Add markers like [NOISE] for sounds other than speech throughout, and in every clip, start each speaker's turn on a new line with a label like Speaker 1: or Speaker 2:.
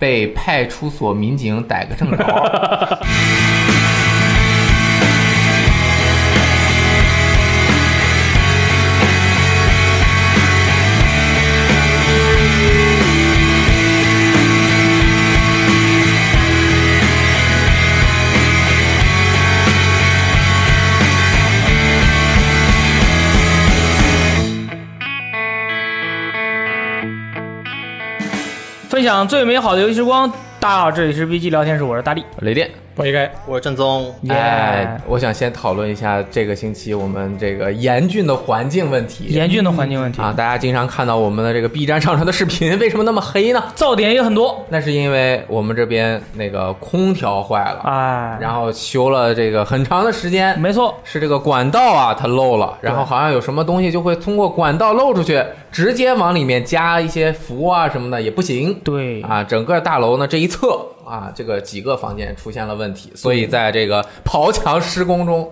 Speaker 1: 被派出所民警逮个正着。
Speaker 2: 分享最美好的游戏时光。大家好，这里是 VG 聊天室，我是大力。
Speaker 1: [LAUGHS] 雷电，
Speaker 3: 不应该。
Speaker 4: 我是正宗，
Speaker 1: 哎，我想先讨论一下这个星期我们这个严峻的环境问题
Speaker 2: 严峻的环境问题，
Speaker 1: 啊！大家经常看到我们的这个 B 站上传的视频，为什么那么黑呢？
Speaker 2: 噪点也很多。
Speaker 1: 那是因为我们这边那个空调坏了，
Speaker 2: 哎，
Speaker 1: 然后修了这个很长的时间，
Speaker 2: 没错，
Speaker 1: 是这个管道啊，它漏了，然后好像有什么东西就会通过管道漏出去，直接往里面加一些氟啊什么的也不行
Speaker 2: 对，
Speaker 1: 啊。整个大楼呢这一侧啊，这个几个房间出现了问题，所以在这个刨墙施工中，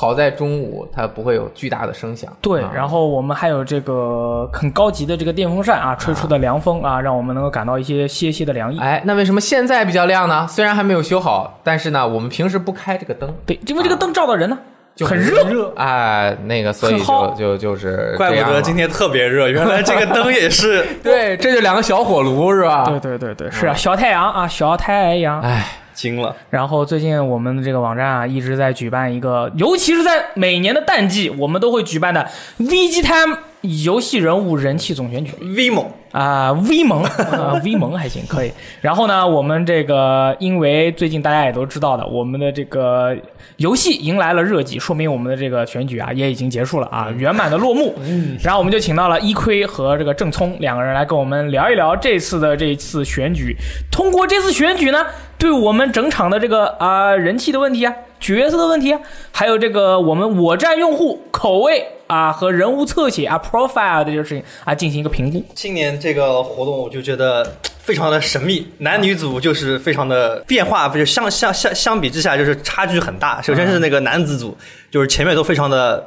Speaker 1: 好在中午它不会有巨大的声响。
Speaker 2: 对，
Speaker 1: 啊
Speaker 2: 然后我们还有这个很高级的这个电风扇啊，吹出的凉风啊，让我们能够感到一些些些的凉意。
Speaker 1: 哎，那为什么现在比较亮呢？虽然还没有修好，但是呢，我们平时不开这个灯，
Speaker 2: 对，因
Speaker 1: 啊
Speaker 2: 为这个灯照到人呢，
Speaker 1: 就
Speaker 2: 很
Speaker 1: 热
Speaker 2: 热。
Speaker 1: 哎，那个所以
Speaker 2: 很齁
Speaker 1: 就就就是
Speaker 4: 怪
Speaker 1: 这
Speaker 4: 不
Speaker 1: 样啊
Speaker 4: 得
Speaker 1: 了
Speaker 4: 今天特别热，原来这个灯也是。
Speaker 1: 对，这就两个小火炉是吧？
Speaker 2: 对对对对，是啊，小太阳啊，小太阳。
Speaker 1: 哎，
Speaker 4: 惊了，
Speaker 2: 然后最近我们的这个网站啊，一直在举办一个，尤其是在每年的淡季，我们都会举办的 VG Time 游戏人物人气总选举。
Speaker 4: 威猛，
Speaker 2: 啊、v 萌 [LAUGHS] 啊、v 萌还行，可以。然后呢，我们这个因为最近大家也都知道的，我们的这个游戏迎来了热季，说明我们的这个选举啊也已经结束了啊，圆满的落幕。 [LAUGHS] 然后我们就请到了一亏和这个郑聪两个人来跟我们聊一聊这次的这一次选举。通过这次选举呢，对我们整场的这个啊、人气的问题啊、角色的问题啊，还有这个我们我站用户口味。啊，和人物侧写啊，profile 的这个事情啊，进行一个评估。
Speaker 4: 今年这个活动我就觉得非常的神秘，男女组就是非常的变化，不是相相相相比之下就是差距很大。首先是那个男子组，就是前面都非常的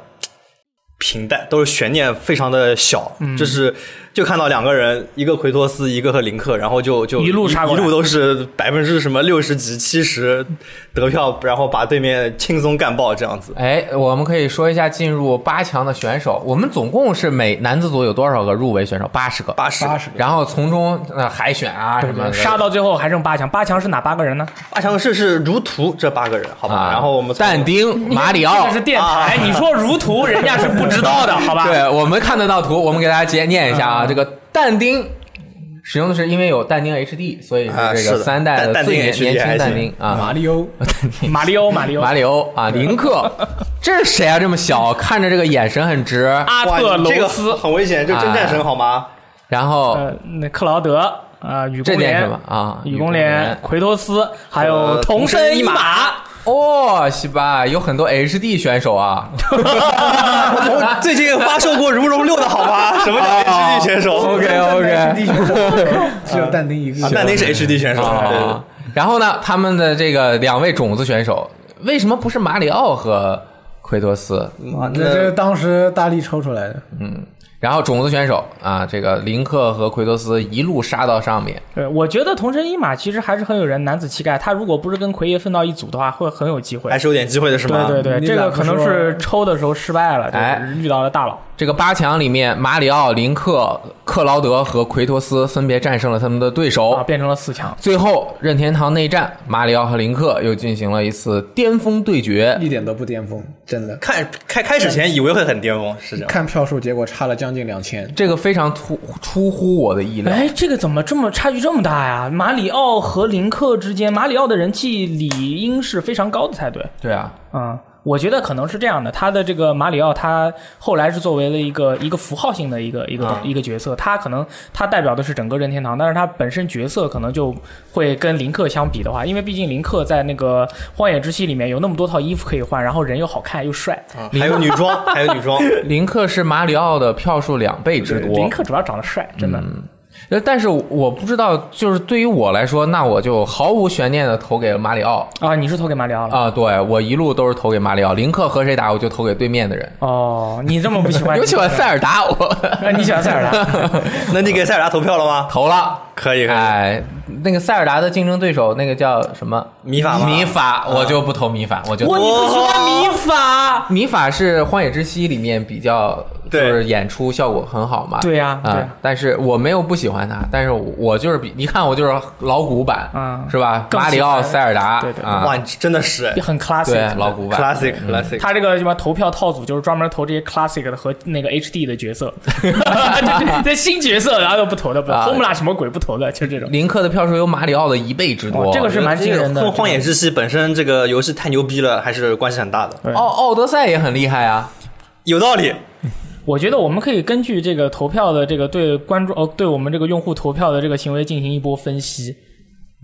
Speaker 4: 平淡，都是悬念非常的小，就是就看到两个人，一个奎托斯，一个和林克，然后就就
Speaker 2: 一路杀
Speaker 4: 一
Speaker 2: 过来
Speaker 4: 路都是百分之什么六十几、七十得票，然后把对面轻松干爆这样子。
Speaker 1: 哎，我们可以说一下进入八强的选手。我们总共是每男子组有多少个入围选手？八十个，
Speaker 4: 八十
Speaker 3: 八十
Speaker 1: 然后从中呃海选啊什么的
Speaker 2: 杀到最后还剩八强，八强是哪八个人呢？
Speaker 4: 八强是是如图这八个人，好吧？
Speaker 1: 啊，
Speaker 4: 然后我们从
Speaker 1: 但丁、马里奥
Speaker 2: 这是。电台，你说如图，人家是不知道的，好吧？
Speaker 1: 哦对我们看得到图，我们给大家截念一下
Speaker 4: 嗯
Speaker 1: 啊。这个但丁使用的是因为有但丁 HD，所以是
Speaker 4: 啊
Speaker 1: 这
Speaker 4: 是
Speaker 1: 个
Speaker 4: 的
Speaker 1: 三代的
Speaker 4: 但
Speaker 1: 最年
Speaker 4: 但丁 HD
Speaker 1: 年轻
Speaker 4: 还
Speaker 1: 但
Speaker 4: 行嗯
Speaker 1: 丁
Speaker 3: 马
Speaker 1: 啊，
Speaker 3: 里欧，
Speaker 1: 但丁
Speaker 2: 马里欧，马里欧，
Speaker 1: 马里欧啊，林
Speaker 4: [LAUGHS]
Speaker 1: 克，这是谁啊？这么小，看着这个眼神很直，
Speaker 2: 阿
Speaker 4: 哇
Speaker 2: 特
Speaker 4: 这
Speaker 2: 楼
Speaker 4: 个
Speaker 2: 斯，
Speaker 4: 很危险，这真战神好吗？
Speaker 1: 然后
Speaker 2: 呃，那克劳德，啊，雨
Speaker 1: 这
Speaker 2: 宫
Speaker 1: 念什
Speaker 2: 莲
Speaker 1: 么，啊？
Speaker 2: 雨宫莲，奎托斯，还有
Speaker 4: 呃
Speaker 2: 童
Speaker 4: 童
Speaker 2: 身
Speaker 4: 身
Speaker 2: 一
Speaker 4: 一
Speaker 2: 马
Speaker 4: 马。
Speaker 1: 哦，西巴有很多 HD 选手啊，
Speaker 4: 我最近发售过《如龙六》的好吗？什么叫 HD 选手
Speaker 1: OK OK，
Speaker 3: [LAUGHS] 只有但丁一个。
Speaker 4: 啊但丁是 HD 选手，对对
Speaker 1: 啊
Speaker 4: 对。，
Speaker 1: 然后呢，他们的这个两位种子选手为什么不是马里奥和奎托斯？
Speaker 3: 啊，这这是当时大力抽出来的，
Speaker 1: 然后种子选手啊，这个林克和奎托斯一路杀到上面，
Speaker 2: 对，我觉得童身一马其实还是很有人男子气概。他如果不是跟奎爷分到一组的话，会很有机会
Speaker 4: 还。是有点机会的是吗？
Speaker 2: 对对对，
Speaker 3: 你
Speaker 2: 这
Speaker 3: 咋
Speaker 2: 个
Speaker 3: 不
Speaker 2: 可能
Speaker 3: 说
Speaker 2: 是抽的时候失败了，
Speaker 1: 哎
Speaker 2: 就是遇到了大佬。
Speaker 1: 这个八强里面，马里奥、林克、克劳德和奎托斯分别战胜了他们的对手
Speaker 2: 啊，变成了四强。
Speaker 1: 最后，任天堂内战，马里奥和林克又进行了一次巅峰对决。
Speaker 3: 一点都不巅峰，真的。
Speaker 4: 看开开始前以为会很巅峰，是这样。
Speaker 3: 看票数，结果差了将近两千。
Speaker 1: 这个非常突出乎我的意料。
Speaker 2: 哎，这个怎么这么差距这么大呀？马里奥和林克之间，马里奥的人气理应是非常高的才对。
Speaker 1: 对啊，
Speaker 2: 嗯，我觉得可能是这样的，他的这个马里奥，他后来是作为了一个一个符号性的一个一
Speaker 1: 啊
Speaker 2: 个、一个角色，他可能他代表的是整个任天堂，但是他本身角色可能就会跟林克相比的话，因为毕竟林克在那个《荒野之息》里面有那么多套衣服可以换，然后人又好看又帅，
Speaker 4: 啊还有女装，还有女装，
Speaker 1: 林克是马里奥的票数两倍之
Speaker 2: 林
Speaker 1: 多。
Speaker 2: 克主要长得帅，真的。
Speaker 1: 呃但是我不知道，就是对于我来说，那我就毫无悬念的投给了马里奥
Speaker 2: 啊，你是投给马里奥了？
Speaker 1: 啊、对我一路都是投给马里奥。林克和谁打，我就投给对面的人。？
Speaker 2: 哦，你这么不喜欢
Speaker 1: 尤其 [LAUGHS] 我塞尔达，我
Speaker 2: 啊，你喜欢塞尔达？
Speaker 4: 那你给塞尔达投票了吗？
Speaker 1: 投了。
Speaker 4: 可以，可以。
Speaker 1: 哎，那个塞尔达的竞争对手，那个叫什么
Speaker 4: 米法吗
Speaker 1: 米法，我就不投米法，我就
Speaker 2: 哇，你不喜欢米法？
Speaker 1: 米法是《荒野之息》里面比较就
Speaker 4: 对
Speaker 1: 是演出效果很好嘛，
Speaker 2: 对呀
Speaker 1: 啊
Speaker 2: 对呀
Speaker 1: 但是我没有不喜欢他，但是我就是比你看我就是老古版，
Speaker 2: 嗯
Speaker 1: 是吧？
Speaker 2: 更喜
Speaker 1: 马里奥、
Speaker 2: 欢
Speaker 1: 塞尔达，
Speaker 2: 对对对
Speaker 1: 啊
Speaker 4: 哇，你真的是哎
Speaker 2: 也很 classic，
Speaker 1: [LAUGHS] 对
Speaker 2: 的
Speaker 1: 老古版
Speaker 4: classic classic，
Speaker 2: 他这个什么投票套组就是专门投这些 classic 的和那个 HD 的
Speaker 1: [LAUGHS]
Speaker 2: 角色， [LAUGHS] 这这新角色然后都不投的，不
Speaker 1: 啊
Speaker 2: Homla 什么鬼不投的，就这种。
Speaker 1: 林克的票数有马里奥的一倍之多，
Speaker 2: 哇这个是蛮惊人的
Speaker 4: 荒荒野之息本身这个游戏太牛逼了，还是关系很大的。
Speaker 2: 对
Speaker 1: 奥奥德赛也很厉害啊，
Speaker 4: 有道理，
Speaker 2: 我觉得我们可以根据这个投票的这个对观众呃对我们这个用户投票的这个行为进行一波分析，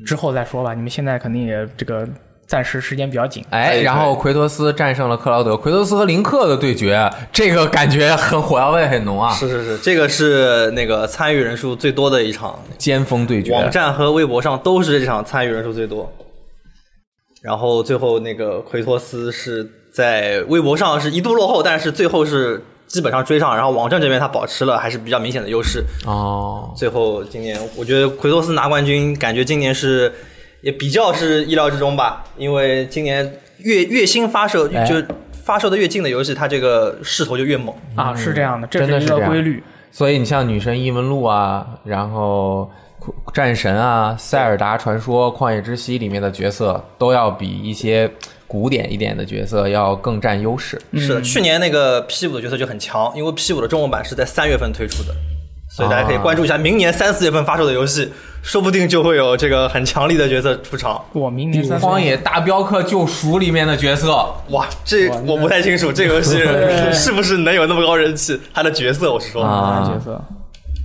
Speaker 1: 嗯
Speaker 2: 之后再说吧。你们现在肯定也这个暂时时间比较紧，
Speaker 1: 哎，然后奎托斯战胜了克劳德，奎托斯和林克的对决，这个感觉很火药味很浓啊，
Speaker 4: 是是是，这个是那个参与人数最多的一场，
Speaker 1: 尖峰对决，
Speaker 4: 网站和微博上都是这场参与人数最多。然后最后那个奎托斯是在微博上是一度落后，但是最后是基本上追上，然后网站这边他保持了还是比较明显的优势。
Speaker 1: 哦，
Speaker 4: 最后今年我觉得奎托斯拿冠军，感觉今年是也比较是意料之中吧，因为今年越越新发售
Speaker 1: 哎
Speaker 4: 就发售的越近的游戏，它这个势头就越猛。
Speaker 2: 啊，是这样的，这
Speaker 1: 嗯真的
Speaker 2: 一
Speaker 1: 是这
Speaker 2: 个
Speaker 1: 样
Speaker 2: 规律。
Speaker 1: 所以你像女神异闻录啊，然后战神啊、塞尔达传说、旷野之息里面的角色，都要比一些古典一点的角色要更占优势。
Speaker 4: 是的，去年那个 P 五的角色就很强，因为 P 五的中文版是在三月份推出的，所以大家可以
Speaker 1: 啊
Speaker 4: 关注一下明年三四月份发售的游戏，说不定就会有这个很强力的角色出场。
Speaker 2: 我明年三
Speaker 1: 《
Speaker 2: 十
Speaker 1: 荒野大镖客：救赎》里面的角色，
Speaker 4: 哇，这我不太清楚这个游戏是不是能有那么高人气，它的角色我是说，
Speaker 1: 啊
Speaker 2: 角色，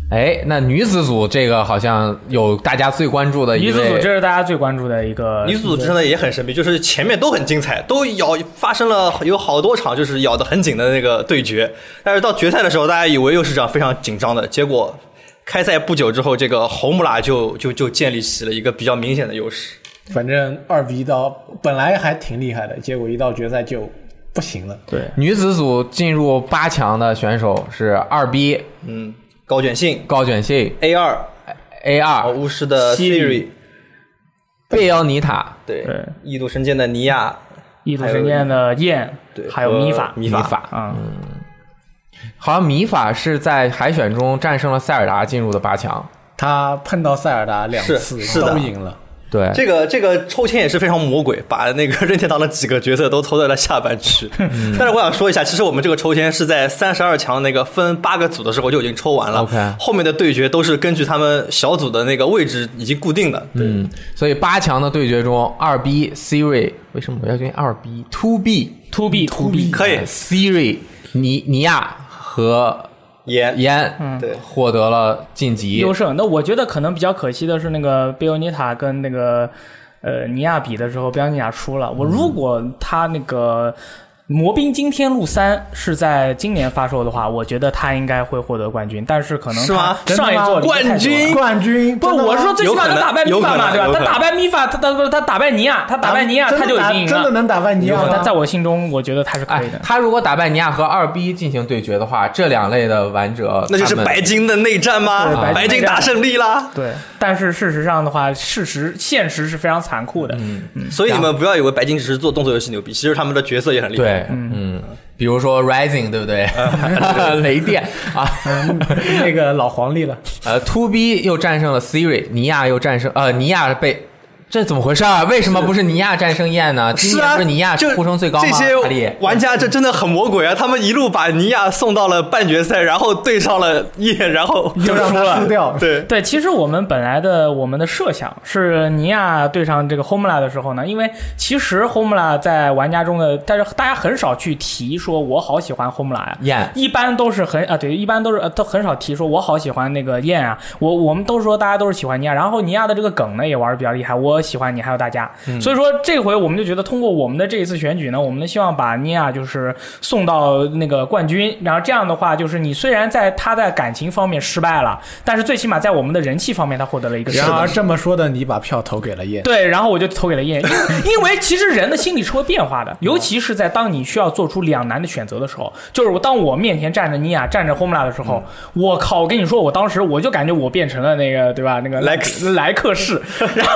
Speaker 1: 哎，那女子组这个好像有大家最关注的一
Speaker 2: 女子组
Speaker 1: 位
Speaker 2: 这是大家最关注的一个
Speaker 4: 女组真的也很神秘，就是前面都很精彩，都咬发生了有好多场就是咬得很紧的那个对决，但是到决赛的时候，大家以为又是这样非常紧张的，结果开赛不久之后，这个红木拉就就就建立起了一个比较明显的优势。
Speaker 3: 反正二比一到本来还挺厉害的，结果一到决赛就不行了。
Speaker 2: 对
Speaker 1: 女子组进入八强的选手是二 B
Speaker 4: 嗯，高卷信
Speaker 1: 高卷信、
Speaker 4: A 二
Speaker 1: A
Speaker 4: 啊，
Speaker 2: 哦
Speaker 1: 二
Speaker 4: 巫师的
Speaker 2: 西
Speaker 4: Siri，
Speaker 1: 贝奥尼塔、
Speaker 4: 对
Speaker 2: 对，
Speaker 4: 异度神剑的尼亚，
Speaker 2: 异度神剑的剑，
Speaker 4: 对，
Speaker 2: 还有
Speaker 4: 和
Speaker 2: 米法
Speaker 4: 米嗯法，
Speaker 2: 啊，
Speaker 1: 好像米法是在海选中战胜了塞尔达，进入的八强。
Speaker 3: 他碰到塞尔达两
Speaker 4: 是
Speaker 3: 次
Speaker 4: 是的
Speaker 3: 都赢了，
Speaker 1: 对，
Speaker 4: 这个这个抽签也是非常魔鬼，把那个任天堂的几个角色都抽在了下
Speaker 2: [LAUGHS]
Speaker 4: 半区。嗯但是我想说一下，其实我们这个抽签是在三十二强那个分八个组的时候就已经抽完了
Speaker 1: OK
Speaker 4: 后面的对决都是根据他们小组的那个位置已经固定的。对，
Speaker 1: 嗯，所以八强的对决中，二 B Siri 为什么我要选二 B Two B
Speaker 2: to B to B，
Speaker 4: 可以
Speaker 1: Siri 哎尼尼亚和
Speaker 4: 演
Speaker 2: 嗯
Speaker 1: 烟
Speaker 4: 对
Speaker 1: 获得了晋级
Speaker 2: 优。胜。那我觉得可能比较可惜的是，那个贝欧尼塔跟那个呃尼亚比的时候，贝欧尼塔输了。我
Speaker 4: 嗯
Speaker 2: 如果他那个。魔兵惊天录三是在今年发售的话，我觉得他应该会获得冠军，但是可能
Speaker 4: 是吗
Speaker 2: 他上一座离得太久了
Speaker 4: 冠军
Speaker 3: 冠军
Speaker 2: 不，我说最起码能打败米
Speaker 4: 有可
Speaker 2: 法
Speaker 4: 能
Speaker 2: 嘛，对吧
Speaker 4: 有？可
Speaker 2: 他
Speaker 4: 能
Speaker 2: 打败米法，他他不是他打败尼亚，他打败尼亚，他就已经赢
Speaker 3: 真的
Speaker 2: 了。
Speaker 3: 能打败尼亚
Speaker 2: 他
Speaker 3: 吗？
Speaker 2: 在我心中，我觉得他是可
Speaker 1: 哎
Speaker 2: 以的，。
Speaker 1: 他如果打败尼亚和二 B 进行对决的话，这两类的玩者
Speaker 4: 那就是
Speaker 1: 他们
Speaker 4: 白金的内战吗
Speaker 2: 对？白金
Speaker 4: 白
Speaker 2: 内
Speaker 4: 金
Speaker 2: 战
Speaker 4: 打胜利啦！
Speaker 2: 对，但是事实上的话，事实现实是非常残酷的。
Speaker 4: 所以你们不要以为白金只是做动作游戏牛逼，其实他们的角色也很厉
Speaker 1: 对，
Speaker 4: 害。
Speaker 1: 嗯，比如说 Rising 对不
Speaker 4: [LAUGHS]
Speaker 1: 对？雷电啊，
Speaker 2: 嗯
Speaker 3: 那个老黄历了，
Speaker 1: 呃，To B 又战胜了 Siri，尼亚又战胜呃，尼亚被这怎么回事啊？为什么不是尼亚战胜燕呢？今
Speaker 4: 是
Speaker 1: 年
Speaker 4: 啊，
Speaker 1: 不是尼亚
Speaker 4: 就
Speaker 1: 呼声最高吗？
Speaker 4: 这些
Speaker 1: 哈利
Speaker 4: 玩家这真的很魔鬼啊！他们一路把尼亚送到了半决赛，然后对上了叶，然后
Speaker 3: 就让他输掉。
Speaker 4: 对，
Speaker 2: 对，其实我们本来的我们的设想是尼亚对上这个 Homla 的时候呢，因为其实 Homla 在玩家中的，但是大家很少去提说我好喜欢 Homla 呀、
Speaker 1: 燕
Speaker 2: 一般都是很啊，对，一般都是呃，都很少提啊说我好喜欢那个燕啊，我我们都说大家都是喜欢尼亚，然后尼亚的这个梗呢也玩的比较厉害，我我喜欢你，还有大家。所以说这回我们就觉得，通过我们的这一次选举呢，我们希望把妮亚就是送到那个冠军，然后这样的话，就是你虽然在他在感情方面失败了，但是最起码在我们的人气方面，他获得了一个
Speaker 3: 然
Speaker 2: 胜利
Speaker 3: 而这么说的，你把票投给了叶。
Speaker 2: 对，然后我就投给了
Speaker 4: [LAUGHS]
Speaker 2: 燕，因为因为其实人的心理是会变化的，尤其是在当你需要做出两难的选择的时候，就是我当我面前站着尼亚，站着 Homla 的时候，
Speaker 4: 嗯
Speaker 2: 我靠！我跟你说，我当时我就感觉我变成了那个对吧？
Speaker 4: [LAUGHS]
Speaker 2: 那个
Speaker 4: 莱克斯
Speaker 2: 莱克
Speaker 4: [LAUGHS]
Speaker 2: 士，然后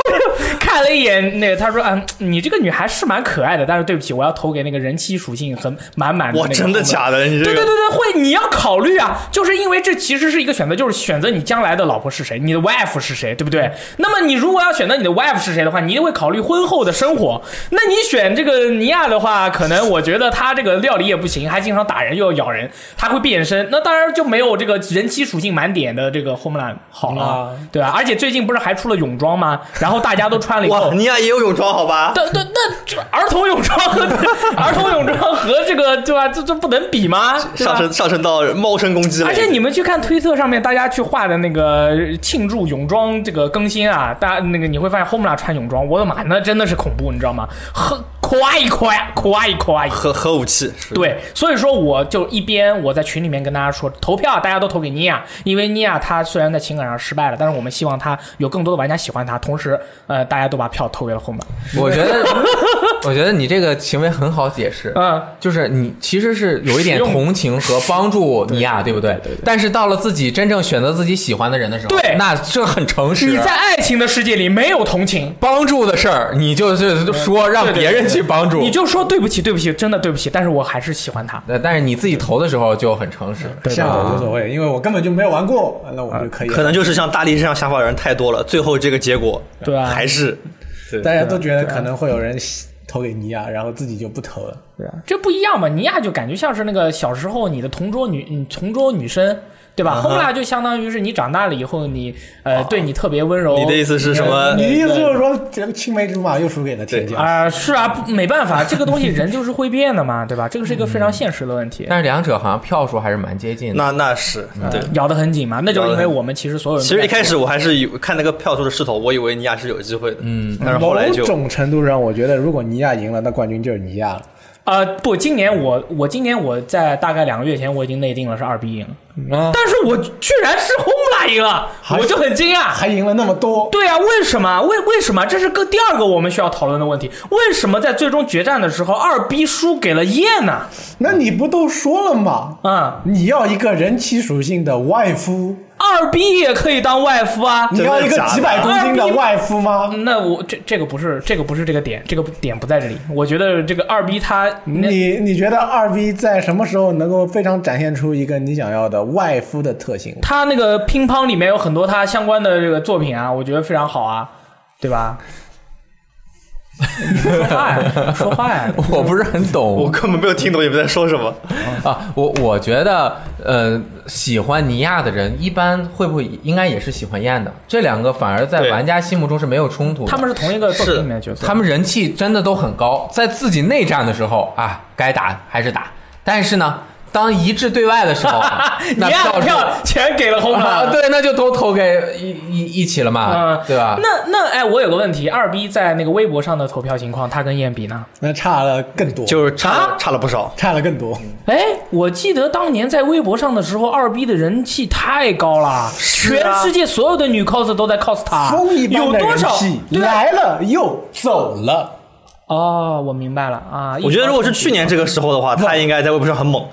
Speaker 2: 看了一眼那个，他说：“嗯，你这个女孩是蛮可爱的，但是对不起，我要投给那个人气属性很满满的。”
Speaker 4: 哇，真的假的？你这
Speaker 2: 对对对
Speaker 4: 个
Speaker 2: 对，会你要考虑啊，就是因为这其实是一个选择，就是选择你将来的老婆是谁，你的 wife 是谁，对不对？那么你如果要选择你的 wife 是谁的话，你一定会考虑婚后的生活。那你选这个尼亚的话，可能我觉得他这个料理也不行，还经常打人又要咬人，他会变身，那当然就没有这个人妻属性满点的这个 Homeland 好了，
Speaker 3: 啊
Speaker 2: 对吧、而且最近不是还出了泳装吗？然后大家都穿了以后
Speaker 4: 哇，，尼亚也有泳装好吧？
Speaker 2: 对对，那这儿童泳装和 [LAUGHS] 儿童泳装和这个对吧？这这不能比吗？对吧
Speaker 4: 上升上升到猫身攻击了，
Speaker 2: 而且你们去看推特上面大家去画的那个庆祝泳装这个更新啊，大家那个你会发现 Homla 穿泳装，我的妈，那真的是恐怖，你知道吗？很可爱可爱可爱可爱。
Speaker 4: 核核武器是
Speaker 2: 对，所以说我就一边我在群里面跟大家说，投票大家都投给妮亚，因为妮亚她虽然在情感上失败了，但是我们希望她有更多的玩家喜欢她，同时呃大家都把票投给了 Homla。
Speaker 1: 我觉得，我觉得你这个行为很好解释，
Speaker 2: 嗯，
Speaker 1: 就是你其实是有一点
Speaker 2: 实用
Speaker 1: 同情和帮助尼亚，对不对？对对。但是到了自己真正选择自己喜欢的人的时候，
Speaker 2: 对
Speaker 1: 那这很诚实。
Speaker 2: 你在爱情的世界里没有同情，
Speaker 1: 帮助的事儿，你就是说让别人去帮助，
Speaker 2: 你就说对不起对不起，真的对不起，但是我还是喜欢她。
Speaker 1: 呃但是你自己投的时候就很诚实。
Speaker 2: 对
Speaker 3: 像
Speaker 2: 吧？
Speaker 3: 我无所谓，因为我根本就没有玩过，那我就可以。
Speaker 4: 可能就是像大力这样想法的人太多了，最后这个结果
Speaker 2: 对啊
Speaker 4: 还是
Speaker 3: 大
Speaker 4: 啊
Speaker 3: 家都觉得可能会有人投给尼亚，然后自己就不投了。
Speaker 2: 这不一样嘛？尼亚就感觉像是那个小时候你的同桌女，嗯，同桌女生，对
Speaker 4: 嗯
Speaker 2: 吧？后来就相当于是你长大了以后你，呃，对你特别温柔。
Speaker 4: 哦你的意思是什么？
Speaker 3: 你的意思就是说，这个青梅竹马又输给了天骄？
Speaker 2: 啊、是啊，不没办法，这个东西人就是会变的嘛，对吧？这个是一个非
Speaker 4: 嗯
Speaker 2: 常现实的问题。
Speaker 1: 但是两者好像票数还是蛮接近的。
Speaker 4: 那那是对。
Speaker 2: 咬得很紧嘛，那就是因为我们其实所有人
Speaker 4: 其
Speaker 2: 都在
Speaker 4: 实一开始我还是以看那个票数的势头，我以为尼亚是有机会的，嗯，但是后
Speaker 3: 某
Speaker 4: 来就
Speaker 3: 种程度上，我觉得如果尼亚赢了，那冠军就是尼亚了。
Speaker 2: 呃不，今年我我今年我在大概两个月前我已经内定了是二逼赢，
Speaker 3: 啊，
Speaker 2: 但是我居然是轰啦赢了，我就很惊讶，
Speaker 3: 还赢了那么多，
Speaker 2: 对啊，为什么？为为什么？这是个第二个我们需要讨论的问题。为什么在最终决战的时候，二逼输给了叶呢？
Speaker 3: 那你不都说了吗？
Speaker 2: 嗯，
Speaker 3: 你要一个人妻属性的外夫，
Speaker 2: 二逼也可以当外夫啊。
Speaker 3: 你要一个几百公斤的外夫吗？
Speaker 2: 那我这这个不是这个不是这个点，这个点不在这里。我觉得这个二逼他那
Speaker 3: 你你觉得二逼在什么时候能够非常展现出一个你想要的外夫的特性？
Speaker 2: 他那个乒乓里面有很多他相关的这个作品啊，我觉得非常好啊，对吧？你说话
Speaker 1: [LAUGHS]
Speaker 2: 呀，说话呀！
Speaker 1: 我不是很懂，
Speaker 4: 我根本没有听懂你们在说什么。
Speaker 1: 啊，我我觉得，呃，喜欢尼亚的人一般会不会应该也是喜欢燕的？这两个反而在
Speaker 4: 对
Speaker 1: 玩家心目中是没有冲突的。
Speaker 2: 他们是同一个作品里面的角色，
Speaker 1: 他们人气真的都很高，在自己内战的时候啊，该打还是打。但是呢，当一致对外的时候，啊
Speaker 2: 你 [LAUGHS]
Speaker 1: 那
Speaker 2: 按
Speaker 1: 票数
Speaker 2: 票全给了红
Speaker 1: [LAUGHS] 啊，
Speaker 2: 狼，
Speaker 1: 对，那就都投给一一一起了嘛，
Speaker 2: 嗯
Speaker 1: 对吧？
Speaker 2: 那那哎，我有个问题，二逼在那个微博上的投票情况，他跟燕比呢？
Speaker 3: 那差了更多，
Speaker 4: 就是差了差了不少。
Speaker 3: 差了更多。
Speaker 2: 哎，我记得当年在微博上的时候，二逼的人气太高了，
Speaker 4: 是
Speaker 2: 全
Speaker 4: 啊
Speaker 2: 世界所有的女 cos 都在 cos 他，
Speaker 3: 风一般
Speaker 2: 有
Speaker 3: 的
Speaker 2: 多
Speaker 3: 人
Speaker 2: 少
Speaker 3: 气？
Speaker 2: 对啊，
Speaker 3: 来了又走了。
Speaker 2: 哦，我明白了啊。
Speaker 4: 我觉得如果是去年这个时候的话，他应该在微博上很猛。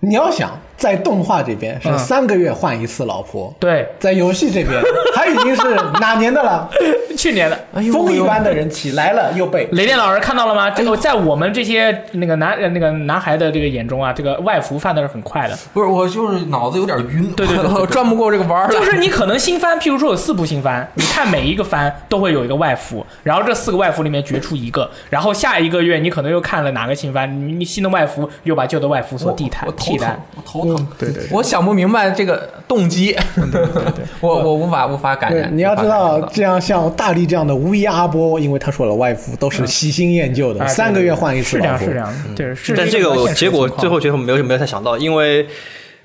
Speaker 3: 你要想在动画这边是
Speaker 2: 嗯
Speaker 3: 三个月换一次老婆，
Speaker 2: 对
Speaker 3: 在游戏这 [LAUGHS] 边他已经是哪年的了？
Speaker 2: 去年的。
Speaker 1: 哎呦
Speaker 3: 风一般的人气来了又被
Speaker 2: 雷电老师看到了吗？这个在我们这些那个男呃那个男孩的这个眼中啊，这个外服犯的是很快的。
Speaker 1: 不是，我就是脑子有点晕，
Speaker 2: 对对对对对
Speaker 1: 我转不过这个弯儿来。
Speaker 2: 就是你可能新番，譬如说有四部新番，你看每一个番都会有一个外服，然后这四个外服里面决出一个，然后下一个月你可能又看了哪个新番，你你新的外服又把旧的外服所替代
Speaker 1: 我头
Speaker 2: 替代
Speaker 1: 疼。，我头疼。对对，我想不明白这个动机。对对对，我我无法无法感
Speaker 3: 对，
Speaker 1: 染。
Speaker 3: 你要知
Speaker 1: 无
Speaker 3: 道
Speaker 1: 法，感染
Speaker 3: 这样像大力这样的乌鸦阿波，因为他说了外服都是喜新厌旧的，
Speaker 2: 哎对
Speaker 3: 三个月换一次嗯
Speaker 2: 是
Speaker 3: 老
Speaker 2: 这样，
Speaker 3: 婆。
Speaker 2: 是这样，对，是。
Speaker 4: 但
Speaker 2: 这
Speaker 4: 这
Speaker 2: 个
Speaker 4: 个
Speaker 2: 比较
Speaker 4: 我
Speaker 2: 现实的
Speaker 4: 结果
Speaker 2: 情况
Speaker 4: 最后结果没有没有太想到，因为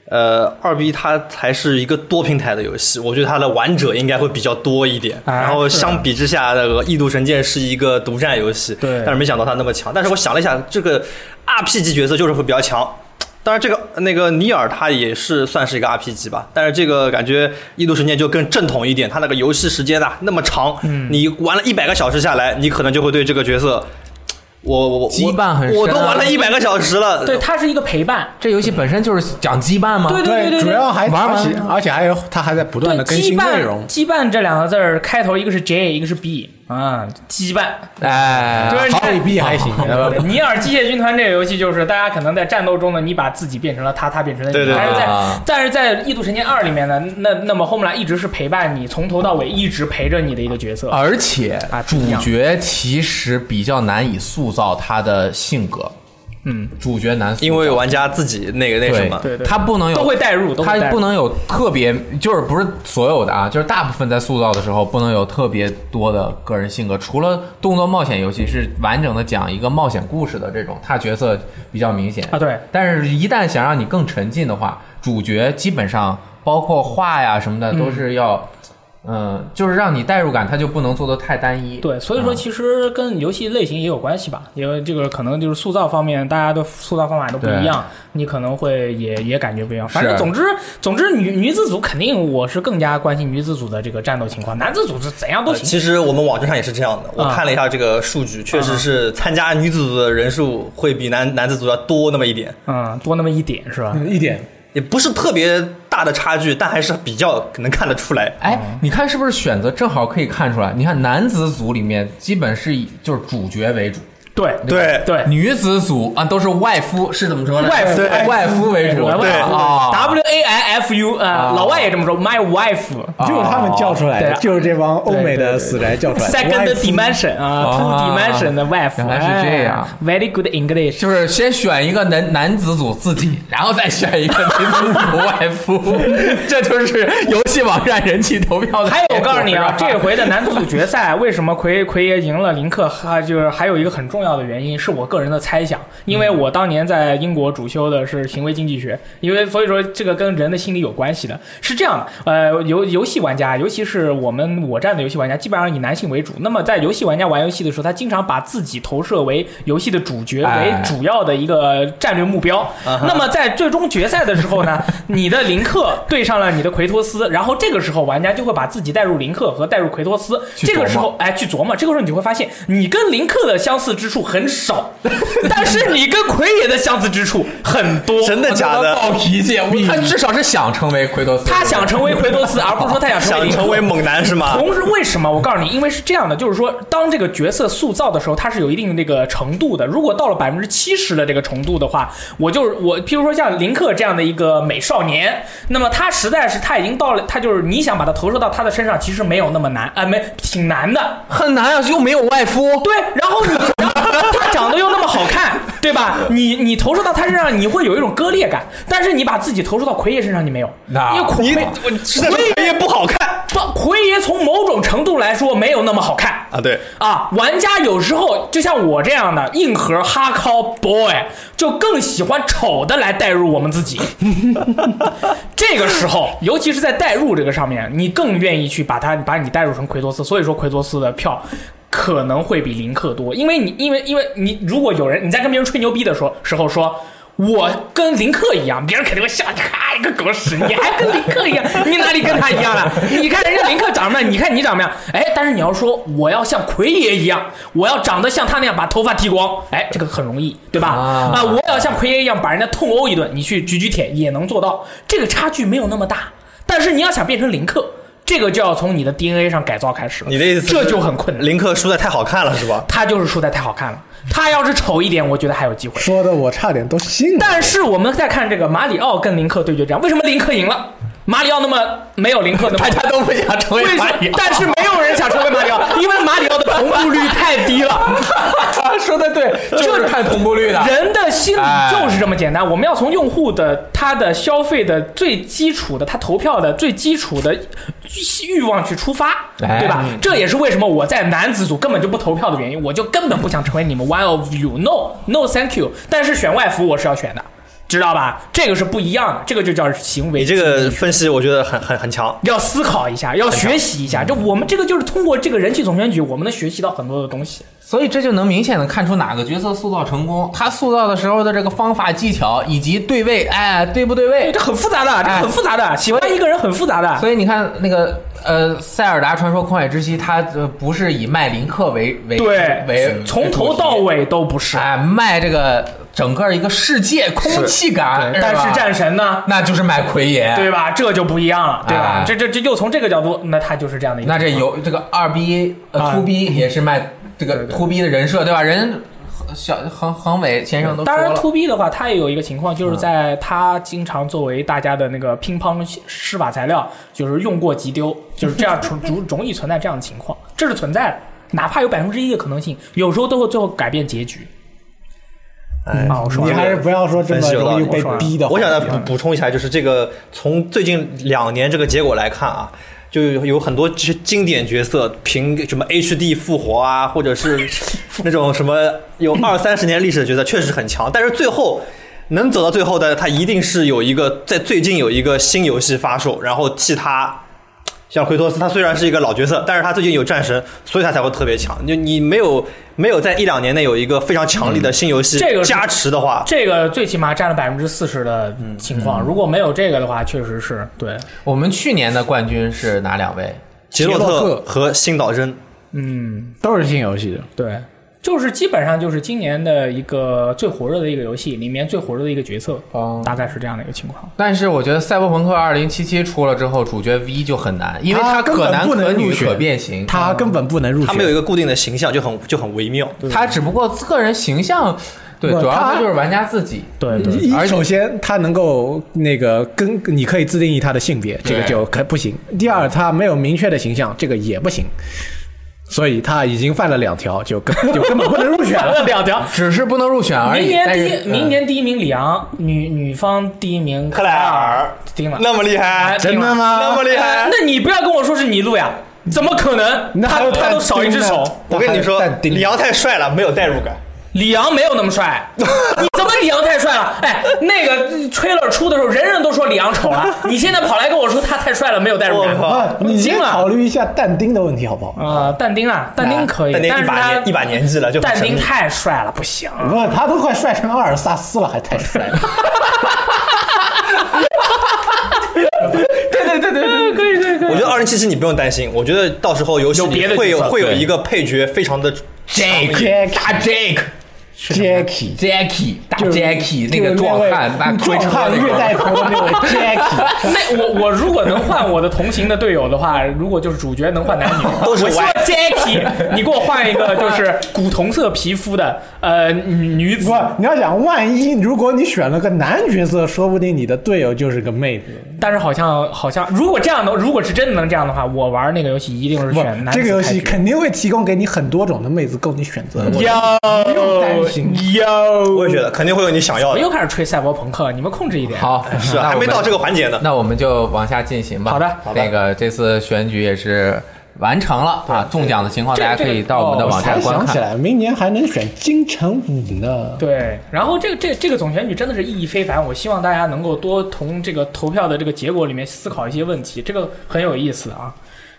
Speaker 4: 呃，二 B 它才是一个多平台的游戏，我觉得它的玩者应该会比较多一点。
Speaker 2: 啊
Speaker 4: 然后相比之下，那个《异度神剑》是一个独占游戏，
Speaker 2: 对
Speaker 4: 但是没想到它那么强。但是我想了一下，这个 RPG 角色就是会比较强。当然，这个那个尼尔它也是算是一个 RPG 吧，但是这个感觉《异度神剑》就更正统一点，它那个游戏时间呐、啊那么长，
Speaker 2: 嗯
Speaker 4: 你玩了一百个小时下来，你可能就会对这个角色，我我我
Speaker 1: 羁绊很深啊
Speaker 4: 我都玩了一百个小时了，
Speaker 2: 对，它是一个陪伴，
Speaker 1: 这游戏本身就是讲羁绊吗？
Speaker 2: 对对对对
Speaker 3: 主要还
Speaker 1: 玩
Speaker 3: 而
Speaker 1: 完
Speaker 3: 且而且还有它还在不断的更
Speaker 2: 羁
Speaker 3: 新
Speaker 2: 绊
Speaker 3: 内容，
Speaker 2: 羁绊这两个字儿开头一个是 J，一个是 B 啊，羁绊。
Speaker 1: 哎，
Speaker 2: 对
Speaker 1: 好
Speaker 2: 你看
Speaker 3: 对 B 还行，
Speaker 2: [LAUGHS] 尼尔机械军团这个游戏就是大家可能在战斗中呢，你把自己变成了他，他变成了你，
Speaker 4: 对对对
Speaker 2: 但是在、
Speaker 1: 啊
Speaker 2: 但是在《异度神剑二》里面呢，那那么 Homeland 一直是陪伴你，从头到尾一直陪着你的一个角色。
Speaker 1: 而且
Speaker 2: 啊
Speaker 1: 主
Speaker 2: 不一样
Speaker 1: 角其实比较难以塑造他的性格，嗯，主角难塑造，
Speaker 4: 因为玩家自己那个那什么。
Speaker 2: 对对
Speaker 1: 他不能有
Speaker 2: 都会带入都会
Speaker 1: 他
Speaker 2: 带入
Speaker 1: 不能有特别，就是不是所有的啊，就是大部分在塑造的时候不能有特别多的个人性格，除了动作冒险游戏是完整的讲一个冒险故事的这种，他角色比较明显
Speaker 2: 啊对
Speaker 1: 但是一旦想让你更沉浸的话，主角基本上包括画呀什么的都是要。嗯，就是让你代入感，他就不能做的太单一。
Speaker 2: 对，所以说
Speaker 1: 嗯
Speaker 2: 其实跟游戏类型也有关系吧，因为这个可能就是塑造方面，大家的塑造方法都不一样，你可能会也也感觉不一样。反正
Speaker 1: 是
Speaker 2: 总之总之女女子组肯定我是更加关心女子组的这个战斗情况，男子组是怎样都
Speaker 4: 呃
Speaker 2: 行。
Speaker 4: 其实我们网站上也是这样的，我
Speaker 2: 啊
Speaker 4: 看了一下这个数据，确实是参加女子组的人数会比男男子组要多那么一点，
Speaker 2: 嗯，多那么一点是吧？
Speaker 3: 嗯一点
Speaker 4: 也不是特别大的差距，但还是比较能看得出来。
Speaker 1: 哎，
Speaker 2: 哦
Speaker 1: 你看是不是选择正好可以看出来？你看男子组里面基本是以就是主角为主，
Speaker 2: 对
Speaker 4: 对
Speaker 2: 对
Speaker 1: 女子组啊都是外夫，是怎么说呢？
Speaker 2: 外夫哎
Speaker 1: 对
Speaker 2: 对
Speaker 1: 外夫为主，
Speaker 2: 我
Speaker 4: 对
Speaker 1: 啊。
Speaker 2: ，W A I F U 啊，老外也这么说，My wife。
Speaker 5: Ah,
Speaker 3: 就是他们叫出来
Speaker 2: 对
Speaker 3: 的
Speaker 2: 啊，
Speaker 3: 啊就是这帮欧美的死宅叫出来的。
Speaker 2: Second
Speaker 3: 外
Speaker 2: dimension 啊
Speaker 1: 啊
Speaker 2: ，two dimension 的 wife，
Speaker 1: 原来是这样
Speaker 2: 哎，very good English，
Speaker 1: 就是先选一个男男子组自
Speaker 2: [LAUGHS]
Speaker 1: 己，然后再选一个女子组外夫，这就是游戏网站人气投票的
Speaker 2: [LAUGHS] 还
Speaker 1: 结
Speaker 2: 有，
Speaker 1: 果。
Speaker 2: 我告诉你啊，
Speaker 1: 哎是吧
Speaker 2: 这回的男子组决赛为什么奎奎爷赢了林克？哈，就是还有一个很重要的原因，是我个人的猜想，因为
Speaker 1: 嗯
Speaker 2: 我当年在英国主修的是行为经济学，因为所以说这个跟人的心理有关系的。是这样的，呃，游游戏玩家，尤其是我们我站的游戏玩家，基本上以男性为主。那么在游戏玩家玩游戏的时候，他经常把自己投射为游戏的主角为
Speaker 1: 哎
Speaker 2: 主要的一个战略目标。
Speaker 4: 啊
Speaker 2: 那么在最终决赛的时候呢， [LAUGHS] 你的林克对上了你的奎托斯，然后这个时候玩家就会把自己带入林克和带入奎托斯，
Speaker 1: 去
Speaker 2: 这个时
Speaker 1: 琢
Speaker 2: 候
Speaker 1: 磨
Speaker 2: 哎去琢磨，这个时候你就会发现你跟林克的相似之处很少， [LAUGHS] 但是你跟奎爷的相似之处很多。
Speaker 4: 真的假
Speaker 1: 我他妈
Speaker 4: 的？
Speaker 1: 暴脾气，我他至少是想成为奎托斯，
Speaker 2: 嗯他想成为奎托斯，而不是说他想成为
Speaker 4: 想
Speaker 2: 林克
Speaker 4: 成为猛男是吗？
Speaker 2: 同时，为什么？我告诉你，因为是这样的，就是说，当这个角色塑造的时候，它是有一定的这个程度的。如果到了百分之七十的这个程度的话，我就是我，譬如说像林克这样的一个美少年，那么他实在是他已经到了，他就是你想把他投射到他的身上，其实没有那么难啊、没挺难的。
Speaker 1: 很难啊，又没有外夫，
Speaker 2: 对，然后你，然后他长得又那么好看，对吧？你你投射到他身上，你会有一种割裂感，但是你把自己投射到奎爷身上，你没有，
Speaker 1: 那
Speaker 2: 因为奎
Speaker 4: 你
Speaker 2: 没
Speaker 4: 我实在是也不好看
Speaker 2: 不，奎爷从某种程度来说没有那么好看。
Speaker 4: 啊！对，
Speaker 2: 啊，玩家有时候就像我这样的硬核哈靠 boy，就更喜欢丑的来代入我们自己。 [LAUGHS] 这个时候，尤其是在代入这个上面，你更愿意去把它把你代入成奎托斯，所以说奎托斯的票。可能会比林克多，因为你，因为，因为你，如果有人你在跟别人吹牛逼的时候时候说，我跟林克一样，别人肯定会笑你，咔一个狗屎，你还跟林克一样， [LAUGHS] 你哪里跟他一样
Speaker 4: [LAUGHS]
Speaker 2: 了？你看人家林克长什么样，你看你长什么样，哎，但是你要说我要像奎爷一样，我要长得像他那样把头发剃光，哎，这个很容易，对吧？
Speaker 1: 啊
Speaker 2: 啊，我要像奎爷一样把人家痛殴一顿，你去举举铁也能做到，这个差距没有那么大。但是你要想变成林克，这个就要从你的 DNA 上改造开始了。
Speaker 4: 你的意思是
Speaker 2: 这就很困难。
Speaker 4: 林克输的太好看了是吧？
Speaker 2: 他就是输的太好看了，他要是丑一点，我觉得还有机会。
Speaker 3: 说的我差点都信了。
Speaker 2: 但是我们再看这个马里奥跟林克对决战，为什么林克赢了？马里奥那么没有林克
Speaker 4: [LAUGHS]
Speaker 2: 那
Speaker 1: 大
Speaker 2: 么
Speaker 1: 家都不想成为
Speaker 2: 为什
Speaker 1: 马
Speaker 2: 么
Speaker 1: 里？奥。
Speaker 2: 但是没有人想成为马里奥，因为马里奥的重复率太低了。
Speaker 1: [LAUGHS] 说的对，就是看同步率的。
Speaker 2: 人的心理就是这么简单，我们要从用户的他的消费的最基础的，他投票的最基础的欲望去出发，
Speaker 1: 哎
Speaker 2: 对吧？这也是为什么我在男子组根本就不投票的原因，我就根本不想成为你们 one of you，no no thank you。但是选外服我是要选的。知道吧？这个是不一样的，这个就叫行为
Speaker 4: 你
Speaker 2: 经
Speaker 4: 这
Speaker 2: 济学。
Speaker 4: 个分析我觉得很很很强。
Speaker 2: 要思考一下，要学习
Speaker 1: 嗯
Speaker 2: 一下。这我们这个就是通过这个人体总选举，我们能学习到很多的东西。
Speaker 1: 所以这就能明显的看出哪个角色塑造成功，他塑造的时候的这个方法技巧以及对位，哎，对不对
Speaker 2: 哎，
Speaker 1: 位
Speaker 2: 这？很复杂的，这很复杂的，喜欢一个人很复杂的。
Speaker 1: 所以你看那个呃，《塞尔达传说：旷野之息》，它呃不是以卖林克为为为
Speaker 2: 对，从头到
Speaker 1: 为主
Speaker 2: 尾都不
Speaker 1: 题
Speaker 2: 是。
Speaker 1: 哎卖这个整个一个世界空气感，
Speaker 2: 对但
Speaker 1: 吧
Speaker 2: 是战神呢？
Speaker 1: 那就是卖奎爷，
Speaker 2: 对吧？这就不一样了，对吧
Speaker 1: 哎？
Speaker 2: 这这这又从这个角度，那他就是这样的一个。
Speaker 1: 那这有这个二 B 呃
Speaker 2: 啊
Speaker 1: to B 也是卖这个 to B 的人设对吧？人小恒恒伟先生都说
Speaker 2: 当然
Speaker 1: 了，
Speaker 2: ，to B 的话，它也有一个情况，就是在它经常作为大家的那个乒乓施法材料，就是用过即丢，就是这样存容容易存在这样的情况，这是存在的。哪怕有百分之一的可能性，有时候都会最后改变结局。
Speaker 4: 哎，
Speaker 2: 啊，我说
Speaker 3: 你
Speaker 2: 完了
Speaker 3: 还是不要说这
Speaker 4: 分
Speaker 3: 么
Speaker 4: 析有道
Speaker 3: 容易
Speaker 4: 理。
Speaker 3: 被逼的话题啊。
Speaker 4: 我想再补
Speaker 5: 嗯
Speaker 4: 补充一下，就是这个从最近两年这个结果来看啊。就有很多其实经典角色凭什么 HD 复活啊，或者是那种什么有二三十年历史的角色，确实很强。但是最后能走到最后的，他一定是有一个在最近有一个新游戏发售，然后替他像奎托斯，他虽然是一个老角色，但是他最近有战神，所以他才会特别强。就你没有没有在一两年内有一个非常强力的
Speaker 3: 嗯
Speaker 4: 新游戏
Speaker 2: 这个是
Speaker 4: 加持的话，
Speaker 2: 这个最起码占了百分之四十的情况，如果没有这个的话，确实是对，
Speaker 1: 我们去年的冠军是哪两位？
Speaker 4: 杰洛特和新岛真，
Speaker 2: 嗯，
Speaker 5: 都是新游戏的，
Speaker 2: 对，就是基本上就是今年的一个最火热的一个游戏里面最火热的一个角色，
Speaker 1: 哦
Speaker 2: 大概是这样的一个情况。
Speaker 1: 但是我觉得《赛博朋克2077》出了之后，主角 V 就很难，因为
Speaker 5: 他根
Speaker 1: 可
Speaker 5: 本
Speaker 1: 男
Speaker 5: 不能
Speaker 1: 可女
Speaker 5: 入选
Speaker 1: 可变形，
Speaker 5: 他根本不能入
Speaker 4: 他们有
Speaker 5: 选。
Speaker 4: 一个固定的形象，就很就很微妙。
Speaker 1: 他只不过个人形象，对，
Speaker 5: 不
Speaker 1: 主要
Speaker 5: 他
Speaker 1: 他就是玩家自己。
Speaker 2: 对对
Speaker 5: 一
Speaker 1: 而且
Speaker 5: 首先，他能够那个跟你可以自定义他的性别，这个
Speaker 1: 对
Speaker 5: 就可不行。第二，他没有明确的形象，这个也不行。所以他已经犯了两条，就根 [LAUGHS] 就根本不能入选
Speaker 2: 反 [LAUGHS]
Speaker 5: 了。
Speaker 2: 了两条，
Speaker 1: 只是不能入选而已。
Speaker 2: 明年
Speaker 1: 但
Speaker 2: 第
Speaker 1: 是
Speaker 2: 一，
Speaker 1: 嗯
Speaker 2: 明年第一名里昂，女女方第一名
Speaker 4: 克莱尔
Speaker 2: 定了，
Speaker 4: 啊那么啊厉害，
Speaker 2: 真的
Speaker 5: 吗
Speaker 4: 那么厉害！
Speaker 2: 那你不要跟我说是尼路呀，怎么可能？
Speaker 5: 那还
Speaker 2: 他
Speaker 5: 有
Speaker 2: 他
Speaker 5: 但
Speaker 2: 都少一只
Speaker 5: 丁呢
Speaker 2: 手，
Speaker 4: 我跟你说
Speaker 5: 但，丁
Speaker 4: 里昂太帅了，没有代入感。
Speaker 2: 里昂没有那么
Speaker 4: [LAUGHS]
Speaker 2: 帅，你怎么里昂太帅了？哎，那个吹了出的时候，人人都说里昂丑了，你现在跑来跟我说他太帅了，没有代入
Speaker 4: 我
Speaker 2: 感。
Speaker 4: 靠，
Speaker 3: 啊，你先考虑一下但丁的问题好不好？
Speaker 2: 啊，但丁啊，但丁可以，
Speaker 4: 但丁
Speaker 2: 但
Speaker 4: 一
Speaker 2: 是
Speaker 4: 把
Speaker 2: 他
Speaker 4: 年一把年纪了，就很
Speaker 2: 但
Speaker 4: 神
Speaker 2: 丁
Speaker 4: 秘
Speaker 2: 太帅了，不行。
Speaker 3: 不，他都快帅成阿尔萨斯了，还太帅了。
Speaker 2: 对对对对，可以可以可以。
Speaker 4: 我觉得二零七七你不用担心，我觉得到时候游戏
Speaker 2: 有别的
Speaker 4: 里会有
Speaker 2: 角色
Speaker 4: 会有
Speaker 2: 对
Speaker 4: 一个配角非常的 Jake，
Speaker 3: Jack
Speaker 1: 大 Jake
Speaker 3: Jackie。
Speaker 1: Jackie 大
Speaker 3: 就是
Speaker 1: Jackie 那个
Speaker 3: 就是
Speaker 1: 壮
Speaker 3: 位
Speaker 1: 汉，大推
Speaker 3: 壮
Speaker 1: 车
Speaker 3: 汉
Speaker 1: 那
Speaker 3: 越带
Speaker 1: 个。
Speaker 3: 头的那位 Jackie，
Speaker 2: [LAUGHS] 那我我如果能换我的同行的队友的话，如果就是主角能换男女，
Speaker 4: 都是
Speaker 2: 我希望
Speaker 4: 歪
Speaker 2: Jackie，你给我换一个就是古铜色皮肤的呃女子
Speaker 3: 不，，你要想，万一如果你选了个男角色，说不定你的队友就是个妹子。
Speaker 2: 但是好像好像如果这样的，如果是真的能这样的话，我玩那个游戏一定是
Speaker 3: 不
Speaker 2: 选，男
Speaker 3: 这个游戏
Speaker 2: 肯
Speaker 3: 肯定会提供给你很多种的妹子供你选择。
Speaker 2: 嗯
Speaker 3: 我
Speaker 2: 哟
Speaker 3: 不用担心
Speaker 2: 哟，
Speaker 4: 我也觉得肯定会有你想要
Speaker 2: 我
Speaker 4: 的，
Speaker 2: 又开始吹赛博朋克，你们控制一点。
Speaker 1: 好，
Speaker 4: 是
Speaker 1: 那
Speaker 4: 啊还
Speaker 1: 我
Speaker 4: 没
Speaker 1: 们
Speaker 4: 到这个环节呢。
Speaker 1: 那我们就往下进行吧。
Speaker 2: 好的好
Speaker 1: 那个这次选举也是完成了啊，中奖的情况
Speaker 2: 这
Speaker 1: 大
Speaker 2: 个
Speaker 1: 家可以
Speaker 2: 这个
Speaker 1: 到我们的
Speaker 2: 哦
Speaker 1: 网
Speaker 3: 才
Speaker 1: 站观
Speaker 3: 想起
Speaker 1: 看。
Speaker 3: 来，明年还能选金城武呢。
Speaker 2: 对，然后这个这个这个总选举真的是意义非凡，我希望大家能够多从这个投票的这个结果里面思考一些问题，这个很有意思啊。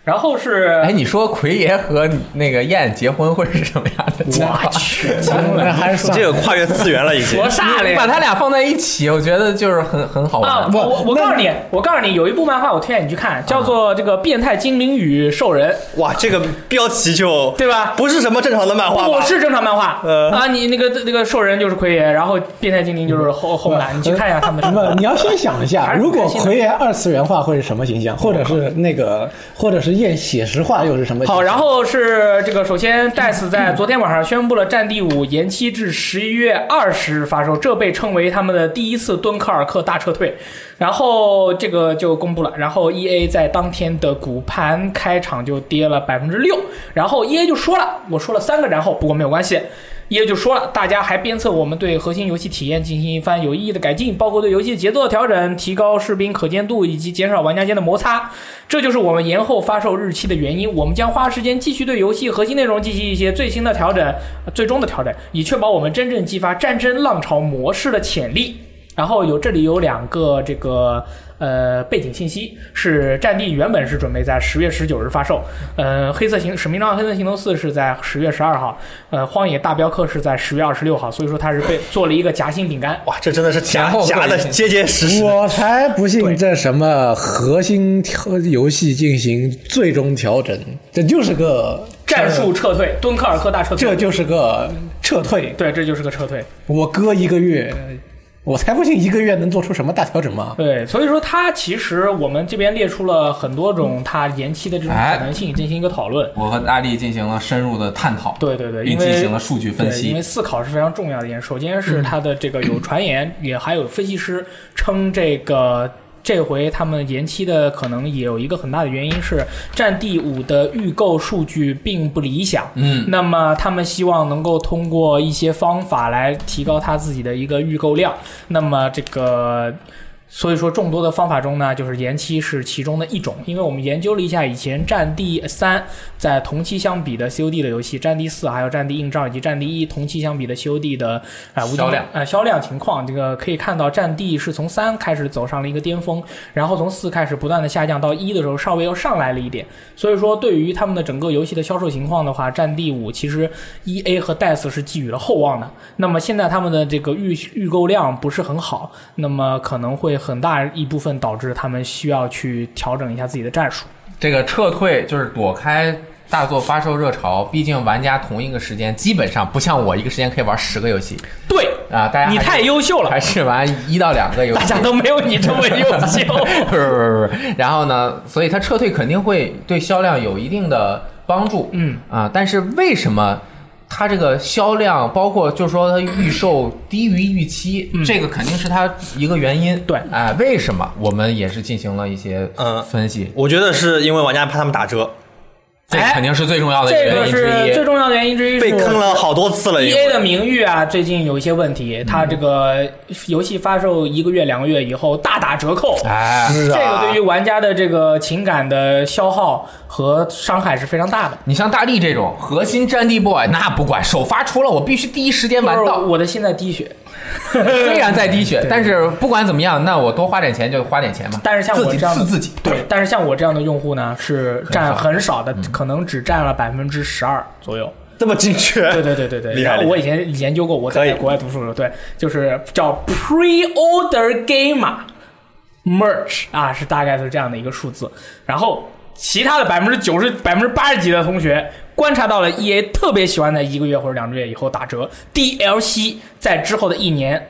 Speaker 2: 然后是，
Speaker 1: 哎，你说奎爷和那个燕结婚会是什么样的情况？
Speaker 2: 去，
Speaker 3: 那还是算
Speaker 4: 这
Speaker 3: 了
Speaker 4: 个跨越次元了已经
Speaker 2: 说。啥嘞？
Speaker 1: 把他俩放在一起，我觉得就是很很
Speaker 4: 哦
Speaker 1: 好
Speaker 2: 啊
Speaker 1: 玩！。
Speaker 2: 我我我告诉你，我告诉你，有一部漫画我推荐你去看，叫
Speaker 4: 啊
Speaker 2: 做《这个变态精灵与兽人》，
Speaker 4: 哇，这个标题就
Speaker 2: 对吧？
Speaker 4: 不是什么正常的漫画吧？
Speaker 2: 我是正常漫画
Speaker 4: 呃
Speaker 2: 啊，你那个那个兽人就是奎爷，然后变态精灵就是后后来，你去看一下他们
Speaker 4: [LAUGHS]
Speaker 2: 什
Speaker 3: 不，
Speaker 2: 么。
Speaker 3: 你要先想一下，
Speaker 2: 还是
Speaker 3: 如
Speaker 2: 不开
Speaker 3: 果
Speaker 2: 心的
Speaker 3: 奎爷二次元化会是什么形象，或者是那个，或者是验写实化又是什么形象？
Speaker 2: 好，然后是这个，首先戴斯在昨天晚上宣布了《战地五》延期至十一月二十日发售，这被称为他们的第一次敦刻尔克大撤退。然后这个就公布了，然后 E A 在当天的股盘开场就跌了百分之六，然后 E A 就说了，我说了三个然后，不过没有关系。也就说了，大家还鞭策我们对核心游戏体验进行一番有意义的改进，包括对游戏的节奏的调整、提高士兵可见度以及减少玩家间的摩擦。这就是我们延后发售日期的原因。我们将花时间继续对游戏核心内容进行一些最新的调整、呃最终的调整，以确保我们真正激发战争浪潮模式的潜力。然后有这里有两个这个呃背景信息，是《战地》原本是准备在十月十九日发售，呃，《黑色行使命召唤：黑色行动四》是在十月十二号，呃，《荒野大镖客》是在十月二十六号，所以说它是被做了一个夹心饼干。
Speaker 4: 哇，这真的是
Speaker 1: 前
Speaker 4: 夹
Speaker 1: 后
Speaker 4: 夹的
Speaker 1: 对
Speaker 4: 结结实实。
Speaker 5: 我才不信这什么核心调游戏进行最终调整，这就是个
Speaker 2: 战术，撤退，敦刻尔克大撤退，
Speaker 5: 这就是个撤退。
Speaker 2: 对，这就是个撤退。
Speaker 5: 我搁一个月，我才不信一个月能做出什么大调整嘛！
Speaker 2: 对，所以说它其实我们这边列出了很多种它延期的这种
Speaker 1: 哎
Speaker 2: 可能性进行一个讨论。
Speaker 1: 我和大力进行了深入的探讨，
Speaker 2: 对对对，
Speaker 1: 并
Speaker 2: 因为
Speaker 1: 进行了数据分
Speaker 2: 对因
Speaker 1: 析。
Speaker 2: 为
Speaker 1: 嗯
Speaker 2: 思考是非常重要的一件事。首先是它的这个有传言，也还有分析师称这个。这回他们延期的可能也有一个很大的原因是《战地五》的预购数据并不理想，
Speaker 1: 嗯，
Speaker 2: 那么他们希望能够通过一些方法来提高他自己的一个预购量。那么这个。所以说，众多的方法中呢，就是延期是其中的一种。因为我们研究了一下以前《战地三》在同期相比的 COD 的游戏，《战地四》还有《战地硬仗》以及《战地一》同期相比的 COD 的啊、呃、无
Speaker 1: 销量
Speaker 2: 呃销量情况，这个可以看到，《战地》是从三开始走上了一个巅峰，然后从四开始不断的下降，到一的时候稍微又上来了一点。所以说，对于他们的整个游戏的销售情况的话，《战地五》其实 E A 和 DICE 是寄予了厚望的。那么现在他们的这个预预购量不是很好，那么可能会很大一部分导致他们需要去调整一下自己的战术。
Speaker 1: 这个撤退就是躲开大作发售热潮，毕竟玩家同一个时间基本上不像我一个时间可以玩十个游戏
Speaker 2: 对，
Speaker 1: 啊，大家
Speaker 2: 你
Speaker 1: 还是
Speaker 2: 太优秀了
Speaker 1: 还，是玩一到两个游戏，
Speaker 2: 大家都没有你这么优
Speaker 1: [LAUGHS]
Speaker 2: 秀。
Speaker 1: 不是不是不是，然后呢，所以它撤退肯定会对销量有一定的帮助，
Speaker 2: 嗯
Speaker 1: 啊，但是为什么它这个销量，包括就是说它预售低于预期，这个肯定是它一个原因，
Speaker 2: 嗯对
Speaker 1: 哎、为什么我们也是进行了一些
Speaker 4: 嗯
Speaker 1: 分析，
Speaker 4: 我觉得是因为玩家怕他们打折，
Speaker 1: 这肯定是最重要的
Speaker 2: 哎这个
Speaker 1: 原因之
Speaker 2: 是
Speaker 1: 一。
Speaker 2: 最重要的原因之一，
Speaker 4: 被坑。了好多次了。因
Speaker 2: E
Speaker 4: 为
Speaker 2: A 的名誉啊，最近有一些问题，
Speaker 1: 嗯
Speaker 2: 它这个游戏发售一个月、两个月以后大打折扣，
Speaker 1: 哎，
Speaker 4: 是
Speaker 2: 这
Speaker 4: 啊
Speaker 2: 个对于玩家的这个情感的消耗和伤害是非常大的。
Speaker 1: 你像大力这种核心战地 boy，那不管首发出了，我必须第一时间玩到
Speaker 2: 就是。我的心在滴血，
Speaker 1: 虽然在滴血，但是不管怎么样，那我多花点钱就花点钱嘛，
Speaker 2: 但是像
Speaker 1: 自
Speaker 2: 我
Speaker 1: 己
Speaker 2: 这样
Speaker 1: 刺
Speaker 2: 的
Speaker 1: 自己。
Speaker 2: 对，但是像我这样的用户呢，是占
Speaker 1: 少嗯
Speaker 2: 很少的，可能只占了百分之十二左右。
Speaker 4: 这么精确，
Speaker 2: 对对对对对，
Speaker 4: 厉害
Speaker 2: 然后
Speaker 4: 厉害
Speaker 2: 我以前研究过，我
Speaker 4: 可
Speaker 2: 在
Speaker 4: 以
Speaker 2: 国外读书的时候，对，就是叫 pre-order gamer merch 啊，是大概是这样的一个数字。然后其他的百分之九十、百分之八十几的同学观察到了 EA 特别喜欢在一个月或者两个月以后打折，DLC 在之后的一年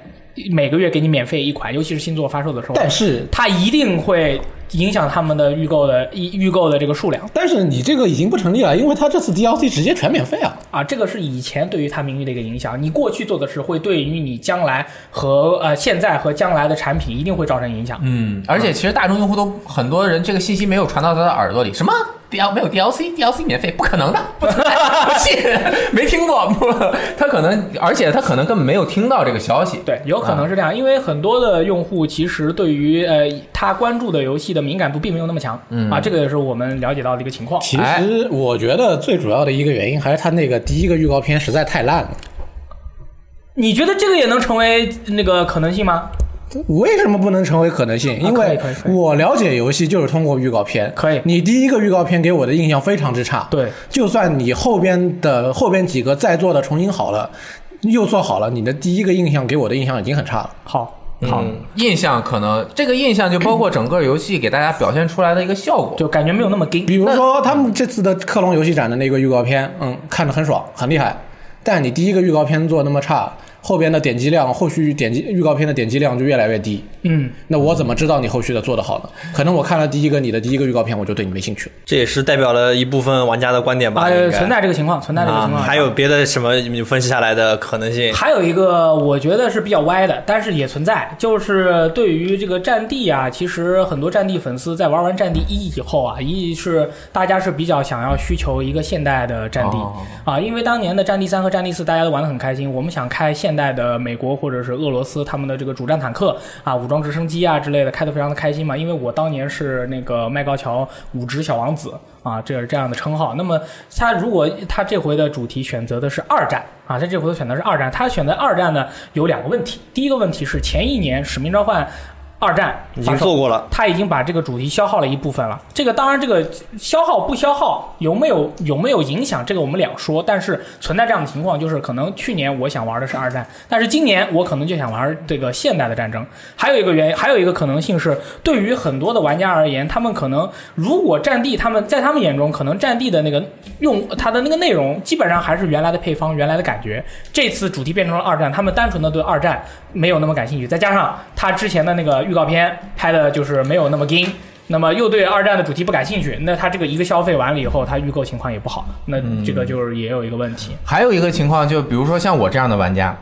Speaker 2: 每个月给你免费一款，尤其是新作发售的时候，
Speaker 5: 但是，
Speaker 2: 它一定会影响他们的预购的预预购的这个数量。
Speaker 5: 但是你这个已经不成立了，因为他这次 DLC 直接全免费啊！
Speaker 2: 啊，这个是以前对于它名誉的一个影响。你过去做的事，会对于你将来和呃现在和将来的产品一定会造成影响。
Speaker 1: 嗯，而且其实大众用户都很多人，这个信息没有传到他的耳朵里。什么 D L 没有 D L C D L C 免费？不可
Speaker 2: [LAUGHS]
Speaker 1: 能的，不存在，不信，没听过。不，他可能，而且他可能根本没有听到这个消息。
Speaker 2: 对，有可能是这样，因为很多的用户其实对于呃他关注的游戏的敏感度并没有那么强，嗯啊，这个也是我们了解到的一个情况。
Speaker 5: 其实我觉得最主要的一个原因还是他那个第一个预告片实在太烂了。
Speaker 2: 你觉得这个也能成为那个可能性吗？
Speaker 5: 为什么不能成为可能性？因
Speaker 2: 啊可以
Speaker 5: 为
Speaker 2: 可以可以
Speaker 5: 我了解游戏就是通过预告片。
Speaker 2: 可以
Speaker 5: 你第一个预告片给我的印象非常之差。
Speaker 2: 对，
Speaker 5: 就算你后边的后边几个在做的重新好了，又做好了，你的第一个印象给我的印象已经很差了。
Speaker 2: 好，
Speaker 1: 好，
Speaker 4: 嗯
Speaker 1: 印象可能这个印象就包括整个游戏给大家表现出来的一个效果。
Speaker 2: 就感觉没有那么 gay。
Speaker 5: 比如说他们这次的克隆游戏展的那个预告片，嗯，看着很爽，很厉害，但你第一个预告片做那么差，后边的点击量，后续点击预告片的点击量就越来越低。
Speaker 2: 嗯，
Speaker 5: 那我怎么知道你后续的做得好呢？可能我看了第一个你的第一个预告片，我就对你没兴趣了。
Speaker 4: 这也是代表了一部分玩家的观点吧？
Speaker 2: 啊、
Speaker 4: 应该
Speaker 2: 存在这个情况，存在这个情况。
Speaker 4: 啊，还有别的什么你分析下来的可能性？
Speaker 2: 还有一个我觉得是比较歪的，但是也存在，就是对于这个战地啊，其实很多战地粉丝在玩完战地一以后啊，一是大家是比较想要需求一个现代的战地、
Speaker 1: 哦
Speaker 2: 啊，因为当年的战地三和战地四大家都玩得很开心，我们想开现现代的美国或者是俄罗斯他们的这个主战坦克啊、武装直升机啊之类的，开得非常的开心嘛。因为我当年是那个麦高桥武职小王子啊，这是这样的称号。那么他如果他这回的主题选择的是二战啊，他这回的选择是二战，他选择二战呢有两个问题，第一个问题是前一年《使命召唤》。二战
Speaker 4: 已
Speaker 2: 发
Speaker 4: 经
Speaker 2: 售
Speaker 4: 做过了，
Speaker 2: 他已经把这个主题消耗了一部分了。这个当然，这个消耗不消耗，有没有有没有影响，这个我们两说。但是存在这样的情况，就是可能去年我想玩的是二战，但是今年我可能就想玩这个现代的战争。还有一个原因，还有一个可能性是，对于很多的玩家而言，他们可能如果战地，他们在他们眼中，可能战地的那个用它的那个内容，基本上还是原来的配方、原来的感觉。这次主题变成了二战，他们单纯的对二战没有那么感兴趣，再加上他之前的那个预告片拍的就是没有那么精。那么又对二战的主题不感兴趣，那他这个一个消费完了以后，他预购情况也不好，那这个就是也有一个问题。
Speaker 1: 还有一个情况，就比如说像我这样的玩家，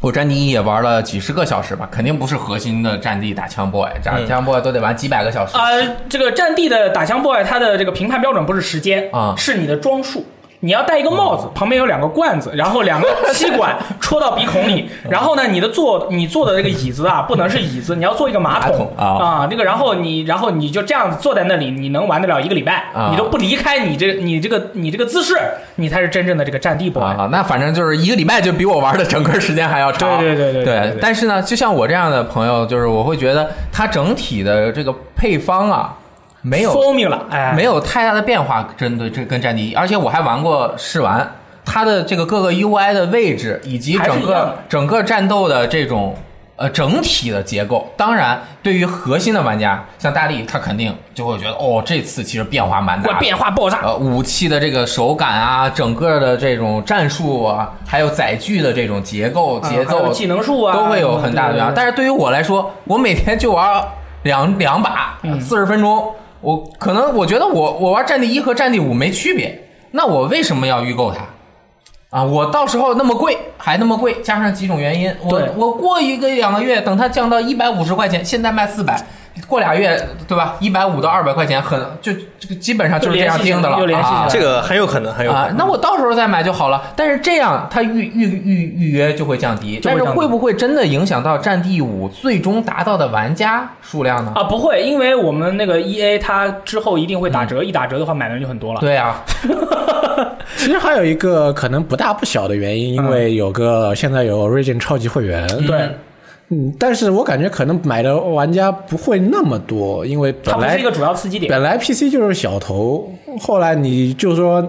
Speaker 1: 我战地一也玩了几十个小时吧，肯定不是核心的战地打枪 boy，打枪 boy 都得玩几百个小时。
Speaker 2: 嗯呃，这个战地的打枪 boy，它的这个评判标准不是时间
Speaker 1: 啊哦
Speaker 2: 是你的装束。你要戴一个帽子，旁边有两个罐子，然后两
Speaker 1: [LAUGHS]
Speaker 2: 个吸管戳到鼻孔里，
Speaker 1: 嗯
Speaker 2: 然后呢，你的坐你坐的这个椅子啊，不能是椅子，你要坐一个马
Speaker 1: 马桶啊
Speaker 2: 啊，这个然后你然后你就这样子坐在那里，你能玩得了一个礼拜，
Speaker 1: 啊
Speaker 2: 你都不离开你这你这个你这个姿势，你才是真正的这个战地 boy。
Speaker 1: 啊，那反正就是一个礼拜就比我玩的整个时间还要长。
Speaker 2: 对对对对
Speaker 1: 对
Speaker 2: 对对对
Speaker 1: 但是呢，就像我这样的朋友，就是我会觉得它整体的这个配方啊，没有
Speaker 2: formula，哎，
Speaker 1: 没有太大的变化，针对这跟战地一，而且我还玩过试玩，它的这个各个 UI 的位置以及
Speaker 2: 还是
Speaker 1: 整
Speaker 2: 一样的
Speaker 1: 个整个战斗的这种。呃，整体的结构，当然，对于核心的玩家，像大力，他肯定就会觉得，哦，这次其实变化蛮大
Speaker 2: 会
Speaker 1: 的，
Speaker 2: 变化爆炸，
Speaker 1: 呃，武器的这个手感啊，整个的这种战术啊，还有载具的这种结构、节
Speaker 2: 啊还
Speaker 1: 奏、
Speaker 2: 有技能树啊，
Speaker 1: 都会有很大的
Speaker 2: 对
Speaker 1: 变
Speaker 2: 对
Speaker 1: 化。
Speaker 2: 对
Speaker 1: 但是对于我来说，我每天就玩两两把，
Speaker 2: 嗯
Speaker 1: 四十分钟，我可能我觉得我我玩战地一和战地五没区别，那我为什么要预购它？啊，我到时候那么贵，还那么贵，加上几种原因，我
Speaker 2: 对
Speaker 1: 我过一个两个月，等它降到一百五十块钱，现在卖四百，过俩月对吧？一百五到二百块钱，很就这个基本上就是这样定的了
Speaker 2: 就联系起来
Speaker 1: 啊
Speaker 2: 就联系起
Speaker 4: 这个很有可能，很有可
Speaker 1: 啊
Speaker 4: 能。，
Speaker 1: 那我到时候再买就好了。但是这样，它预预预预约就会降低，
Speaker 2: 就
Speaker 1: 但
Speaker 2: 会降
Speaker 1: 是
Speaker 2: 低
Speaker 1: 会不会真的影响到《战地五》最终达到的玩家数量呢？
Speaker 2: 啊，不会，因为我们那个 E A 它之后一定会打折，一打折的话买的人就很多了。
Speaker 1: 对啊，
Speaker 5: 其实还有一个可能不大不小的原因，因
Speaker 2: 嗯
Speaker 5: 为有个现在有 Origin 超级会员，
Speaker 2: 对，
Speaker 5: 嗯，但是我感觉可能买的玩家不会那么多，因为
Speaker 2: 它
Speaker 5: 本
Speaker 2: 不是
Speaker 5: 来
Speaker 2: 一个主要刺激点。
Speaker 5: 本来 PC 就是小头，后来你就说，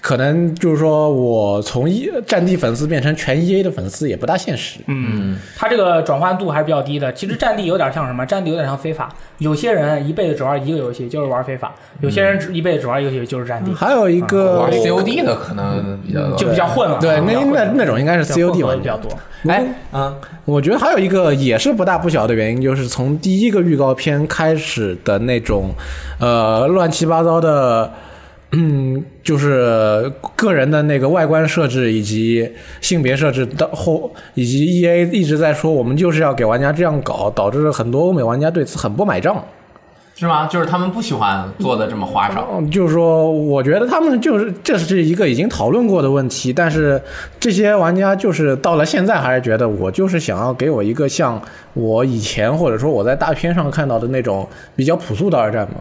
Speaker 5: 可能就是说我从一战地粉丝变成全 EA 的粉丝也不大现实。
Speaker 2: 嗯，它这个转换度还是比较低的。其实战地有点像什么？战地有点像非法。有些人一辈子只玩一个游戏，就是玩非法；有些人只一辈子只玩一个游戏，就是战地，
Speaker 5: 还有一个
Speaker 1: 玩 COD 的可能比较多
Speaker 2: 呃就比较混了。啊
Speaker 5: 对，
Speaker 2: 比
Speaker 5: 那
Speaker 2: 较混
Speaker 5: 那那种应该是
Speaker 2: 比较混
Speaker 5: COD
Speaker 2: 合
Speaker 5: 吧
Speaker 2: 的比？较多。
Speaker 1: 哎，嗯，
Speaker 5: 我觉得还有一个也是不大不小的原因，就是从第一个预告片开始的那种，呃，乱七八糟的，嗯，就是个人的那个外观设置以及性别设置的后，以及 E A 一直在说我们就是要给玩家这样搞，导致很多欧美玩家对此很不买账。
Speaker 1: 是吗？就是他们不喜欢做的这么花哨。
Speaker 5: 嗯，就是说，我觉得他们就是这是一个已经讨论过的问题，但是这些玩家就是到了现在还是觉得我就是想要给我一个像我以前或者说我在大片上看到的那种比较朴素的二战嘛，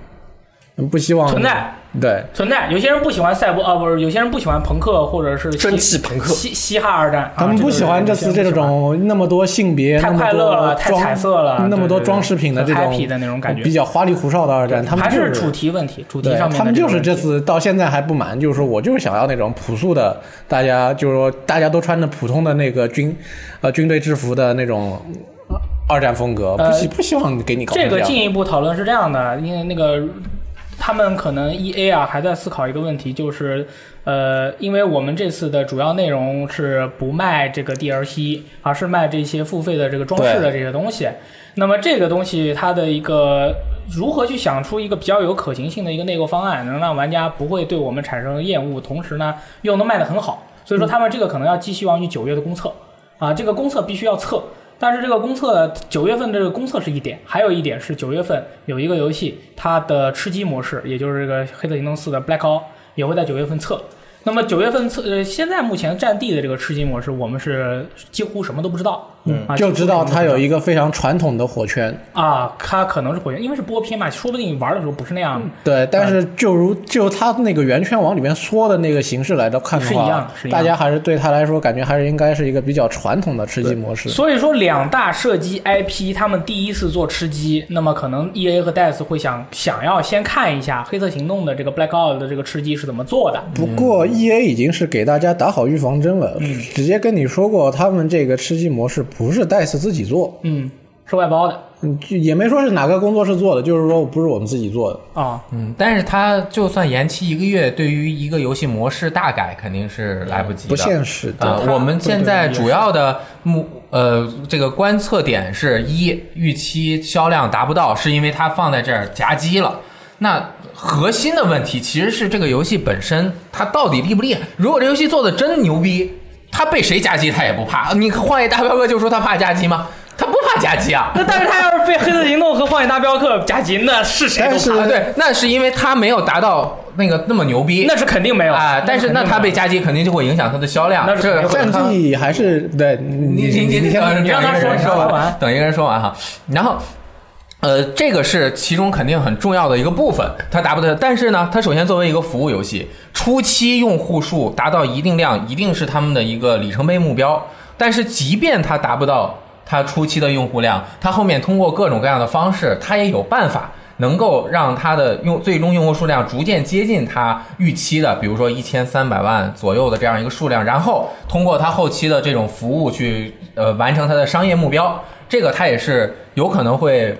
Speaker 5: 嗯不希望
Speaker 2: 存在
Speaker 5: 对。
Speaker 2: 存在，有些人不喜欢赛博啊，不是，有些人不喜欢朋克或者是西
Speaker 4: 蒸汽朋克
Speaker 2: 嘻嘻哈二战，
Speaker 5: 他们
Speaker 2: 啊
Speaker 5: 不喜欢这
Speaker 2: 个
Speaker 5: 次
Speaker 2: 有些人不
Speaker 5: 这
Speaker 2: 喜欢
Speaker 5: 种那么多性别、
Speaker 2: 太
Speaker 5: 那么
Speaker 2: 快乐了，
Speaker 5: 多
Speaker 2: 太
Speaker 5: 装
Speaker 2: 彩色了，
Speaker 5: 那么多
Speaker 2: 对对对
Speaker 5: 装饰品的这
Speaker 2: 很
Speaker 5: 种
Speaker 2: happy 的那种感觉，
Speaker 5: 比较花里胡哨的二战，他们
Speaker 2: 还
Speaker 5: 就是
Speaker 2: 主题问题，主题
Speaker 5: 对
Speaker 2: 上面的
Speaker 5: 他们
Speaker 2: 这
Speaker 5: 就
Speaker 2: 个
Speaker 5: 是
Speaker 2: 问
Speaker 5: 这
Speaker 2: 题
Speaker 5: 次到现在还不满，就是说我就是想要那种朴素的，大家就是说大家都穿着普通的那个军呃军队制服的那种呃二战风格，不希、不希望给你搞成
Speaker 2: 呃这个
Speaker 5: 样
Speaker 2: 进一步讨论是这样的，因为那个他们可能 E A 啊还在思考一个问题，就是呃，因为我们这次的主要内容是不卖这个 D L C，而是卖这些付费的这个装饰的这些东西。那么这个东西它的一个如何去想出一个比较有可行性的一个内购方案，能让玩家不会对我们产生厌恶，同时呢又能卖得很好。所以说他们这个可能要寄希望于九月的公测啊，这个公测必须要测。但是这个公测九月份的这个公测是一点，还有一点是九月份有一个游戏，它的吃鸡模式，也就是这个《黑色行动四》的 Black Ops 也会在九月份测。那么九月份测呃，现在目前战地的这个吃鸡模式，我们是几乎什么都不知道，嗯，啊、
Speaker 5: 就知道
Speaker 2: 它
Speaker 5: 它有一个非常传统的火圈，
Speaker 2: 啊，它可能是火焰，因为是播片嘛，说不定玩的时候不是那样的。
Speaker 5: 对，但是
Speaker 2: 嗯
Speaker 5: 就如就它那个圆圈往里面缩的那个形式来的看的
Speaker 2: 是一
Speaker 5: 话
Speaker 2: 样是一，样
Speaker 5: 大家还是对它来说感觉还是应该是一个比较传统的吃鸡模式。
Speaker 2: 所以说，两大射击 IP 他们第一次做吃鸡，那么可能 EA 和 DICE 会想想要先看一下《黑色行动》的这个 Blackout 的这个吃鸡是怎么做的。
Speaker 5: 不过 E A 已经是给大家打好预防针了，直接跟你说过，他们这个吃鸡模式不是 DICE 自己做，
Speaker 2: 嗯，是外包的
Speaker 5: 嗯，就也没说是哪个工作室做的，就是说不是我们自己做的。
Speaker 2: 啊。
Speaker 1: 嗯，但是它就算延期一个月，对于一个游戏模式大改肯定是来不及的，
Speaker 5: 不现实对
Speaker 1: 啊、
Speaker 2: 它
Speaker 1: 我们现在主要的目呃这个观测点是一，预期销量达不到，是因为它放在这儿夹击了。那核心的问题其实是这个游戏本身它到底厉不厉害？如果这游戏做的真牛逼，它被谁夹击它也不怕。你换一大彪哥就说他怕夹击吗？他不怕夹击啊。
Speaker 2: 那但是他要是被《黑色行动》和《荒野大镖客》夹击，那是谁都
Speaker 5: 但是
Speaker 2: 怕
Speaker 1: 啊，对，那是因为他没有达到那个那么牛逼，
Speaker 2: 那是肯定没有
Speaker 1: 啊，但是那他被夹击肯定就会影响他的销量
Speaker 2: 那，是
Speaker 1: 这
Speaker 2: 肯定会
Speaker 5: 战绩还是对你
Speaker 1: 你你你等
Speaker 2: 你让他说
Speaker 1: 等一个人
Speaker 2: 你让他
Speaker 1: 说
Speaker 2: 说完
Speaker 1: 等一个人说完哈，然后。呃，这个是其中肯定很重要的一个部分，它达不到。但是呢，它首先作为一个服务游戏，初期用户数达到一定量，一定是他们的一个里程碑目标。但是，即便它达不到它初期的用户量，它后面通过各种各样的方式，它也有办法能够让它的用最终用户数量逐渐接近它预期的，比如说一千三百万左右的这样一个数量，然后通过它后期的这种服务去呃完成它的商业目标，这个它也是有可能会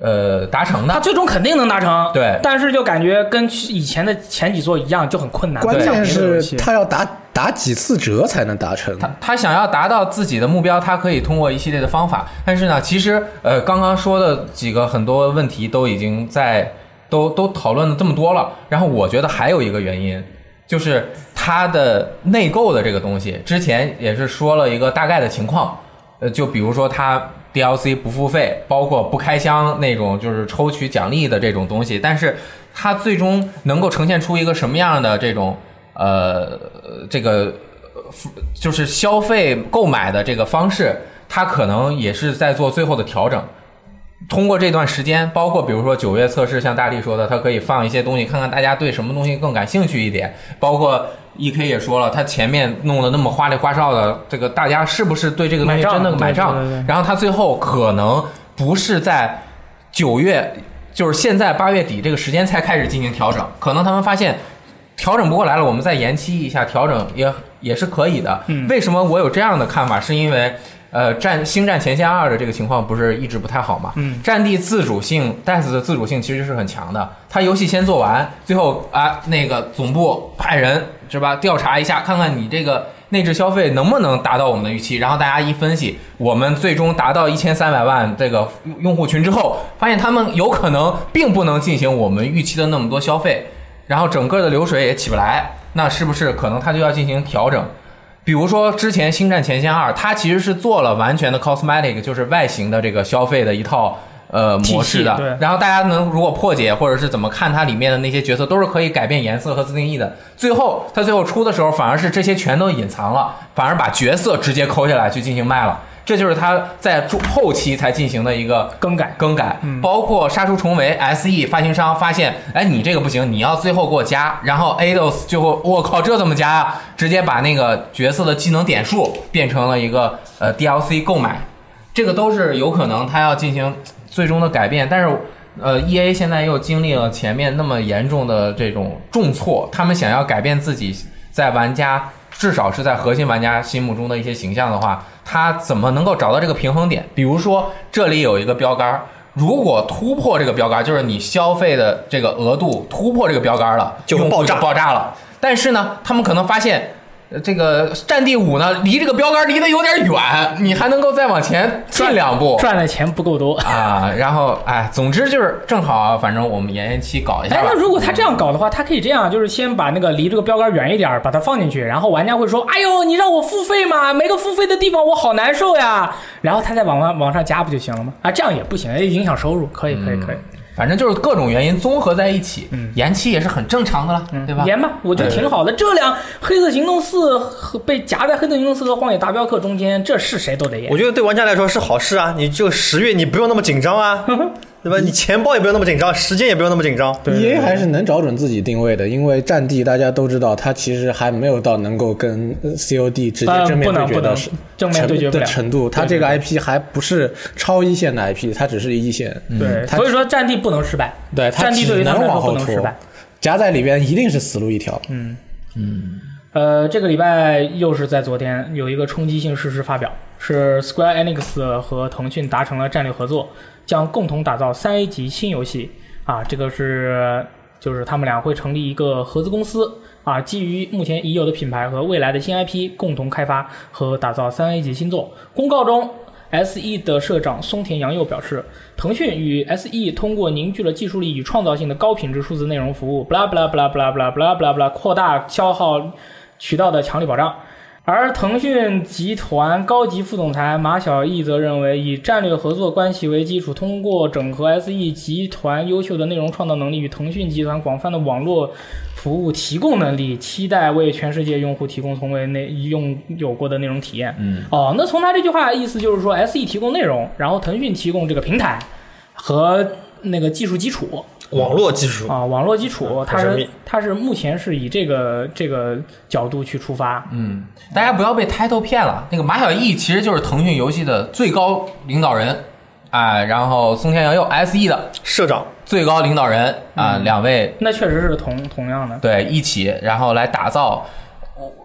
Speaker 1: 呃达成
Speaker 2: 他
Speaker 1: 的。
Speaker 2: 最终肯定能达成，
Speaker 1: 对
Speaker 2: 但是就感觉跟以前的前几座一样，就很困难。
Speaker 5: 关
Speaker 2: 不像别
Speaker 5: 键
Speaker 2: 的游戏
Speaker 5: 是他要打打几次折才能达成。
Speaker 1: 他他想要达到自己的目标，他可以通过一系列的方法。但是呢，其实呃，刚刚说的几个很多问题都已经在都都讨论了这么多了。然后我觉得还有一个原因，就是它的内购的这个东西，之前也是说了一个大概的情况。呃，就比如说它 DLC 不付费，包括不开箱那种，就是抽取奖励的这种东西，但是它最终能够呈现出一个什么样的这种呃这个就是消费购买的这个方式，它可能也是在做最后的调整。通过这段时间，包括比如说九月测试，像大力说的，它可以放一些东西，看看大家对什么东西更感兴趣一点。包括 E K 也说了，他前面弄得那么花里花哨的，这个大家是不是对这个东西
Speaker 2: 买账
Speaker 1: 真的买账
Speaker 2: 对对对对？
Speaker 1: 然后他最后可能不是在九月，就是现在八月底这个时间才开始进行调整，可能他们发现调整不过来了，我们再延期一下，调整也也是可以的。为什么我有这样的看法？是因为呃，战《星战前线二》的这个情况不是一直不太好嘛？嗯，战地自主性，DICE 的自主性其实是很强的。他游戏先做完，最后啊，那个总部派人是吧，调查一下，看看你这个内置消费能不能达到我们的预期，然后大家一分析，我们最终达到一千三百万这个用户群之后，发现他们有可能并不能进行我们预期的那么多消费，然后整个的流水也起不来，那是不是可能它就要进行调整？比如说之前《星战前线二》，它其实是做了完全的 cosmetic，就是外形的这个消费的一套呃模式
Speaker 2: 体系对
Speaker 1: 的。然后大家能如果破解或者是怎么看它里面的那些角色，都是可以改变颜色和自定义的。最后它最后出的时候，反而是这些全都隐藏了，反而把角色直接抠下来去进行卖了。这就是它在中后期才进行的一个
Speaker 2: 更改嗯
Speaker 1: 更改，包括杀出重围 SE 发行商发现，哎，你这个不行，你要最后给我加，然后 Ados 就会，我靠，这怎么加啊？直接把那个角色的技能点数变成了一个呃 DLC 购买，这个都是有可能他要进行最终的改变，但是。呃，E A 现在又经历了前面那么严重的这种重挫，他们想要改变自己在玩家，至少是在核心玩家心目中的一些形象的话，他怎么能够找到这个平衡点？比如说，这里有一个标杆儿，如果突破这个标杆儿，就是你消费的这个额度突破这个标杆儿了，
Speaker 4: 就会
Speaker 1: 用户
Speaker 4: 爆炸
Speaker 1: 爆炸了。但是呢，他们可能发现。呃这个《战地五》呢，离这个标杆儿离得有点远，你还能够再往前进两步，
Speaker 2: 赚的钱不够多。
Speaker 1: 啊，然后哎，总之就是正好啊，反正我们延期搞一下
Speaker 2: 哎，
Speaker 1: 吧
Speaker 2: 那。如果他这样搞的话，他可以这样，就是先把那个离这个标杆远一点儿，把它放进去，然后玩家会说：“哎呦，你让我付费嘛，没个付费的地方我好难
Speaker 1: 嗯
Speaker 2: 受呀。”然后他再往往往上加不就行了吗？啊，这样也不行，也影响收入。可以，可以，可以。
Speaker 1: 反正就是各种原因综合在一起，
Speaker 2: 嗯
Speaker 1: 延期也是很正常的了，对吧？
Speaker 2: 演吧，我觉得挺好的。这两《黑色行动四》和被夹在《黑色行动四》和《荒野大镖客》中间，这是谁都得演
Speaker 4: 我。觉得对玩家来说是好事啊，你就十月你不用那么紧张啊，对吧？你钱包也不用那么紧张，时间也不用那么紧张。
Speaker 6: 对
Speaker 5: E A 还是能找准自己定位的，因为《战地》大家都知道，它其实还没有到能够跟 C O D 直接
Speaker 2: 呃
Speaker 5: 正面
Speaker 2: 不能
Speaker 5: 对决
Speaker 2: 不能
Speaker 5: 的是
Speaker 2: 正面
Speaker 5: 程
Speaker 2: 对决不
Speaker 5: 的
Speaker 2: 了
Speaker 5: 程度。它这个 I P 还不是超一线的 I P，它只是一线。
Speaker 2: 对，
Speaker 5: 嗯他
Speaker 2: 所以说战地不能失败，
Speaker 5: 对，
Speaker 2: 嗯
Speaker 5: 它
Speaker 2: 战地
Speaker 5: 只
Speaker 2: 对于他们来
Speaker 5: 往
Speaker 2: 说不
Speaker 5: 后
Speaker 2: 能
Speaker 5: 拖
Speaker 2: 失败。，
Speaker 5: 夹在里边一定是死路一条。
Speaker 4: 嗯
Speaker 2: 呃，这个礼拜又是在昨天有一个冲击性事实发表，是 Square Enix 和腾讯达成了战略合作，将共同打造三 A 级新游戏啊，这个是就是他们俩会成立一个合资公司啊，基于目前已有的品牌和未来的新 IP 共同开发和打造三 A 级新作。公告中。S.E 的社长松田洋佑表示，腾讯与 S.E 通过凝聚了技术力与创造性的高品质数字内容服务，blah blah blah blah blah blah blah blah，扩大消耗渠道的强力保障。而腾讯集团高级副总裁马晓毅则认为，以战略合作关系为基础，通过整合 SE 集团优秀的内容创造能力与腾讯集团广泛的网络服务提供能力，期待为全世界用户提供从未内用有过的内容体验。嗯，哦，那从他这句话的意思就是说，SE 提供内容，然后腾讯提供这个平台和那个技术基础。
Speaker 4: 网络技术，
Speaker 2: 啊，网络基础，它
Speaker 4: 神
Speaker 2: 是
Speaker 4: 秘
Speaker 2: 它是目前是以这个这个角度去出发，
Speaker 1: 嗯，大家不要被 title 骗了。那个马小艺其实就是腾讯游戏的最高领导人，哎，然后松田洋佑 SE 的
Speaker 4: 社长
Speaker 1: 最高领导人啊，
Speaker 2: 嗯
Speaker 1: 两位
Speaker 2: 那确实是同同样的。
Speaker 1: 对一起，然后来打造。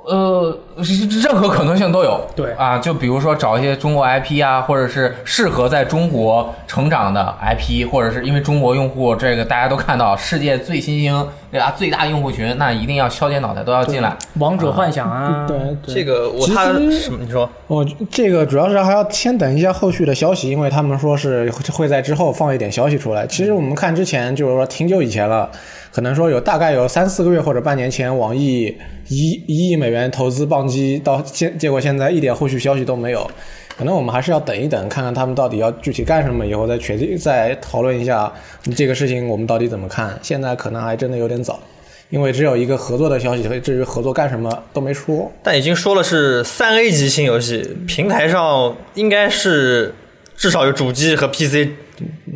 Speaker 1: 呃，任何可能性都有。
Speaker 2: 对
Speaker 1: 啊，就比如说找一些中国 IP 啊，或者是适合在中国成长的 IP，或者是因为中国用户这个大家都看到世界最新兴对吧、最大用户群，那一定要削尖脑袋都要进来。
Speaker 2: 王者幻想啊，
Speaker 5: 对，对
Speaker 4: 这个我
Speaker 5: 其实
Speaker 4: 他什么？你说
Speaker 5: 我哦这个主要是还要先等一下后续的消息，因为他们说是会在之后放一点消息出来。其实我们看之前就是说挺久以前了，可能说有大概有三四个月或者半年前，网易一一亿美元投资棒机，到现结果现在一点后续消息都没有。可能我们还是要等一等，看看他们到底要具体干什么，以后再确定再讨论一下这个事情我们到底怎么看。现在可能还真的有点早，因为只有一个合作的消息，至于合作干什么都没说。
Speaker 4: 但已经说了是三 A 级新游戏，平台上应该是至少有主机和 PC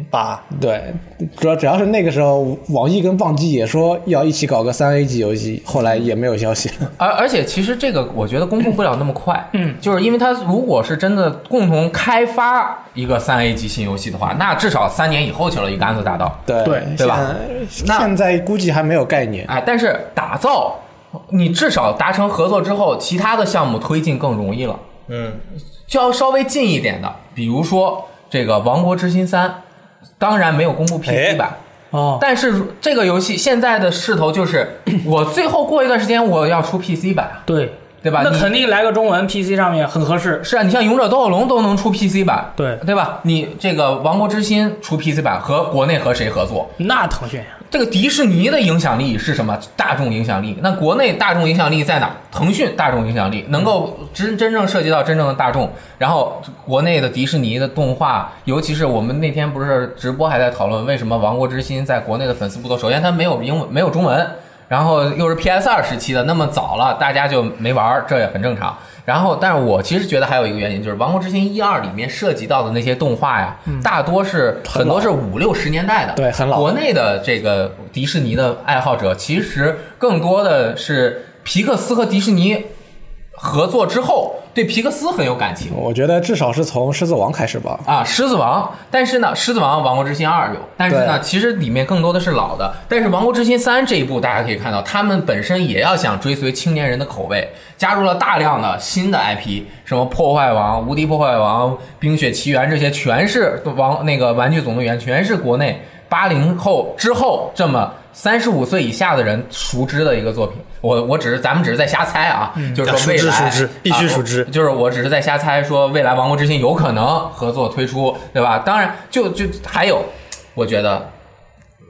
Speaker 4: 吧。
Speaker 5: 对，主要只要是那个时候，网易跟棒机也说要一起搞个三 A 级游戏，后来也没有消息了。
Speaker 1: 而而且其实这个我觉得公布不了那么快，嗯，就是因为它如果是真的共同开发一个三 A 级新游戏的话，那至少三年以后去了一竿子打到。
Speaker 5: 对
Speaker 2: 对
Speaker 5: 现
Speaker 1: 对吧那
Speaker 5: 现在估计还没有概念。
Speaker 1: 哎，但是打造你至少达成合作之后，其他的项目推进更容易了，
Speaker 4: 嗯，
Speaker 1: 就要稍微近一点的，比如说这个《王国之心三》，当然没有公布 PC 版。
Speaker 2: 哦，
Speaker 1: 但是这个游戏现在的势头就是，我最后过一段时间我要出 PC 版，
Speaker 2: 对，
Speaker 1: 对吧？
Speaker 2: 那
Speaker 1: 你
Speaker 2: 肯定来个中文 PC 上面很合适。
Speaker 1: 是啊，你像《勇者斗恶龙》都能出 PC 版，
Speaker 2: 对
Speaker 1: 对吧？你这个《王国之心》出 PC 版和国内和谁合作？
Speaker 2: 那腾讯
Speaker 1: 这个迪士尼的影响力是什么？大众影响力。那国内大众影响力在哪？腾讯大众影响力能够真真正涉及到真正的大众，然后国内的迪士尼的动画，尤其是我们那天不是直播还在讨论为什么《王国之心》在国内的粉丝不多？首先它没有英文，没有中文。然后又是 PS 二时期的，那么早了，大家就没玩儿，这也很正常。然后，但是我其实觉得还有一个原因，就是《王国之心》一二里面涉及到的那些动画呀，大多是很多是五六十年代的，
Speaker 5: 对很老
Speaker 1: 国内的这个迪士尼的爱好者，其实更多的是皮克斯和迪士尼合作之后，对皮克斯很有感情。
Speaker 5: 我觉得至少是从《狮子王》开始吧。
Speaker 1: 啊，狮子王，但是呢，狮子王《王国之心二》有，但是呢，
Speaker 5: 对
Speaker 1: 其实里面更多的是老的。但是《王国之心三》这一部，大家可以看到，他们本身也要想追随青年人的口味，加入了大量的新的 IP，什么破坏王、无敌破坏王、冰雪奇缘，这些全是王那个玩具总动员，全是国内八零后之后这么。三十五岁以下的人熟知的一个作品，我我只是咱们只是在瞎猜啊，就是说
Speaker 4: 熟
Speaker 1: 未
Speaker 4: 知
Speaker 1: 来
Speaker 4: 熟知必须
Speaker 1: 啊
Speaker 4: 熟知
Speaker 1: 就是我只是在瞎猜，说未来《王国之心》有可能合作推出，对吧？当然，就就还有，我觉得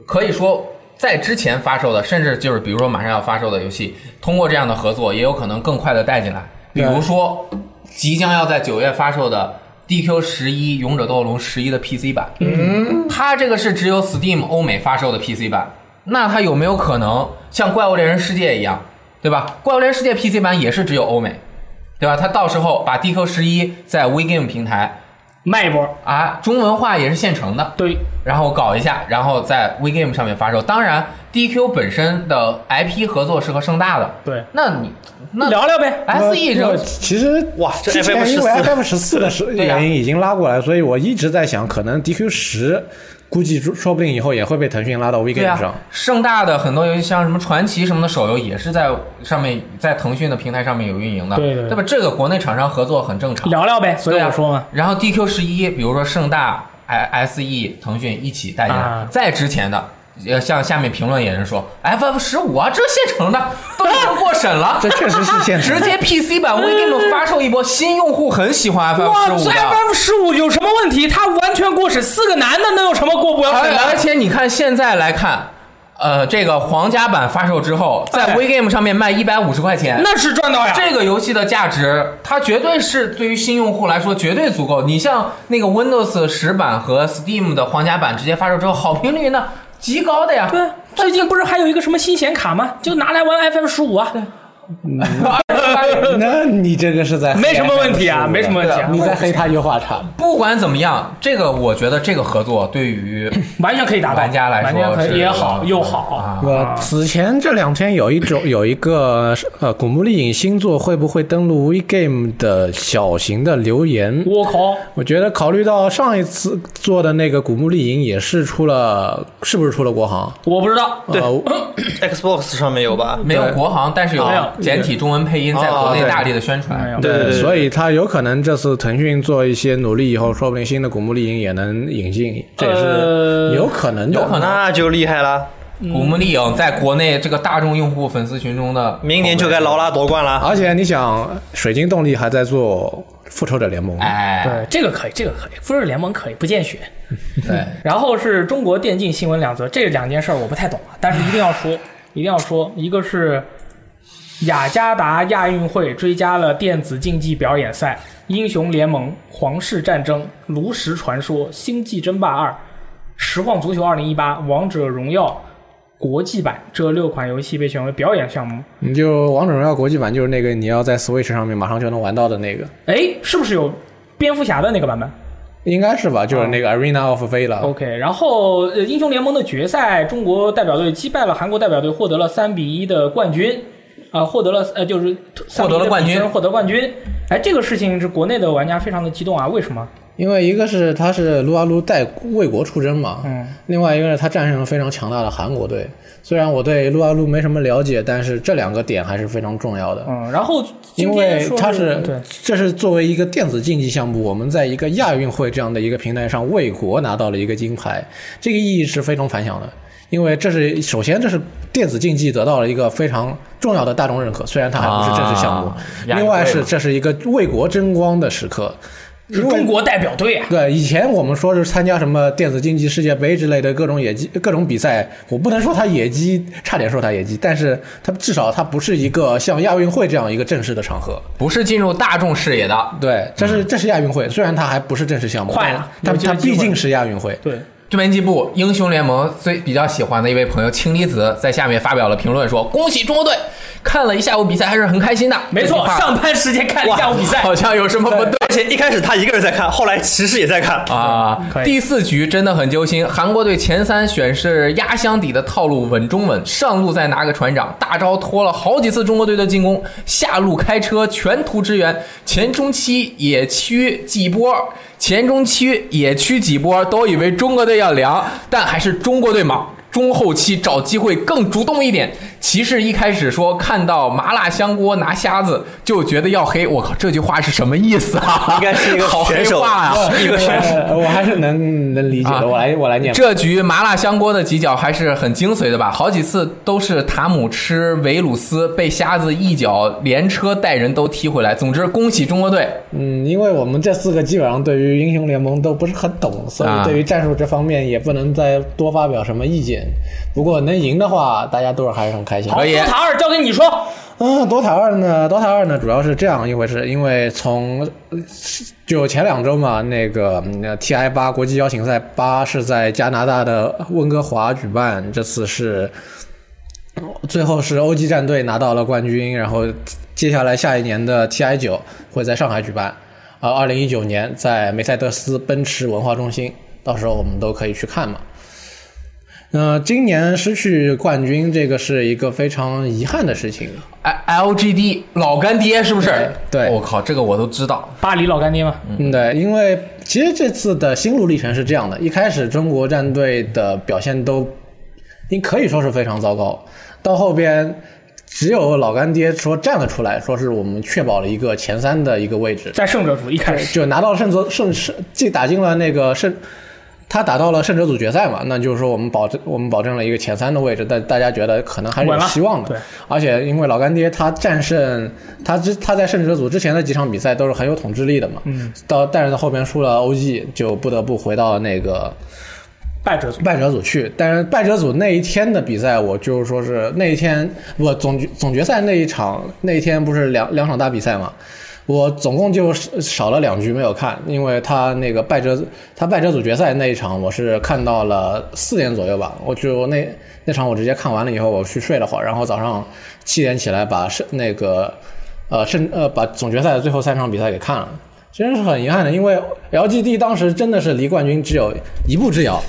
Speaker 1: 可以说在之前发售的，甚至就是比如说马上要发售的游戏，通过这样的合作，也有可能更快的带进来。比如说即将要在九月发售的 DQ 十一《勇者斗恶龙》十一的 PC 版，嗯，它这个是只有 Steam 欧美发售的 PC 版，那它有没有可能像《怪物猎人世界》一样，对吧？《怪物猎人世界》PC 版也是只有欧美，对吧？它到时候把 DQ 十一在 WeGame 平台
Speaker 2: 卖一波，
Speaker 1: 啊，中文化也是现成的，
Speaker 2: 对，
Speaker 1: 然后搞一下，然后在 WeGame 上面发售。当然，DQ 本身的 IP 合作是和盛大的，
Speaker 2: 对，
Speaker 1: 那你那
Speaker 2: 聊聊呗，
Speaker 1: S E
Speaker 3: 这
Speaker 1: 扔
Speaker 3: 其实
Speaker 4: 哇这
Speaker 3: 之前
Speaker 4: FF14
Speaker 3: 因为 FF 十四的时
Speaker 1: 对呀
Speaker 3: 原因已经拉过来，所以我一直在想，可能 DQ 十估计说不定以后也会被腾讯拉到 w e g
Speaker 1: 对
Speaker 3: a
Speaker 1: 啊
Speaker 3: m 上。，
Speaker 1: 盛大的很多游戏，像什么传奇什么的手游，也是在上面在腾讯的平台上面有运营的，
Speaker 2: 对对对
Speaker 1: 吧？这个国内厂商合作很正常，
Speaker 2: 聊聊呗，所以
Speaker 1: 对啊
Speaker 2: 我说嘛，
Speaker 1: 然后 DQ 十一，比如说盛大、S E、腾讯一起代言，
Speaker 2: 啊
Speaker 1: 再值钱的。呃，像下面评论也是说，FF 十五啊，这现成的都已经过审了，
Speaker 3: 这确实是现成的
Speaker 1: 直接 PC 版 WeGame 发售一波，新用户很喜欢
Speaker 2: 哎
Speaker 1: FF
Speaker 2: 哇
Speaker 1: 十五的。
Speaker 2: ，FF 十五有什么问题？他完全过审，四个男的能有什么过不了审
Speaker 1: 而而
Speaker 2: 的？
Speaker 1: 且你看现在来看，呃，这个皇家版发售之后，在
Speaker 2: 哎
Speaker 1: WeGame 上面卖一百五十块钱，
Speaker 2: 那是赚到呀！
Speaker 1: 哎这个游戏的价值，它绝对是对于新用户来说绝对足够。你像那个 Windows 十版和 Steam 的皇家版直接发售之后，好评率呢极高的
Speaker 2: [LAUGHS]
Speaker 1: 呀。
Speaker 2: 对，最近不是还有一个什么新显卡吗？就拿来玩 FF 十五啊，
Speaker 3: 那你这个是在黑
Speaker 2: 没什么问题啊，
Speaker 3: FF15
Speaker 2: 没什么问题啊，
Speaker 3: 你在黑他优化差。
Speaker 1: 不管怎么样，这个我觉得这个合作对于
Speaker 2: 完全可以达到。
Speaker 1: 玩家来说
Speaker 2: 完全可
Speaker 1: 是啊
Speaker 2: 以也好又好，
Speaker 3: 我
Speaker 5: 此前这两天有一种有一个呃，古墓丽影星座会不会登陆 WeGame 的小型的留言？
Speaker 2: 我靠，
Speaker 5: 我觉得考虑到上一次做的那个古墓丽影也是出了，是不是出了国行？呃
Speaker 2: 我不知道，
Speaker 5: 对，
Speaker 4: Xbox 上面有吧？
Speaker 1: 没有国行，但是有
Speaker 2: 没有哦
Speaker 1: 简体中文配音在国内大力的宣
Speaker 2: 没有
Speaker 1: 传。
Speaker 5: 对
Speaker 4: 对对对
Speaker 5: 所以他有可能这次腾讯做一些努力以后，说不定新的古墓丽影也能引进，这也
Speaker 2: 呃
Speaker 5: 是有可能的。
Speaker 1: 有可能
Speaker 4: 那就厉害了，
Speaker 2: 嗯
Speaker 1: 古墓丽影在国内这个大众用户粉丝群中的，
Speaker 4: 明年就该劳拉夺冠了。
Speaker 5: 而且你想，水晶动力还在做复仇者联盟，
Speaker 1: 哎，
Speaker 2: 对，这个可以，这个可以，复仇者联盟可以不见血。
Speaker 1: 对，
Speaker 2: 然后是中国电竞新闻两则，这两件事儿我不太懂啊，但是一定要说，一定要说，一个是雅加达亚运会追加了电子竞技表演赛，英雄联盟、皇室战争、炉石传说、星际争霸二、实况足球二零一八、王者荣耀。国际版这六款游戏被选为表演项目，
Speaker 5: 你就王者荣耀国际版就是那个你要在 Switch 上面马上就能玩到的那个，
Speaker 2: 哎，是不是有蝙蝠侠的那个版本？
Speaker 5: 应该是吧？就是那个 Arena of Valor。
Speaker 2: OK，然后呃，英雄联盟的决赛，中国代表队击败了韩国代表队，获得了三比一的冠军，啊、获得了呃，就是3-1
Speaker 1: 获得了冠军
Speaker 2: 的比分获得冠军。哎，这个事情是国内的玩家非常的激动啊，为什么？
Speaker 5: 因为一个是他是撸啊撸带为国出征嘛，
Speaker 2: 嗯，
Speaker 5: 另外一个是他战胜了非常强大的韩国队。虽然我对撸啊撸没什么了解，但是这两个点还是非常重要的。
Speaker 2: 嗯，然后今
Speaker 5: 因
Speaker 2: 天
Speaker 5: 为
Speaker 2: 说
Speaker 5: 它
Speaker 2: 是
Speaker 5: 是
Speaker 2: 对，
Speaker 5: 这是作为一个电子竞技项目，我们在一个亚运会这样的一个平台上为国拿到了一个金牌，这个意义是非同凡响的。因为这是首先，这是电子竞技得到了一个非常重要的大众认可，虽然它还不是正式项目。
Speaker 1: 啊
Speaker 5: 另外
Speaker 1: 亚运会
Speaker 5: 是
Speaker 1: 嘛
Speaker 5: 这是一个为国争光的时刻，
Speaker 2: 是中国代表队啊。
Speaker 5: 对，以前我们说是参加什么电子竞技世界杯之类的各种野鸡、各种比赛，我不能说它野鸡，差点说它野鸡，但是它至少它不是一个像亚运会这样一个正式的场合。
Speaker 1: 不是进入大众视野的，
Speaker 5: 对，这是这是亚运会，虽然它还不是正式项目，
Speaker 2: 快了
Speaker 5: 但
Speaker 2: 有这
Speaker 5: 它
Speaker 2: 个
Speaker 5: 它
Speaker 2: 机会
Speaker 5: 毕竟是亚运会。
Speaker 2: 对，
Speaker 1: 这边进步，英雄联盟最比较喜欢的一位朋友氢离子在下面发表了评论说：“恭喜中国队，看了一下午比赛还是很开心的。”
Speaker 2: 没错，
Speaker 1: 这句话
Speaker 2: 上班时间看了一下午比赛，
Speaker 1: 好像有什么不对。
Speaker 4: 而且一开始他一个人在看，后来骑士也在看。
Speaker 1: 啊
Speaker 2: 可以，
Speaker 1: 第四局真的很揪心。韩国队前三选是压箱底的套路，稳中稳，上路再拿个船长，大招拖了好几次中国队的进攻，下路开车全图支援，前中期野区几波，前中期野区几波，都以为中国队要凉，但还是中国队莽。中后期找机会更主动一点。骑士一开始说看到麻辣香锅拿虾子就觉得要黑，我靠，这句话是什么意思啊？
Speaker 4: 应该是一个
Speaker 1: 好黑啊嗯
Speaker 4: 选手
Speaker 1: 话呀、
Speaker 4: 一个选手。
Speaker 5: 呃我还是能能理解
Speaker 1: 啊
Speaker 5: 的，我来我来念吧。
Speaker 1: 这局麻辣香锅的几脚还是很精髓的吧？好几次都是塔姆吃维鲁斯被瞎子一脚连车带人都踢回来。总之，恭喜中国队！
Speaker 5: 嗯，因为我们这四个基本上对于英雄联盟都不是很懂，所以
Speaker 1: 啊
Speaker 5: 对于战术这方面也不能再多发表什么意见。不过能赢的话，大家都是还是很开心。
Speaker 2: 好，
Speaker 1: 可以
Speaker 2: 多塔二交给你说。
Speaker 5: 嗯，DOTA 二呢，DOTA 二呢，主要是这样一回事，因为从呃就前两周嘛，那个嗯 TI 八国际邀请赛八是在加拿大的温哥华举办，这次是最后是欧洲战队拿到了冠军，然后接下来下一年的 TI 九会在上海举办，呃，二零一九年在梅赛德斯奔驰文化中心，到时候我们都可以去看嘛。嗯，今年失去冠军，这个是一个非常遗憾的事情。
Speaker 1: 哎 LGD 老干爹是不是？
Speaker 5: 对对
Speaker 1: 我靠，这个我都知道。
Speaker 2: 巴黎老干爹嘛，
Speaker 5: 嗯，对，因为其实这次的心路历程是这样的：一开始中国战队的表现都，应可以说是非常糟糕，到后边只有老干爹说站了出来，说是我们确保了一个前三的一个位置，
Speaker 2: 在胜者组一开始，
Speaker 5: 就拿到了胜者胜胜，既打进了那个胜，他打到了胜者组决赛嘛，那就是说我们保证我们保证了一个前三的位置，但大家觉得可能还是
Speaker 2: 稳
Speaker 5: 有
Speaker 2: 了
Speaker 5: 希望的
Speaker 2: 对。
Speaker 5: 而且因为老干爹他战胜他之他在胜者组之前的几场比赛都是很有统治力的嘛，
Speaker 2: 嗯，
Speaker 5: 到但是到后边输了 OG 就不得不回到那个
Speaker 2: 败者组
Speaker 5: 败者组去，但是败者组那一天的比赛，我就是说是那一天我总决总决赛那一场那一天不是两两场大比赛嘛，我总共就少了两局没有看，因为他那个败者他败者组决赛那一场我是看到了四点左右吧，我就那那场我直接看完了以后我去睡了会儿，然后早上七点起来把胜那个呃胜呃把总决赛的最后三场比赛给看了。真是很遗憾的，因为 LGD 当时真的是离冠军只有一步之遥，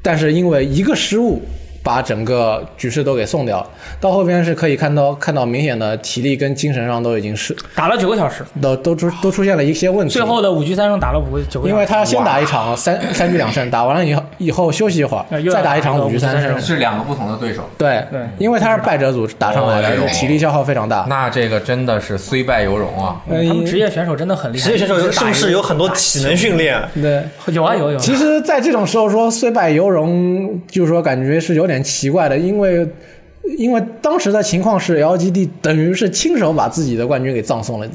Speaker 5: 但是因为一个失误，把整个局势都给送掉了。到后边是可以看到看到明显的体力跟精神上都已经是
Speaker 2: 打了九个小时，
Speaker 5: 都都出都出现了一些问题。
Speaker 2: 最后的五局三胜打了五个九个小时，
Speaker 5: 因为他先打一场三三局两胜，打完了以后以后休息一会
Speaker 2: 呃
Speaker 5: 儿，
Speaker 2: 又要
Speaker 5: 再打一
Speaker 2: 打
Speaker 5: 场
Speaker 2: 个
Speaker 5: 五局
Speaker 2: 五
Speaker 5: 三
Speaker 2: 局三
Speaker 5: 胜
Speaker 2: 胜。
Speaker 1: 是两个不同的对手，
Speaker 5: 对
Speaker 2: 对
Speaker 5: 因为他是败者组打上来
Speaker 1: 哦哎呦
Speaker 5: 的，体力消耗非常大。呃
Speaker 1: 那这个真的是虽败犹荣啊！
Speaker 2: 嗯他们职业选手真的很厉害，
Speaker 4: 职业选手有
Speaker 1: 嗯
Speaker 4: 是不是有很多体能训练？
Speaker 5: 对，
Speaker 2: 有啊有有，
Speaker 5: 其实，在这种时候说虽败犹荣，就是说感觉是有点奇怪的，因为因为当时的情况是 LGD 等于是亲手把自己的冠军给葬送了，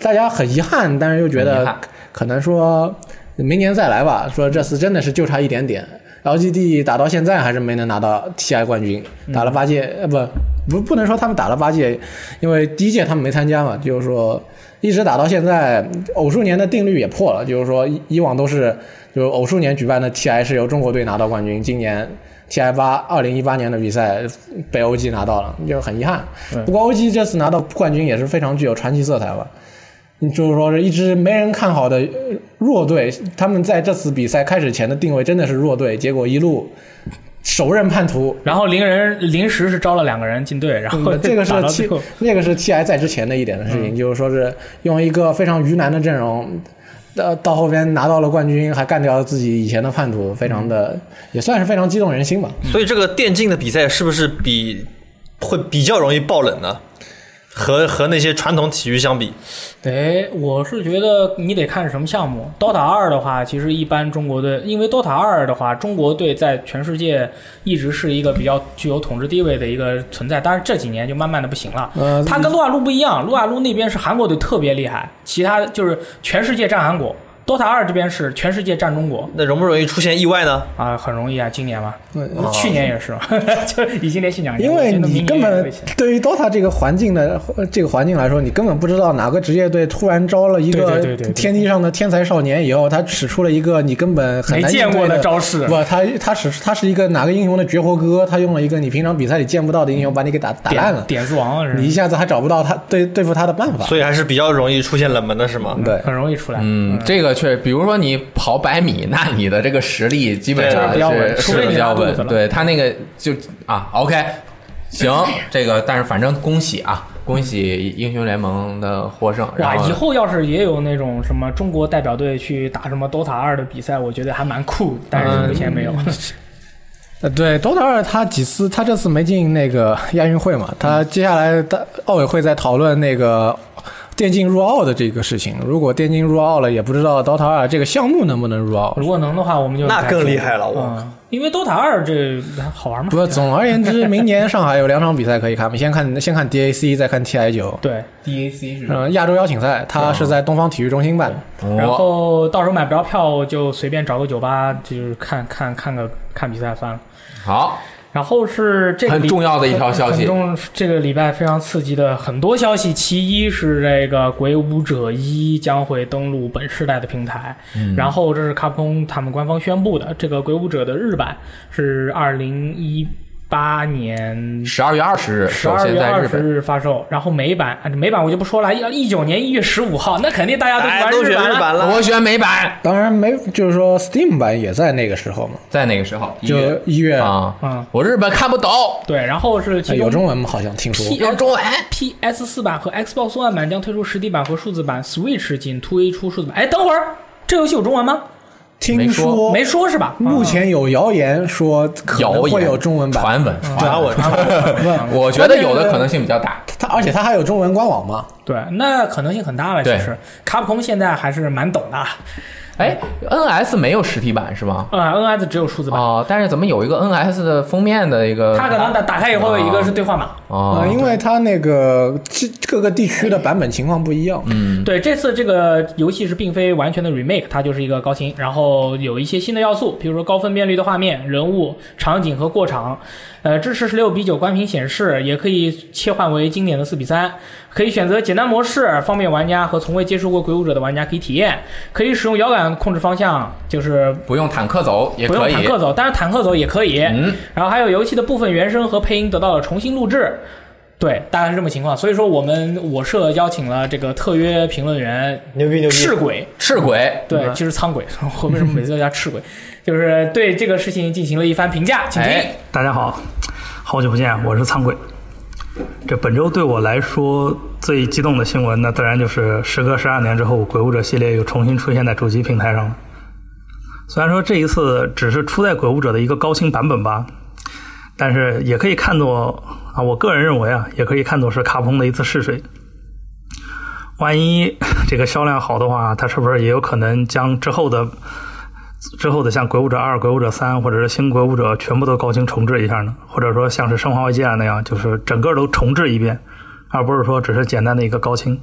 Speaker 5: 大家很遗憾，但是又觉
Speaker 1: 很遗
Speaker 5: 得
Speaker 1: 憾
Speaker 5: 可能说明年再来吧，说这次真的是就差一点点。LGD 打到现在还是没能拿到 TI 冠军，
Speaker 1: 嗯
Speaker 5: 打了八届，呃不不不能说他们打了八届，因为第一届他们没参加嘛，就是说一直打到现在，偶数年的定律也破了，就是说以以往都是就是偶数年举办的 TI 是由中国队拿到冠军，今年 TI 八二零一八年的比赛被 OG 拿到了，就是很遗憾。
Speaker 1: 嗯
Speaker 5: 不过 OG 这次拿到冠军也是非常具有传奇色彩吧。你就是说是一支没人看好的呃弱队，他们在这次比赛开始前的定位真的是弱队，结果一路手刃
Speaker 2: [LAUGHS]
Speaker 5: 叛徒。
Speaker 2: 然后临人临时是招了两个人进队，然后
Speaker 5: 嗯这个是
Speaker 2: 打到最
Speaker 5: T
Speaker 2: 后
Speaker 5: [LAUGHS]
Speaker 2: 嗯
Speaker 5: 那个是 TI 在之前的一点的事情，就是说是用一个非常鱼腩的阵容，到到后边拿到了冠军，还干掉了自己以前的叛徒，非常的、也算是非常激动人心吧。
Speaker 1: 嗯
Speaker 4: 所以这个电竞的比赛是不是比会比较容易爆冷呢？和和那些传统体育相比，
Speaker 2: 对，我是觉得你得看什么项目。DOTA 二的话，其实一般中国队，因为 DOTA 二的话，中国队在全世界一直是一个比较具有统治地位的一个存在，当然这几年就慢慢的不行了。
Speaker 5: 呃，
Speaker 2: 它跟撸啊撸不一样，撸啊撸那边是韩国队特别厉害，其他就是全世界占韩国。DOTA 二这边是全世界占中国
Speaker 4: 那容不容易出现意外呢？
Speaker 2: 啊、很容易啊，今年嘛，
Speaker 5: 嗯
Speaker 2: 去年也是， [LAUGHS] 就已经连续两年
Speaker 5: 因
Speaker 2: 了，
Speaker 5: 为
Speaker 2: 真的
Speaker 5: 你
Speaker 2: 明年
Speaker 5: 根
Speaker 2: 也
Speaker 5: 本
Speaker 2: 会行
Speaker 5: 对于 DOTA 这个环境的呃这个环境来说，你根本不知道哪个职业队突然招了一
Speaker 2: 对对
Speaker 5: 个
Speaker 2: 对对对
Speaker 5: 天地上的天才少年以后，他使出了一个你根本很
Speaker 2: 没
Speaker 5: 难
Speaker 2: 见
Speaker 5: 应对
Speaker 2: 过
Speaker 5: 的
Speaker 2: 的招式，
Speaker 5: 不，他他使他是一个哪个英雄的绝活哥，他用了一个你平常比赛里见不到的英雄把你给打打烂
Speaker 2: 嗯点
Speaker 5: 了，
Speaker 2: 点子王啊，是吧
Speaker 5: 你一下子还找不到他对对付他的办法。
Speaker 4: 所以还是比较容易出现冷门的，是吗？
Speaker 5: 对，
Speaker 2: 很容易出来。
Speaker 1: 嗯，这个确，比如说你跑百米，那你的这个实力基本上
Speaker 2: 对就是比较稳
Speaker 1: 是
Speaker 2: 除非
Speaker 1: 是
Speaker 2: 你
Speaker 1: 比较
Speaker 2: 拉肚子
Speaker 1: 稳。
Speaker 2: 了
Speaker 1: 对他那个就啊，OK，行，
Speaker 2: [LAUGHS]
Speaker 1: 这个但是反正恭喜啊，恭喜英雄联盟的获胜。
Speaker 2: 哇，
Speaker 1: 然后
Speaker 2: 以后要是也有那种什么中国代表队去打什么 DOTA 二的比赛，我觉得还蛮酷，但是目前没有。
Speaker 5: 嗯呃，对，DOTA 二他几次他这次没进那个亚运会嘛，他接下来的奥委会在讨论那个电竞入奥的这个事情。如果电竞入奥了，也不知道 DOTA 二这个项目能不能入奥。
Speaker 2: [LAUGHS] 如果能的话，我们就
Speaker 4: 那更厉害了我
Speaker 2: 嗯，因为 DOTA 二这好玩嘛。
Speaker 5: 不过总而言之，明年上海有两场比赛可以看，我们先看先看 DAC，再看 TI 九。
Speaker 2: 对，
Speaker 1: DAC 是
Speaker 5: 嗯，亚洲邀请赛，它是在东方体育中心办。
Speaker 1: 哦
Speaker 2: 然
Speaker 1: 我
Speaker 2: 后到时候买不着票就随便找个酒吧，就是看看看个看比赛算了。
Speaker 1: 好，
Speaker 2: 然后是这个
Speaker 1: 很
Speaker 2: 礼
Speaker 1: 重要的一条消息
Speaker 2: 很重这个礼拜非常刺激的很多消息，其一是这个《鬼武者一》将会登陆本世代的平台，
Speaker 1: 嗯
Speaker 2: 然后这是卡普空他们官方宣布的，这个《鬼武者》的日版是二零一八年
Speaker 1: 十二月二十日
Speaker 2: 十
Speaker 1: 首
Speaker 2: 二
Speaker 1: 先
Speaker 2: 月
Speaker 1: 在
Speaker 2: 二
Speaker 1: 日
Speaker 2: 十
Speaker 1: 本，
Speaker 2: 日发售，然后美版啊美版我就不说了，一一九年一月十五号，那肯定大家哎都
Speaker 4: 大
Speaker 2: 去
Speaker 4: 家
Speaker 2: 玩版
Speaker 4: 哎都选日
Speaker 2: 了。
Speaker 4: 版了，
Speaker 1: 我选美版，
Speaker 3: 当然没，就是说 Steam 版也在那个时候嘛，
Speaker 1: 在哪个时候？
Speaker 3: 就一月
Speaker 1: 啊
Speaker 2: 嗯，
Speaker 1: 我日本看不懂，
Speaker 2: 对，然后是其
Speaker 3: 哎
Speaker 2: 中
Speaker 3: 有中文吗？好像听说
Speaker 2: P
Speaker 1: 有中文。
Speaker 2: PS 四版和 Xbox One 版将推出实体版和数字版，Switch 仅推出数字版。哎，等会儿，这游戏有中文吗？
Speaker 3: 听
Speaker 1: 没说
Speaker 2: 没说是吧？
Speaker 3: 哦目前有谣言说可能
Speaker 1: 谣言
Speaker 3: 会有中文版，
Speaker 1: 传
Speaker 2: 嗯
Speaker 1: 闻，
Speaker 4: 传闻
Speaker 2: 啊
Speaker 1: 我觉得有的可能性比较大。
Speaker 3: 它而且它还有中文官网嘛，
Speaker 2: 啊对，那可能性很大了。其
Speaker 1: 对
Speaker 2: 实，卡普空现在还是蛮懂的啊。
Speaker 1: 哎，NS 没有实体版是吗？
Speaker 2: 呃，NS 只有数字版，
Speaker 1: 哦，但是怎么有一个 NS 的封面的一个？
Speaker 2: 它可能打打开以后，
Speaker 1: 啊
Speaker 2: 一个是兑换码，
Speaker 1: 哦
Speaker 3: 啊，，因为它那个这各个地区的版本情况不一样，
Speaker 1: 嗯
Speaker 2: 对，这次这个游戏是并非完全的 remake，它就是一个高清，然后有一些新的要素，比如说高分辨率的画面、人物、场景和过场，呃，支持十六比九关屏显示，也可以切换为经典的四比三，可以选择简单模式，方便玩家和从未接触过鬼武者的玩家可以体验，可以使用摇杆控制方向，就是
Speaker 1: 不用坦克走也
Speaker 2: 不用
Speaker 1: 可
Speaker 2: 坦
Speaker 1: 以。
Speaker 2: 克走，当然坦克走也可以。
Speaker 1: 嗯，
Speaker 2: 然后还有游戏的部分原声和配音得到了重新录制。对，大概是这么情况。所以说，我们我社邀请了这个特约评论员
Speaker 4: 牛逼牛逼！
Speaker 2: 赤鬼，
Speaker 1: 赤鬼，哎
Speaker 2: 对，其实苍鬼， [LAUGHS] 我为什么每次都叫赤鬼？ [LAUGHS] 就是对这个事情进行了一番评价，请听。
Speaker 1: 哎，
Speaker 7: 大家好，好久不见，我是苍鬼。这本周对我来说最激动的新闻，那自然就是时隔十二年之后，《鬼武者》系列又重新出现在主机平台上了。虽然说这一次只是出在《鬼武者》的一个高清版本吧，但是也可以看作啊，我个人认为啊，也可以看作是卡普空的一次试水。万一这个销量好的话，它是不是也有可能将之后的之后的像《鬼武者二》《鬼武者三》或者是《新鬼武者》全部都高清重置一下呢？或者说像是《生化危机》啊那样，就是整个都重置一遍，而不是说只是简单的一个高清。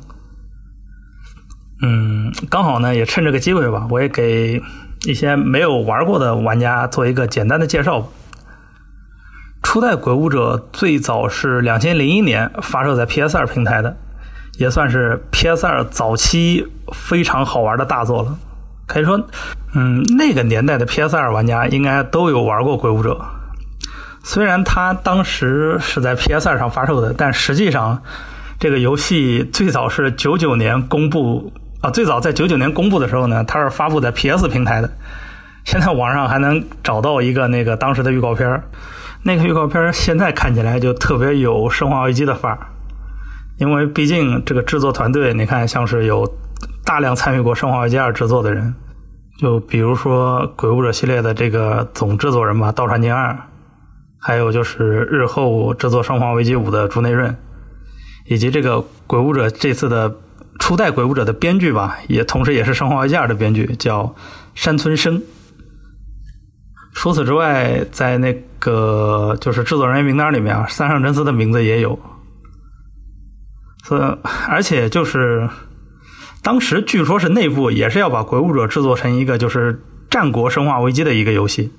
Speaker 7: 嗯，刚好呢，也趁这个机会吧，我也给一些没有玩过的玩家做一个简单的介绍吧。初代《鬼武者》最早是两千零一年发售在 PS 二平台的，也算是 PS 二早期非常好玩的大作了。可以说，嗯，那个年代的 PS 二玩家应该都有玩过《鬼武者》，虽然它当时是在 PS 二上发售的，但实际上这个游戏最早是九九年公布啊，最早在九九年公布的时候呢，它是发布在 PS 平台的。现在网上还能找到一个那个当时的预告片儿，那个预告片儿现在看起来就特别有《生化危机》的范儿，因为毕竟这个制作团队，你看像是有大量参与过《生化危机二》制作的人，就比如说《鬼武者》系列的这个总制作人吧，道川健二，还有就是日后制作《生化危机五》的竹内润，以及这个《鬼武者》这次的初代《鬼武者》的编剧吧，也同时也是《生化危机二》的编剧，叫山村生。除此之外，在那个就是制作人员名单里面啊，三上真司的名字也有。所以，而且就是当时据说是内部也是要把《鬼武者》制作成一个就是战国生化危机的一个游戏。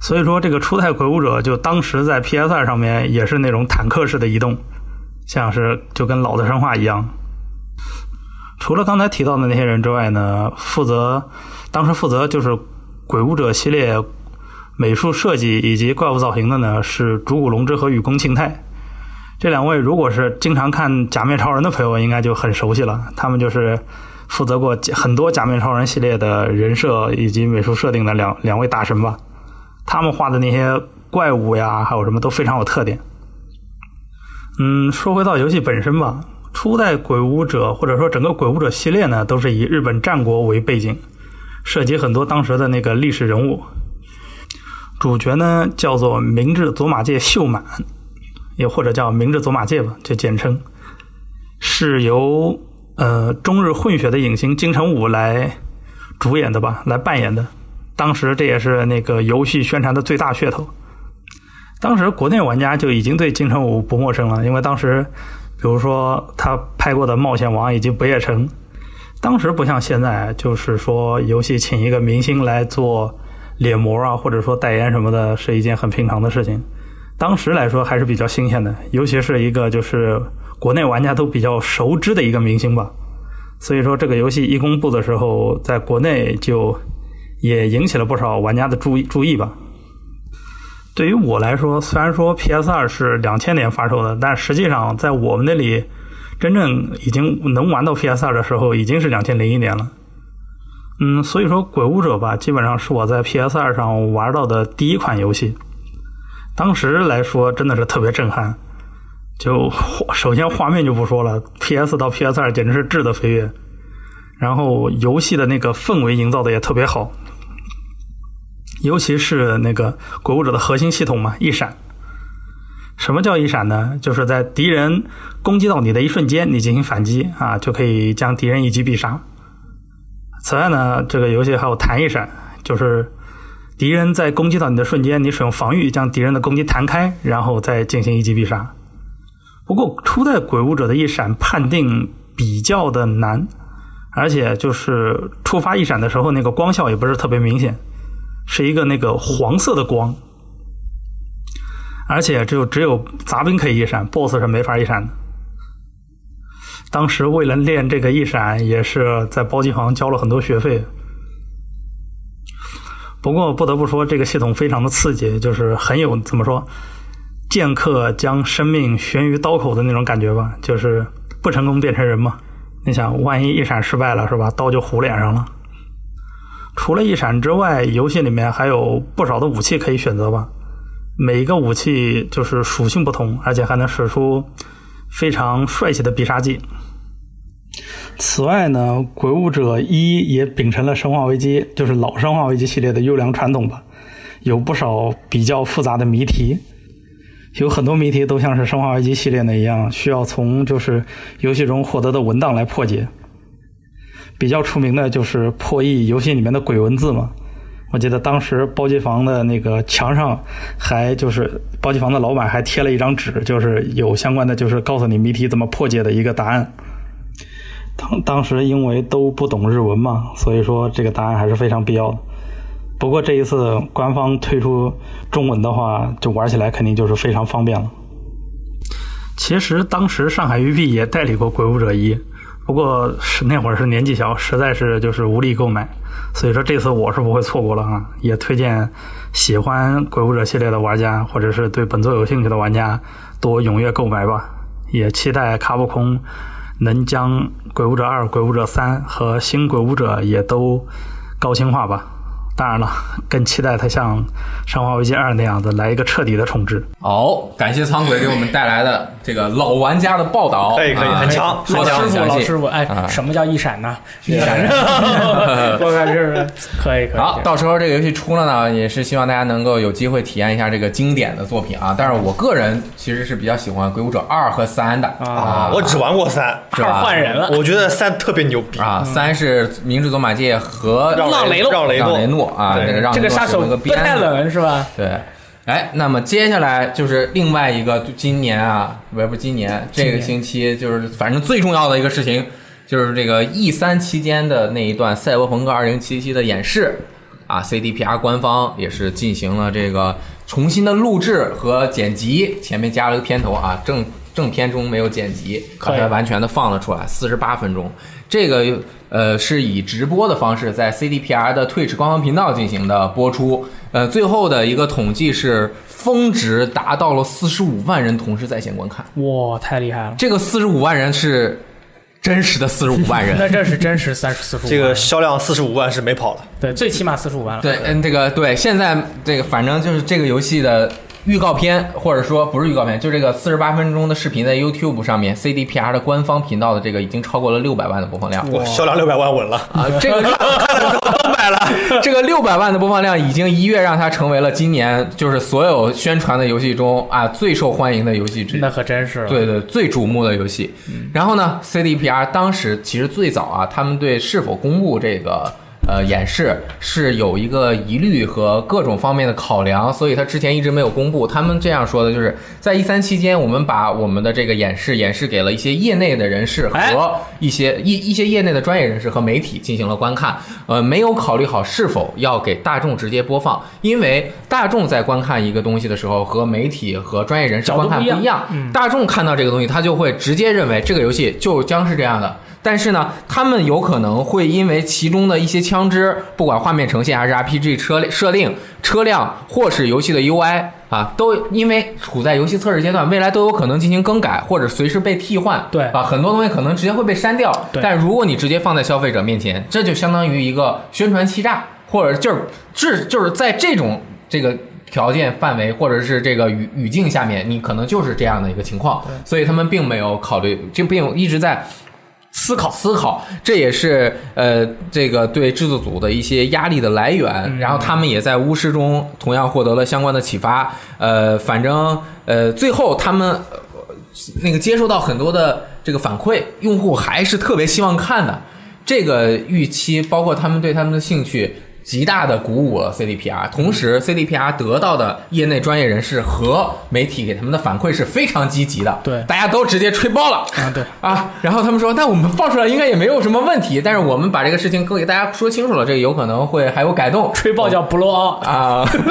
Speaker 7: 所以说，这个初代《鬼武者》就当时在 PS 二上面也是那种坦克式的移动，像是就跟老的生化一样。除了刚才提到的那些人之外呢，负责当时负责就是《鬼武者》系列美术设计以及怪物造型的呢是竹谷龙之和雨宫庆太。这两位如果是经常看《假面超人》的朋友，应该就很熟悉了。他们就是负责过很多《假面超人》系列的人设以及美术设定的两两位大神吧。他们画的那些怪物呀，还有什么都非常有特点。嗯，说回到游戏本身吧，初代《鬼武者》或者说整个《鬼武者》系列呢，都是以日本战国为背景，涉及很多当时的那个历史人物。主角呢叫做明治佐马介秀满，也或者叫明治佐马介吧，就简称，是由呃中日混血的影星金城武来主演的吧，来扮演的。当时这也是那个游戏宣传的最大噱头。当时国内玩家就已经对金城武不陌生了，因为当时比如说他拍过的《冒险王》以及《不夜城》，当时不像现在，就是说游戏请一个明星来做脸模啊，或者说代言什么的，是一件很平常的事情。当时来说还是比较新鲜的，尤其是一个就是国内玩家都比较熟知的一个明星吧。所以说，这个游戏一公布的时候，在国内就也引起了不少玩家的注意注意吧。对于我来说，虽然说 PS 二是两千年发售的，但实际上在我们那里，真正已经能玩到 PS 二的时候，已经是两千零一年了。嗯，所以说《鬼武者》吧，基本上是我在 PS 二上玩到的第一款游戏。当时来说，真的是特别震撼。就首先画 [LAUGHS] 面就不说了，PS 到 PS 二简直是质的飞跃。然后游戏的那个氛围营造的也特别好，尤其是那个鬼武者的核心系统嘛，一闪。什么叫一闪呢？就是在敌人攻击到你的一瞬间，你进行反击啊，就可以将敌人一击必杀。此外呢，这个游戏还有弹一闪，就是敌人在攻击到你的瞬间，你使用防御将敌人的攻击弹开，然后再进行一击必杀。不过，初代鬼武者的一闪判定比较的难，而且就是触发一闪的时候，那个光效也不是特别明显，是一个那个黄色的光，而且只有只有杂兵可以一闪，BOSS 是没法一闪的。当时为了练这个一闪，也是在包机房交了很多学费。不过不得不说，这个系统非常的刺激，就是很有怎么说？剑客将生命悬于刀口的那种感觉吧，就是不成功变成人嘛。你想，万一一闪失败了，是吧？刀就糊脸上了。除了一闪之外，游戏里面还有不少的武器可以选择吧。每一个武器就是属性不同，而且还能使出非常帅气的必杀技。
Speaker 8: 此外呢，《鬼武者一》也秉承了《生化危机》就是老《生化危机》系列的优良传统吧，有不少比较复杂的谜题。有很多谜题都像是《生化危机》系列那一样，需要从就是游戏中获得的文档来破解。比较出名的就是破译游戏里面的鬼文字嘛。我记得当时包机房的那个墙上还就是包机房的老板还贴了一张纸，就是有相关的就是告诉你谜题怎么破解的一个答案。当当时因为都不懂日文嘛，所以说这个答案还是非常必要的。不过这一次官方推出中文的话，就玩起来肯定就是非常方便了。
Speaker 7: 其实当时上海育碧也代理过《鬼武者一》，不过是那会儿是年纪小，实在是就是无力购买，所以说这次我是不会错过了啊！也推荐喜欢《鬼武者》系列的玩家，或者是对本作有兴趣的玩家，多踊跃购买吧！也期待卡普空能将《鬼武者二》《鬼武者三》和《新鬼武者》也都高清化吧。当然了，更期待它像《生化危机二》那样的来一个彻底的重置。
Speaker 1: 好，哦感谢苍鬼给我们带来的这个老玩家的报道，
Speaker 4: 可以可以
Speaker 1: 啊
Speaker 4: 很强
Speaker 1: 说的
Speaker 2: 老
Speaker 1: 很啊
Speaker 2: 师傅，
Speaker 1: 详
Speaker 2: 老
Speaker 1: 细
Speaker 2: 师。傅，哎，什么叫一闪呢？一闪， [LAUGHS] 我感觉是可以可以。
Speaker 1: 好，到时候这个游戏出了呢，也是希望大家能够有机会体验一下这个经典的作品啊。但是我个人其实是比较喜欢《鬼武者二》和三的啊，
Speaker 4: 我只玩过三，
Speaker 1: 是吧
Speaker 2: 二换人了，
Speaker 4: 我觉得三特别牛逼。
Speaker 1: 啊，三是明智走马界和
Speaker 4: 让
Speaker 2: 浪雷诺
Speaker 4: 让雷
Speaker 1: 让雷
Speaker 4: 诺
Speaker 1: 诺啊，
Speaker 4: 对
Speaker 1: 那个让
Speaker 2: 这
Speaker 1: 雷
Speaker 2: 个
Speaker 1: 诺
Speaker 2: 杀
Speaker 1: 是
Speaker 2: 手
Speaker 1: 那个
Speaker 2: 不
Speaker 1: 鞭
Speaker 2: 太
Speaker 1: 子
Speaker 2: 冷是吧？
Speaker 1: 对，哎，那么接下来就是另外一个，就今年啊，不是不是今年这个星期，就是反正最重要的一个事情，就是这个 E 三期间的那一段《赛博朋克2077》的演示啊，CDPR 官方也是进行了这个重新的录制和剪辑，前面加了个片头啊，正正片中没有剪辑，
Speaker 2: 可
Speaker 1: 把
Speaker 2: 以
Speaker 1: 它完全的放了出来，四十八分钟。这个呃是以直播的方式在 CDPR 的 Twitch 官方频道进行的播出。呃，最后的一个统计是峰值达到了四十五万人同时在线观看，
Speaker 2: 哇，太厉害了！
Speaker 1: 这个四十五万人是真实的四十五万
Speaker 2: 那
Speaker 1: 人。
Speaker 2: 这是真实三十四十五，
Speaker 4: 这个销量四十五万是没跑了。
Speaker 2: 对，最起码四十五万了。
Speaker 1: 对，嗯，这个对，现在这个反正就是这个游戏的预告片，或者说不是预告片，就这个四十八分钟的视频在 YouTube 上面 CDPR 的官方频道的这个已经超过了六百万的播放量。
Speaker 4: 我销量六百万稳了，
Speaker 1: 啊，这个都买了。这个六百万的播放量已经一跃让它成为了今年就是所有宣传的游戏中啊最受欢迎的游戏之一
Speaker 2: 那。可真是了嗯
Speaker 1: 对对，最瞩目的游戏。然后呢，CDPR 当时其实最早啊，他们对是否公布这个呃演示是有一个疑虑和各种方面的考量，所以它之前一直没有公布。他们这样说的就是，在一三期间，我们把我们的这个演示演示给了一些业内的人士
Speaker 2: 哎
Speaker 1: 和一些一一些业内的专业人士和媒体进行了观看，呃，没有考虑好是否要给大众直接播放，因为大众在观看一个东西的时候和媒体和专业人士
Speaker 2: 角
Speaker 1: 观
Speaker 2: 度
Speaker 1: 看
Speaker 2: 不一
Speaker 1: 不
Speaker 2: 样
Speaker 1: 一样，大众看到这个东西，他就会直接认为这个游戏就将是这样的。但是呢，他们有可能会因为其中的一些枪支，不管画面呈现还是 RPG 车设定、车辆，或是游戏的 UI 啊，都因为处在游戏测试阶段，未来都有可能进行更改，或者随时被替换。
Speaker 2: 对
Speaker 1: 啊，很多东西可能直接会被删掉。
Speaker 2: 对
Speaker 1: 但如果你直接放在消费者面前，这就相当于一个宣传欺诈，或者就是这就是在这种这个条件范围或者是这个语语境下面，你可能就是这样的一个情况。所以他们并没有考虑，就并一直在。思考思考，这也是呃这个对制作组的一些压力的来源。然后他们也在巫师中同样获得了相关的启发。呃，反正呃最后他们呃那个接收到很多的这个反馈，用户还是特别希望看的。这个预期包括他们对他们的兴趣。极大的鼓舞了 CDPR，同时 CDPR 得到的业内专业人士和媒体给他们的反馈是非常积极的，
Speaker 2: 对
Speaker 1: 大家都直接吹爆了，
Speaker 2: 啊，对，
Speaker 1: 啊，然后他们说，那我们放出来应该也没有什么问题，但是我们把这个事情都给大家说清楚了，这个有可能会还有改动。
Speaker 2: 吹爆叫 blow out，
Speaker 1: 啊， [LAUGHS]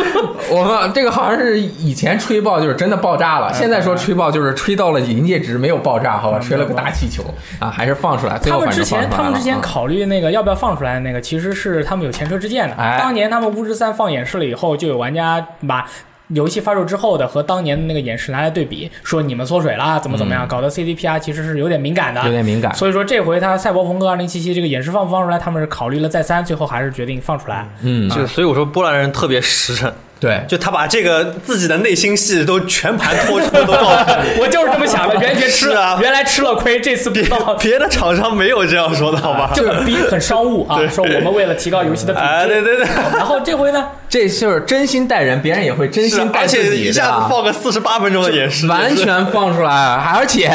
Speaker 1: 我们这个好像是以前吹爆就是真的爆炸了，现在说吹爆就是吹到了临界值没有爆炸，好吧，吹了个大气球啊，还是放出来。最
Speaker 2: 他
Speaker 1: 后
Speaker 2: 们
Speaker 1: 反
Speaker 2: 之
Speaker 1: 正放
Speaker 2: 前
Speaker 1: 出来
Speaker 2: 他们
Speaker 1: 了
Speaker 2: 之前
Speaker 1: 嗯
Speaker 2: 考虑那个要不要放出来那个，其实是他们有前车之鉴的。
Speaker 1: 哎
Speaker 2: 当年他们《巫师三》放演示了以后，就有玩家把。游戏发售之后的和当年的那个演示拿来对比，说你们缩水啦，怎么怎么样，搞得 CDPR 其实是有点敏感的，
Speaker 1: 嗯啊有点敏感，
Speaker 2: 所以说这回他《赛博朋克2077》这个演示放不放出来，他们是考虑了再三，最后还是决定放出来。
Speaker 1: 嗯，
Speaker 4: 就所以我说波兰人特别实诚，
Speaker 1: 对，
Speaker 4: 就他把这个自己的内心戏都全盘托出都告诉你。
Speaker 2: 我就是这么想的，原觉
Speaker 1: [LAUGHS]
Speaker 2: 吃
Speaker 4: 是
Speaker 2: 了，
Speaker 4: 啊
Speaker 2: 原来吃了亏，这次不 [LAUGHS] 要，
Speaker 4: 别的厂商没有这样说的好吧？
Speaker 1: [LAUGHS]
Speaker 2: 就很逼很商务啊。说我们为了提高游戏的品质，
Speaker 4: 哎，对对对，
Speaker 2: 然后这回呢，
Speaker 1: 这就是真心待人，别人也会真
Speaker 4: 是啊
Speaker 1: 心，待
Speaker 4: 而
Speaker 1: 自己
Speaker 4: 且
Speaker 1: 的啊
Speaker 4: 一下子放个四十八分钟的演示，
Speaker 1: 完全放出来，而且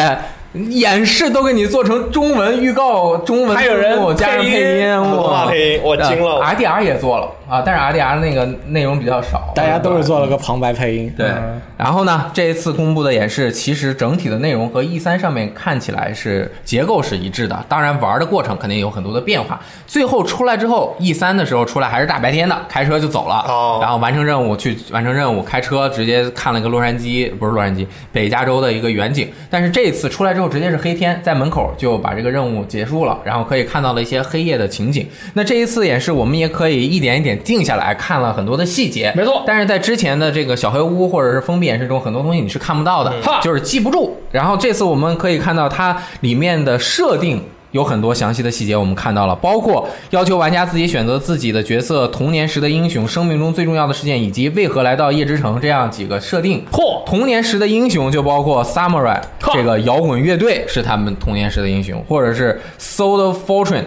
Speaker 1: 演示都给你做成中文预告，中文
Speaker 2: 还有人
Speaker 1: 字幕加上配
Speaker 2: 配
Speaker 1: 音，
Speaker 4: 普通话
Speaker 1: 哇！
Speaker 4: 配音，我惊了。我
Speaker 1: RDR 也做了啊，但是 RDR 那个内容比较少，
Speaker 3: 大家都是做了个旁白配音。呃
Speaker 1: 对。然后呢，这一次公布的演示，其实整体的内容和 E 三上面看起来是结构是一致的，当然玩的过程肯定有很多的变化。最后出来之后，E 三的时候出来还是大白天的，开车就走了，
Speaker 4: 哦
Speaker 1: 然后完成任务去完成任务，开车直接看了一个洛杉矶，不是洛杉矶，北加州的一个远景。但是这次出来之后直接是黑天，在门口就把这个任务结束了，然后可以看到了一些黑夜的情景。那这一次演示，我们也可以一点一点定下来，看了很多的细节，
Speaker 2: 没错
Speaker 1: 但是在之前的这个小黑屋或者是封闭演示中，很多东西你是看不到的，
Speaker 2: 嗯哈
Speaker 1: 就是记不住。然后这次我们可以看到它里面的设定。有很多详细的细节我们看到了，包括要求玩家自己选择自己的角色、童年时的英雄、生命中最重要的事件，以及为何来到夜之城这样几个设定。
Speaker 2: 嚯，
Speaker 1: 童年时的英雄就包括 Samurai
Speaker 2: 哈
Speaker 1: 这个摇滚乐队是他们童年时的英雄，或者是 Soul of Fortune，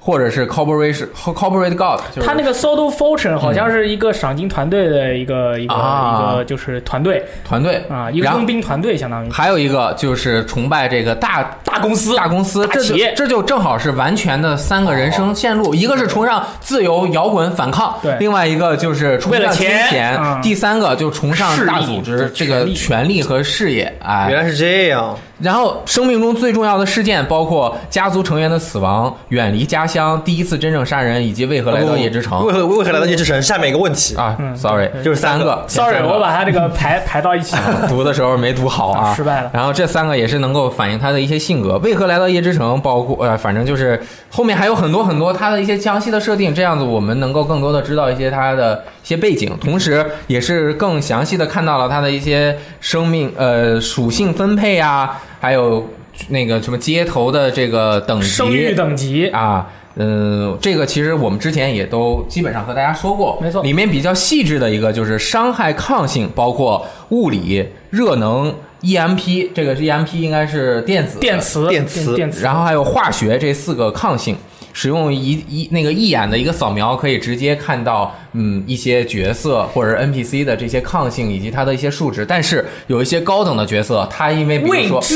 Speaker 1: 或者是 Corporation Corporate God，就是
Speaker 2: 他那个 Solo Fortune 好像是一个赏金团队的一个一个
Speaker 1: 啊
Speaker 2: 一个就是团队
Speaker 1: 团队
Speaker 2: 啊，一个
Speaker 1: 然后
Speaker 2: 佣兵团队相当于。
Speaker 1: 还有一个就是崇拜这个大
Speaker 2: 大公司
Speaker 1: 大公司，
Speaker 2: 大
Speaker 1: 这就
Speaker 2: 企业
Speaker 1: 这就正好是完全的三个人生线路，一个是崇尚自由摇滚反抗，
Speaker 2: 对
Speaker 1: 另外一个就是崇
Speaker 2: 为
Speaker 1: 尚
Speaker 2: 了
Speaker 1: 金
Speaker 2: 钱
Speaker 1: 钱
Speaker 2: 嗯，
Speaker 1: 第三个就崇尚
Speaker 2: 势力
Speaker 1: 大组织这
Speaker 2: 权
Speaker 1: 个
Speaker 2: 力
Speaker 1: 权力和事业，哎
Speaker 4: 原，来是这样，
Speaker 1: 然后生命中最重要的事件包括家族成员的死亡、远离家乡、第一次真正杀人以及为何来
Speaker 4: 哦
Speaker 1: 到夜之城
Speaker 4: 为何为何来到夜之城？下面一个问题，
Speaker 1: 啊，sorry，
Speaker 4: 就是
Speaker 1: 三
Speaker 4: 三个
Speaker 1: 个前
Speaker 2: Sorry，
Speaker 1: 三个
Speaker 2: 我把他这个 [LAUGHS] 排排到一起了。
Speaker 1: 读的时候没读好 [LAUGHS] 啊，
Speaker 2: 失败了
Speaker 1: 然后这三个也是能够反映他的一些性格。为何来到夜之城？包括呃，反正就是后面还有很多很多他的一些详细的设定，这样子我们能够更多的知道一些他的一些背景，同时也是更详细的看到了他的一些生命呃属性分配啊，还有那个什么街头的这个等级
Speaker 2: 生育等级，
Speaker 1: 啊。嗯，这个其实我们之前也都基本上和大家说过，
Speaker 2: 没错
Speaker 1: 里面比较细致的一个就是伤害抗性，包括物理、热能、EMP，这个是 EMP 应该是呃电子
Speaker 2: 电磁、
Speaker 4: 电磁
Speaker 2: 电磁，
Speaker 1: 然后还有化学这四个抗性，使用一一那个一眼的一个扫描，可以直接看到嗯一些角色或者是 NPC 的这些抗性以及它的一些数值。但是有一些高等的角色，它因为比如
Speaker 2: 未
Speaker 1: 说
Speaker 2: 知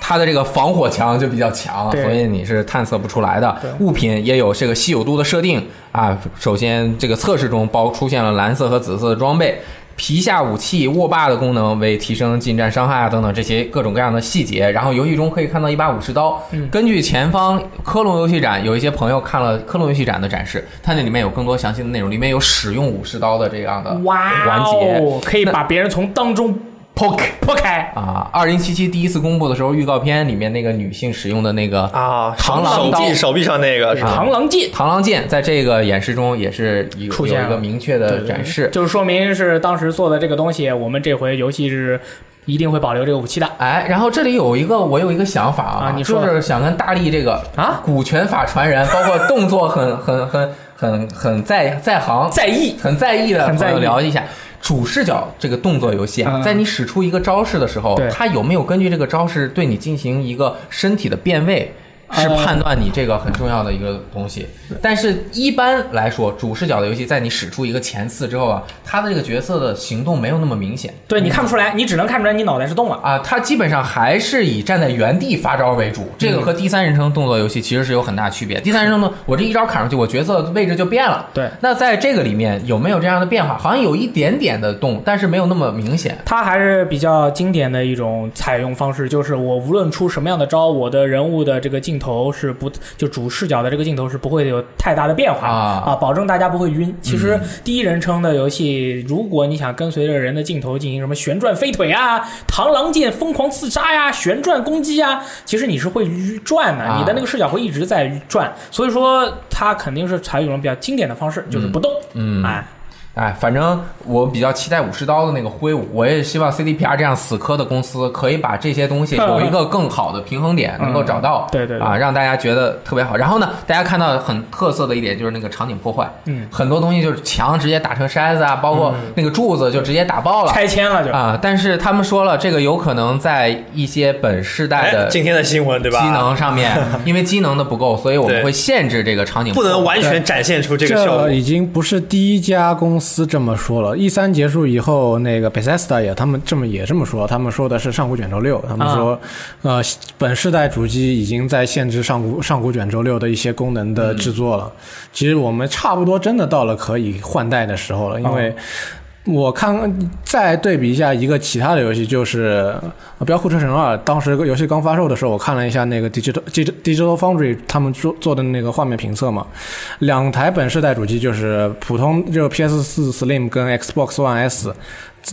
Speaker 1: 它的这个防火墙就比较强，啊
Speaker 2: 对
Speaker 1: 所以你是探测不出来的。物品也有这个稀有度的设定啊。首先，这个测试中包出现了蓝色和紫色的装备。皮下武器、握把的功能为提升近战伤害啊等等这些各种各样的细节，然后游戏中可以看到一把武士刀。
Speaker 2: 嗯
Speaker 1: 根据前方科隆游戏展，有一些朋友看了科隆游戏展的展示，它那里面有更多详细的内容，里面有使用武士刀的这样的
Speaker 2: [LAUGHS] 哇
Speaker 1: 环节。
Speaker 2: 哦，可以把别人从当中剖开剖开。
Speaker 1: 啊，二零七七第一次公布的时候，预告片里面那个女性使用的那个
Speaker 4: 啊，
Speaker 1: 螳螂
Speaker 4: 手
Speaker 1: 刀
Speaker 4: 臂手臂上那个
Speaker 1: 啊
Speaker 4: 是吧？
Speaker 2: 螳螂剑
Speaker 1: 螳螂剑，在这个演示中也是有
Speaker 2: 出
Speaker 1: 有
Speaker 2: 现了
Speaker 1: 一个明确的展示。
Speaker 2: 就是说明是当时做的这个东西，我们这回游戏是一定会保留这个武器的。
Speaker 1: 哎，然后这里有一个我有一个想法
Speaker 2: 啊你说
Speaker 1: 就是想跟大力这个
Speaker 2: 啊
Speaker 1: 股权法传人，包括动作很很很很很在在行
Speaker 2: 在意
Speaker 1: 很在意的
Speaker 2: 很在
Speaker 1: 朋
Speaker 2: 意
Speaker 1: 友聊一下。主视角这个动作游戏啊，
Speaker 2: 嗯
Speaker 1: 在你使出一个招式的时候
Speaker 2: 对，
Speaker 1: 它有没有根据这个招式对你进行一个身体的变位，是
Speaker 2: 呃
Speaker 1: 判断你这个很重要的一个东西。但是一般来说，主视角的游戏在你使出一个前刺之后啊，它的这个角色的行动没有那么明显，
Speaker 2: 对你看不出来，你只能看出来你脑袋是动了。
Speaker 1: 啊，它基本上还是以站在原地发招为主，这个和第三人称动作游戏其实是有很大区别。第三人称呢，我这一招砍上去，我角色位置就变了。
Speaker 2: 对
Speaker 1: 那在这个里面有没有这样的变化？好像有一点点的动，但是没有那么明显。
Speaker 2: 它还是比较经典的一种采用方式，就是我无论出什么样的招，我的人物的这个镜头是不就主视角的这个镜头是不会有太大的变化
Speaker 1: 啊嗯
Speaker 2: 保证大家不会晕。其实第一人称的游戏，如果你想跟随着人的镜头进行什么旋转飞腿啊、螳螂剑疯狂刺杀呀、旋转攻击啊，其实你是会晕转的、
Speaker 1: 啊
Speaker 2: 你的那个视角会一直在转，所以说它肯定是采用了比较经典的方式，就是不动。
Speaker 1: 嗯
Speaker 2: 哎，
Speaker 1: 哎，反正我比较期待武士刀的那个挥舞，我也希望 CDPR 这样死磕的公司可以把这些东西有一个更好的平衡点，能够找到，
Speaker 2: 对对对
Speaker 1: 啊，让大家觉得特别好。然后呢，大家看到很特色的一点就是那个场景破坏，
Speaker 2: 嗯，
Speaker 1: 很多东西就是墙直接打成筛子啊，包括那个柱子就直接打爆了。
Speaker 2: 拆迁了就。
Speaker 1: 啊、但是他们说了，这个有可能在一些本世代
Speaker 4: 哎
Speaker 1: 的，
Speaker 4: 今
Speaker 1: 机
Speaker 4: 天的新闻对吧？
Speaker 1: 能上面，因为机能的不够，所以我们
Speaker 4: 对
Speaker 1: 会限制这个场景
Speaker 4: 不
Speaker 1: 破
Speaker 4: 能
Speaker 1: 坏
Speaker 4: 完全展现出这
Speaker 5: 这
Speaker 4: 个效果。
Speaker 5: 已经不是第一家公司这么说了。E 三结束以后，那个 Bethesda 也他们这么也这么说，他们说的是《上古卷轴六》，他们说，
Speaker 4: 啊
Speaker 5: 呃，本世代主机已经在限制《上古上古卷轴六》的一些功能的制作了。其实我们差不多真的到了可以换代的时候了，因
Speaker 4: 哦
Speaker 5: 为。我看再对比一下一个其他的游戏，就是《标酷车神二》。当时游戏刚发售的时候，我看了一下那个 Digital Digi- Digital Foundry 他们做做的那个画面评测嘛，两台本世代主机就是普通就 PS 四 Slim 跟 Xbox One S。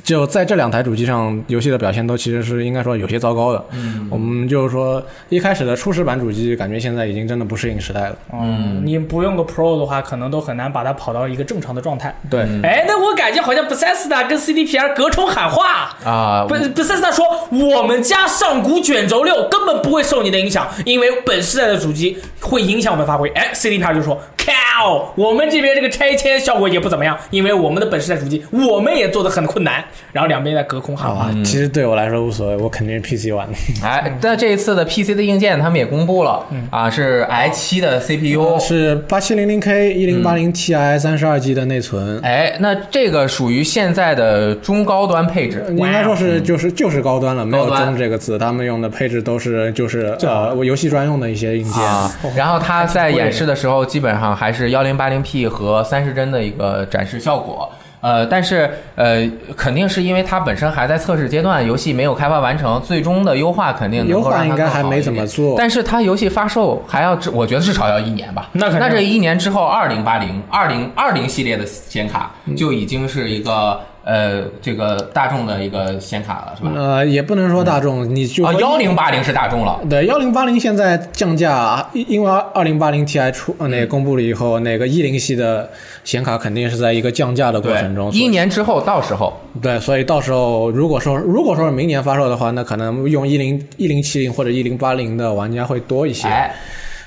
Speaker 5: 就在这两台主机上，游戏的表现都其实是应该说有些糟糕的。嗯，我们就是说一开始的初始版主机，感觉现在已经真的不适应时代了。
Speaker 2: 嗯，你不用个 Pro 的话，可能都很难把它跑到一个正常的状态。
Speaker 5: 对，
Speaker 2: 哎，那我感觉好像 Bethesda 跟 CDPR 隔空喊话。
Speaker 1: 啊，
Speaker 2: 不，Bethesda 说我们家上古卷轴六根本不会受你的影响，因为本世代的主机会影响我们发挥。哎，CDPR 就说 cow，我们这边这个拆迁效果也不怎么样，因为我们的本世代主机我们也做的很困难。然后两边在隔空喊话
Speaker 5: 啊，，其实对我来说无所谓，我肯定是 PC 玩的。
Speaker 1: 哎，但这一次的 PC 的硬件他们也公布了，啊，是 i 7的 CPU，
Speaker 5: 哦是八七零零 K 一零八零 Ti 三十二 G 的内存，
Speaker 1: 哎，那这个属于现在的中高端配置，
Speaker 5: 应该说是就是就是哦高端了，没有
Speaker 1: 高端
Speaker 5: 中这个字，他们用的配置都是就是呃我游戏专用的一些硬件。
Speaker 1: 啊，然后它在演示的时候，基本上还是幺零八零 P 和三十帧的一个展示效果。呃，但是呃，肯定是因为它本身还在测试阶段，游戏没有开发完成，最终的优化肯定能够让它
Speaker 5: 优化应该
Speaker 1: 更好
Speaker 5: 还没
Speaker 1: 一
Speaker 5: 怎么
Speaker 1: 点
Speaker 5: 做
Speaker 1: 但是它游戏发售还要至，我觉得至少要一年吧。
Speaker 2: 那肯定
Speaker 1: 那这一年之后，二零八零、二零二零系列的显卡
Speaker 2: 嗯
Speaker 1: 就已经是一个呃这个大众的一个显卡了，是
Speaker 2: 嗯
Speaker 1: 吧？
Speaker 5: 呃，也不能说大众，你就
Speaker 1: 啊，
Speaker 5: 说
Speaker 1: 幺零八零是大众了。
Speaker 5: 对幺零八零现在降价，因因为二零八零 Ti 出呃
Speaker 1: 嗯
Speaker 5: 那个公布了以后，那个一零系的显卡肯定是在一个降价的过
Speaker 1: 对
Speaker 5: 程中，，所以
Speaker 1: 一年之后，到时候
Speaker 5: 对，所以到时候如果说如果说是明年发售的话，那可能用一零一零七零或者一零八零的玩家会多一些。
Speaker 1: 哎，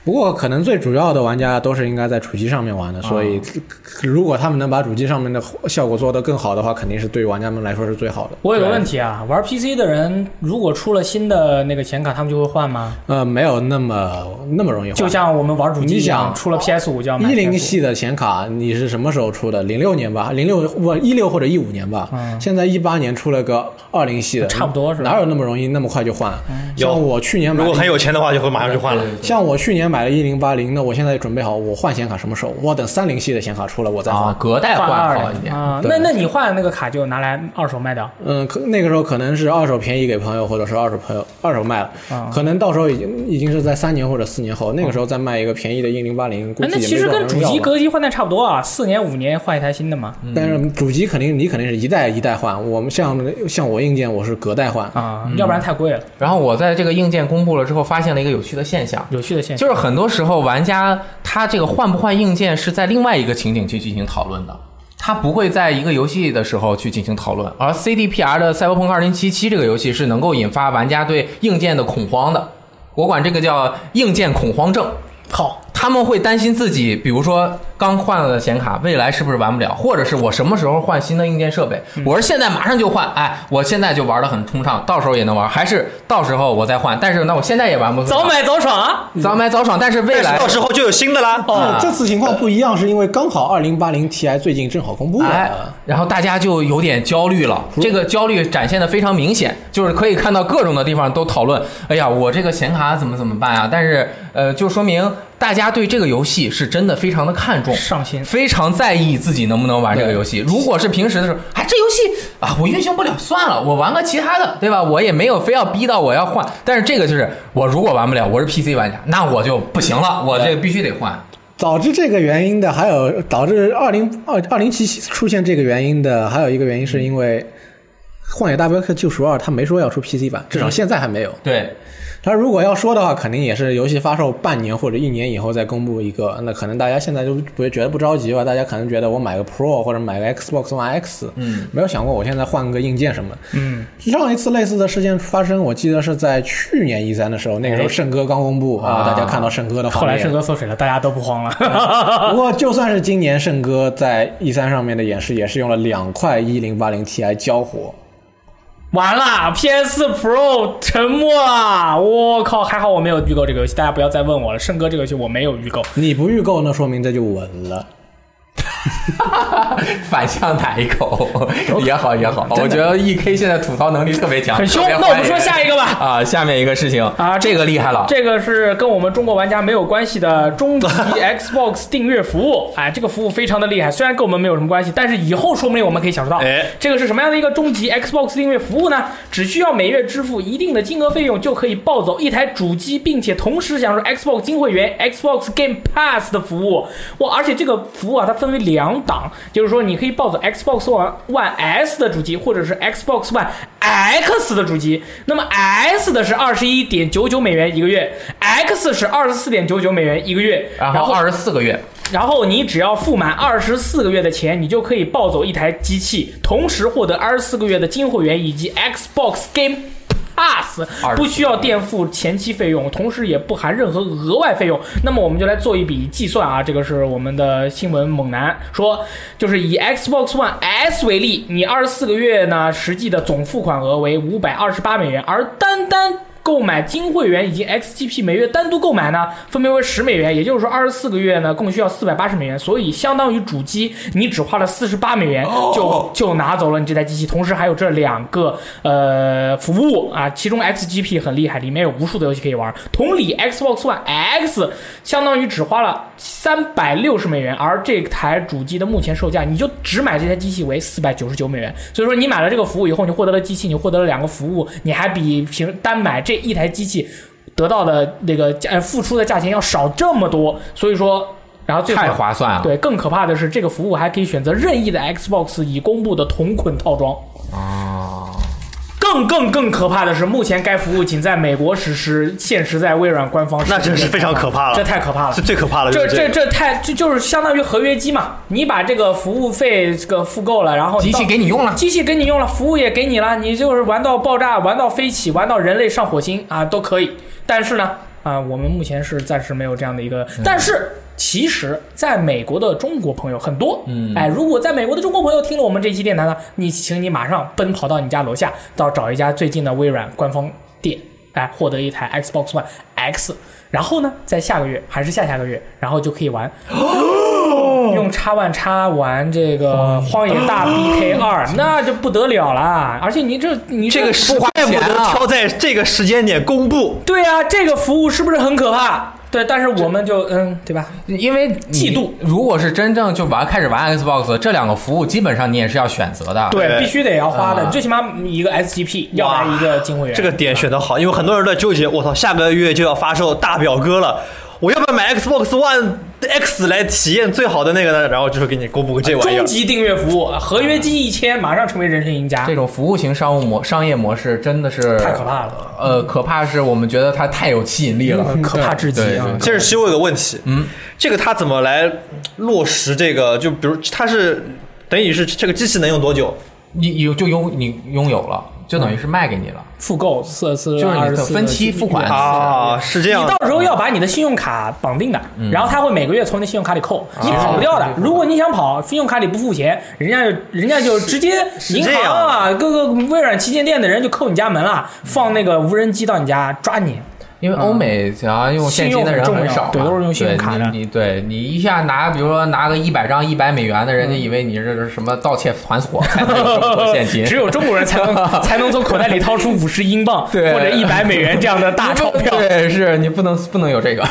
Speaker 5: 不过可能最主要的玩家都是应该在主机上面玩的，所
Speaker 1: 哦
Speaker 5: 以如果他们能把主机上面的效果做得更好的话，肯定是对玩家们来说是最好的。
Speaker 2: 我有个问题啊，玩 PC 的人如果出了新的那个显卡，他们就会换吗？
Speaker 5: 呃，没有那么那么容易换。
Speaker 2: 就像我们玩主机一
Speaker 5: 你
Speaker 2: 样，
Speaker 5: 想
Speaker 2: 出了 PS 五就要买
Speaker 5: 一零
Speaker 2: PS5
Speaker 5: 系的显卡，你是什么时候出的？零六年吧，零六不一六或者一五年吧。现在一八年出了个二零系的，
Speaker 2: 嗯差不多是吧嗯
Speaker 5: 哪有那么容易那么快就换？
Speaker 4: 有
Speaker 5: 像我去年买
Speaker 4: 如
Speaker 5: 了
Speaker 4: 果
Speaker 5: 一
Speaker 4: 很有钱的话，就会马上就换了。
Speaker 5: 像我去年买了一零八零，那我现在准备好，我换显卡什么时候？我等三零系的显卡出了，我再换。
Speaker 1: 啊，隔代
Speaker 2: 换
Speaker 1: 换
Speaker 2: 二
Speaker 1: 好一点。
Speaker 2: 啊。
Speaker 5: 对
Speaker 2: 那那你换的那个卡就拿来二手卖掉，
Speaker 5: 嗯，可那个时候可能是二手便宜给朋友，或者是二手朋友二手卖了，
Speaker 2: 啊
Speaker 5: 可能到时候已经已经是在三年或者四年后，那个时候再卖一个便宜的一零八零，估
Speaker 2: 哎
Speaker 5: 计
Speaker 2: 那
Speaker 5: 也没
Speaker 2: 其实
Speaker 5: 多少
Speaker 2: 跟
Speaker 5: 人
Speaker 2: 主
Speaker 5: 要
Speaker 2: 机
Speaker 5: 吧
Speaker 2: 隔机换代差不多啊，四年五年换一台新的嘛。
Speaker 5: 但是主机肯定你肯定是一代一代换，我们像像我硬件我是隔代换，
Speaker 2: 啊，要不然太贵了。
Speaker 1: 然后我在这个硬件公布了之后，发现了一个有趣的现象，
Speaker 2: 有趣的现
Speaker 1: 就
Speaker 2: 象
Speaker 1: 是很多时候玩家他这个换不换硬件是在另外一个情景去进行讨论的，他不会在一个游戏的时候去进行讨论。而 CDPR 的《赛博朋克2077》这个游戏是能够引发玩家对硬件的恐慌的，我管这个叫硬件恐慌症。
Speaker 2: 好，
Speaker 1: 他们会担心自己，比如说刚换了的显卡，未来是不是玩不了，或者是我什么时候换新的硬件设备？我是现在马上就换，哎，我现在就玩的很通畅，到时候也能玩，还是到时候我再换？但是那我现在也玩不通畅
Speaker 2: 早买早爽啊！
Speaker 1: 早买早爽，但是未
Speaker 4: 但是
Speaker 1: 来哎啊
Speaker 4: 到时候就有新的啦。
Speaker 5: 哦，这次情况不一样，是因为刚好二零八零 Ti 最近正好公布
Speaker 1: 哎
Speaker 4: 啊
Speaker 5: 了，，啊
Speaker 1: 然后大家就有点焦虑了。
Speaker 4: 嗯
Speaker 1: 这个焦虑展现的非常明显，就是可以看到各种的地方都讨论，哎呀，我这个显卡怎么怎么办啊？但是，呃，就说明大家对这个游戏是真的非常的看重，
Speaker 2: [LAUGHS] 上心
Speaker 1: 非常在意自己能不能玩这个游戏。如果是平时的时候，哎，这游戏啊，我运行不了，算了，我玩个其他的，对吧？我也没有非要逼到我要换。但是这个就是，我如果玩不了，我是 PC 玩家，那我就不行了，我这必须得换。
Speaker 5: 导致这个原因的还有导致二零二二零七出现这个原因的还有一个原因是因为。荒野大镖客：救赎二，他没说要出 PC 版，至少现在还没有。
Speaker 1: 对，
Speaker 5: 他如果要说的话，肯定也是游戏发售半年或者一年以后再公布一个。那可能大家现在就不会觉得不着急吧？大家可能觉得我买个 Pro 或者买个 Xbox One X，嗯，没有想过我现在换个硬件什么。嗯，上一次类似的事件发生，我记得是在去年一三的时候，那个时候圣哥刚公布啊，大家看到啊圣哥的画面。
Speaker 2: 后来圣哥缩水了，大家都不慌了。 [LAUGHS]
Speaker 5: 不过，就算是今年圣哥在 E 三上面的演示，也是用了两块一零八零 Ti 交火。
Speaker 2: 完了，PS Pro 沉默啊！我靠，还好我没有预购这个游戏，大家不要再问我了。圣哥这个游戏我没有预购，
Speaker 5: 你不预购，那说明这就稳了。
Speaker 1: [LAUGHS] 反向打一
Speaker 2: [LAUGHS]
Speaker 1: 口也好也好，我觉得 E K 现在吐槽能力特别强，
Speaker 2: 很凶。
Speaker 1: 特别
Speaker 2: 那我们说
Speaker 1: 欢迎
Speaker 2: 下一个吧。
Speaker 1: 啊，下面一个事情
Speaker 2: 啊
Speaker 1: 这个厉害了，
Speaker 2: 这个是跟我们中国玩家没有关系的终极 Xbox 订阅服务，哎，这个服务非常的厉害，虽然跟我们没有什么关系，但是以后说不定我们可以享受到。
Speaker 4: 哎
Speaker 2: 这个是什么样的一个终极 Xbox 订阅服务呢？只需要每月支付一定的金额费用，就可以抱走一台主机，并且同时享受 Xbox 金会员、Xbox Game Pass 的服务。哇，而且这个服务啊，它分为两档，就是说你可以抱走 Xbox One One S 的主机，或者是 Xbox One X 的主机。那么 S 的是二十一点九九美元一个月，X 是二十四点九九美元一个月，
Speaker 1: 然
Speaker 2: 后
Speaker 1: 后二十四个月，
Speaker 2: 然后你只要付满二十四个月的钱，你就可以抱走一台机器，同时获得二十四个月的金会员以及 Xbox Game Pass，
Speaker 1: 24
Speaker 2: 不需要垫付前期费用，同时也不含任何额外费用。那么我们就来做一笔计算啊，这个是我们的新闻猛男说，就是以 Xbox One S 为例，你二十四个月呢实际的总付款额为五百二十八美元，而单单购买金会员以及 XGP 每月单独购买呢，分别为十美元，也就是说二十四个月呢，共需要四百八十美元，所以相当于主机你只花了四十八美元就就拿走了你这台机器，同时还有这两个呃服务啊，其中 XGP 很厉害，里面有无数的游戏可以玩。同理，Xbox One X 相当于只花了三百六十美元，而这台主机的目前售价，你就只买这台机器为四百九十九美元。所以说，你买了这个服务以后，你获得了机器，你获得了两个服务，你还比平单买这一台机器得到的那个价呃付出的价钱要少这么多。所以说，然后最后
Speaker 1: 太划算
Speaker 4: 啊
Speaker 1: 了。
Speaker 2: 对，更可怕的是，这个服务还可以选择任意的 Xbox 已公布的同捆套装。
Speaker 4: 啊
Speaker 2: 更更更可怕的是，目前该服务仅在美国实施，限时在微软官方实施。
Speaker 4: 那真是非常可怕了
Speaker 2: 这太可怕了
Speaker 4: 是。啊最可怕的，就
Speaker 2: 这
Speaker 4: 是
Speaker 2: 这
Speaker 4: 个
Speaker 2: 这太这就是相当于合约机嘛，你把这个服务费这个付够了，然后
Speaker 1: 机器
Speaker 2: 到
Speaker 1: 给你用了
Speaker 2: 机器给你用了，服务也给你了，你就是玩到爆炸，玩到飞起，玩到人类上火星啊都可以。但是呢，啊、我们目前是暂时没有这样的一个，但是。其实，在美国的中国朋友很多，嗯，哎，如果在美国的中国朋友听了我们这期电台呢，你请你马上奔跑到你家楼下，到找一家最近的微软官方店，哎，获得一台 Xbox One X，然后呢，在下个月还是下下个月，然后就可以玩，
Speaker 1: 哦
Speaker 2: 用叉万叉玩这个《荒野大 BK 二》，
Speaker 1: 哦
Speaker 2: 那就不得了啦！而且你这你
Speaker 4: 这个时
Speaker 2: 服务
Speaker 4: 怪不
Speaker 1: 钱
Speaker 4: 得
Speaker 1: 啊
Speaker 4: 挑在这个时间点公布，
Speaker 2: 对啊，这个服务是不是很可怕？对，但是我们就嗯，对吧？
Speaker 1: 因为
Speaker 2: 嫉妒，
Speaker 1: 如果是真正就玩开始玩 Xbox，这两个服务基本上你也是要选择的。
Speaker 2: 对，
Speaker 4: 对
Speaker 2: 必须得要花的，
Speaker 1: 啊
Speaker 2: 最起码一个 SGP 要来一个金会员。
Speaker 4: 这个点选的好，因为很多人都在纠结，我操，下个月就要发售大表哥了。我要不要买 Xbox One X 来体验最好的那个呢？然后就是给你公布个这玩意儿
Speaker 2: 终，极订阅服务，合约金一千，马上成为人生赢家
Speaker 1: 这，种服务型商务模商业模式真的是
Speaker 2: 太可怕了，
Speaker 1: 呃，可怕是我们觉得它太有吸引力了，
Speaker 2: 可怕至极
Speaker 1: 对
Speaker 2: 啊！
Speaker 1: 对
Speaker 4: 这是其实我有个问题，嗯，这个它怎么来落实这个？就比如它是等于是这个机器能用多久？
Speaker 1: 你有就拥你拥有了，就等于是卖给你了，
Speaker 2: 复购嗯四次，
Speaker 1: 就是你的
Speaker 2: 24
Speaker 1: 分期付款
Speaker 2: 个
Speaker 4: 啊，是这样
Speaker 2: 你
Speaker 4: 的。
Speaker 2: 到时候要把你的信用卡绑定的，
Speaker 1: 嗯
Speaker 2: 然后他会每个月从你的信用卡里扣，
Speaker 1: 啊
Speaker 2: 你跑不掉的。如果你想跑，信用卡里不付钱，人家就人家就直接银
Speaker 4: 这
Speaker 2: 行啊，各个微软旗舰店的人就扣你家门了，放那个无人机到你家
Speaker 1: [LAUGHS]
Speaker 2: 抓你。
Speaker 1: 因为欧美想要用现金的人很少嘛，
Speaker 2: 嗯信用很重要对都是用信用卡的
Speaker 1: 对你你对你一下拿，比如说拿个一百张一百美元的，人家
Speaker 2: 嗯
Speaker 1: 以为你这是什么盗窃团伙，才能有这么多现金。
Speaker 2: [LAUGHS] 只有中国人才
Speaker 1: [LAUGHS]
Speaker 2: 能才能从口袋里掏出五十英镑或
Speaker 1: 对
Speaker 2: 者一百美元这样的大钞票。嗯
Speaker 1: 对，是你不能不能有这个，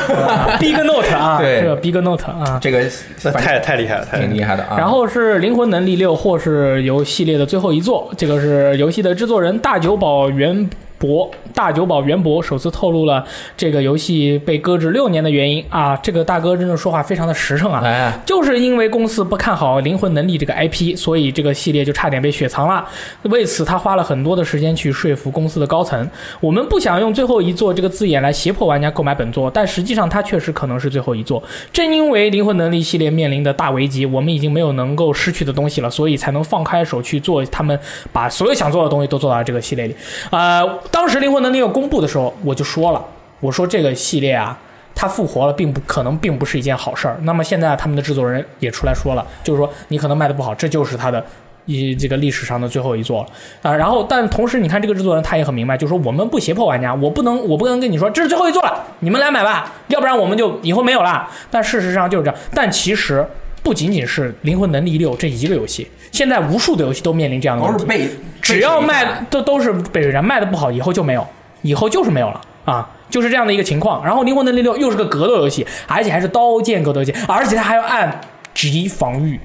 Speaker 2: Big Note 啊，
Speaker 1: 对
Speaker 2: 这个 Big Note
Speaker 1: [LAUGHS]
Speaker 2: 啊。[LAUGHS]
Speaker 1: 这个
Speaker 4: 那
Speaker 1: 反
Speaker 4: 太太厉害了，太厉害
Speaker 1: 挺
Speaker 4: 了！
Speaker 1: 厉害的啊。
Speaker 2: 然后是《灵魂能力六》，或是游系列的最后一作，这个是游戏的制作人大久保元博。大久保元博首次透露了这个游戏被搁置六年的原因啊！这个大哥真的说话非常的实诚啊，
Speaker 1: 哎，
Speaker 2: 就是因为公司不看好《灵魂能力》这个 IP，所以这个系列就差点被雪藏了。为此，他花了很多的时间去说服公司的高层。我们不想用“最后一座”这个字眼来胁迫玩家购买本作，但实际上它确实可能是最后一座。正因为《灵魂能力》系列面临的大危机，我们已经没有能够失去的东西了，所以才能放开手去做他们把所有想做的东西都做到这个系列里。呃，当时《灵魂能力》要公布的时候，我就说了，我说这个系列啊。它复活了，并不可能，并不是一件好事儿。那么现在他们的制作人也出来说了，就是说你可能卖的不好，这就是它的一这个历史上的最后一座了啊、然后，但同时你看这个制作人他也很明白，就是说我们不胁迫玩家，我不能我不能跟你说这是最后一座了，你们来买吧，要不然我们就以后没有了。但事实上就是这样，但其实。不仅仅是《灵魂能力六》这一个游戏，现在无数的游戏都面临这样的问
Speaker 1: 都
Speaker 2: 题
Speaker 1: 是。被
Speaker 2: [LAUGHS] 只要卖都都是北水站卖的不好，以后就没有，以后就是没有了啊，就是这样的一个情况。然后《灵魂能力六》又是个格斗游戏，而且还是刀剑格斗游戏，而且它还要按级防御。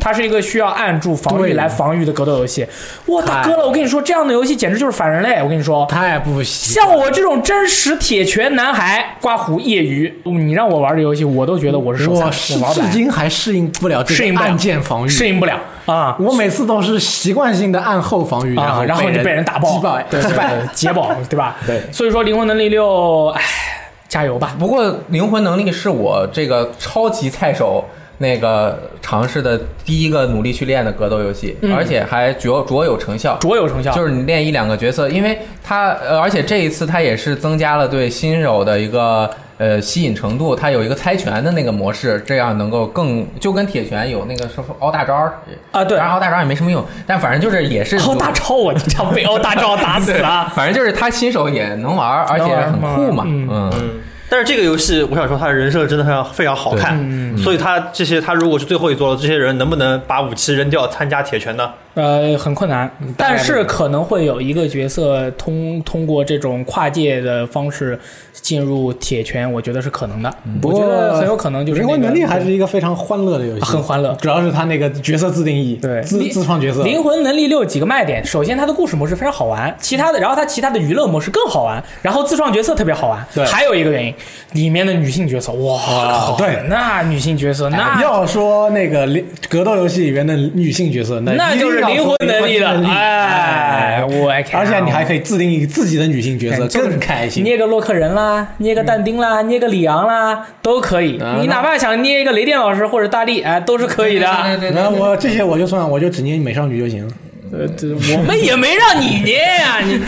Speaker 2: 它是一个需要按住防御
Speaker 5: 对
Speaker 2: 来防御的格斗游戏，哇，大哥了！我跟你说，这样的游戏简直就是反人类！我跟你说，
Speaker 5: 太不行。
Speaker 2: 像我这种真实铁拳男孩，刮胡业余，你让我玩这游戏，我都觉得我是手残，
Speaker 5: 我
Speaker 2: 我
Speaker 5: 是
Speaker 2: 玩不
Speaker 5: 至
Speaker 2: 来，
Speaker 5: 今还适应不了
Speaker 2: 适
Speaker 5: 这
Speaker 2: 应
Speaker 5: 个
Speaker 2: 不了
Speaker 5: 按键防御，
Speaker 2: 适应不了啊！
Speaker 5: 我每次都是习惯性的按后防御，
Speaker 2: 啊，然后
Speaker 5: 后
Speaker 2: 就被人打爆，
Speaker 5: 击败，
Speaker 2: 对对对，捷爆，对吧？
Speaker 5: 对
Speaker 2: 所以说灵魂能力六，哎，加油吧！
Speaker 1: [LAUGHS] 不过灵魂能力是我这个超级菜手那个尝试的第一个努力去练的格斗游戏，
Speaker 2: 嗯
Speaker 1: 而且还卓卓有成效。
Speaker 2: 卓有成效，
Speaker 1: 就是你练一两个角色，因为它，呃而且这一次它也是增加了对新手的一个呃吸引程度，它有一个猜拳的那个模式，这样能够更就跟铁拳有那个什么凹大招儿
Speaker 2: 啊对
Speaker 1: 当然凹大招儿也没什么用，但反正就是也是。
Speaker 2: 凹大招啊我经常被凹大招打死
Speaker 3: [LAUGHS]
Speaker 2: 了
Speaker 1: 反正就是他新手也能玩儿，而且很酷嘛，
Speaker 2: 能
Speaker 1: 嗯，
Speaker 4: 但是这个游戏，我想说，它的人设真的非常非常好看，嗯所以它这些，它如果是最后一座了，这些人能不能把武器扔掉参加铁拳呢？
Speaker 2: 呃，很困难，
Speaker 3: 嗯
Speaker 2: 但是可能会有一个角色通通过这种跨界的方式进入铁拳，我觉得是可能的。我觉得很有可能就是、
Speaker 3: 嗯灵
Speaker 2: 那个、
Speaker 3: 魂能力还是一个非常欢乐的游戏，
Speaker 2: 很欢乐。
Speaker 3: 主要是他那个角色自定义，
Speaker 2: 对
Speaker 3: 自自创角色，
Speaker 2: 灵魂能力六几个卖点，首先它的故事模式非常好玩，其他的，然后它其他的娱乐模式更好玩，然后自创角色特别好玩，
Speaker 3: 对啊
Speaker 2: 还有一个原因，里面的女性角色，哇靠，
Speaker 3: 对哎
Speaker 2: 那女性角色那。
Speaker 3: 要说那个灵格斗游戏里面的女性角色，那
Speaker 2: 那
Speaker 3: 一定
Speaker 2: 就是
Speaker 3: 要
Speaker 2: 灵
Speaker 3: 说
Speaker 2: 魂能力了
Speaker 3: 灵魂，能力
Speaker 2: 哎，我靠
Speaker 3: 而且你还可以制定一个自己的女性角色，
Speaker 2: 哎就是
Speaker 3: 更开心。
Speaker 2: 捏个洛克人啦，捏
Speaker 3: 嗯
Speaker 2: 个但丁啦，捏个里昂啦，都可以。你哪怕想捏一个雷电老师或者大力，哎，都是可以的。
Speaker 1: 对对对
Speaker 3: 然后我这些我就算，我就只捏美少女就行了。
Speaker 2: 呃，这我们也没让你捏呀、你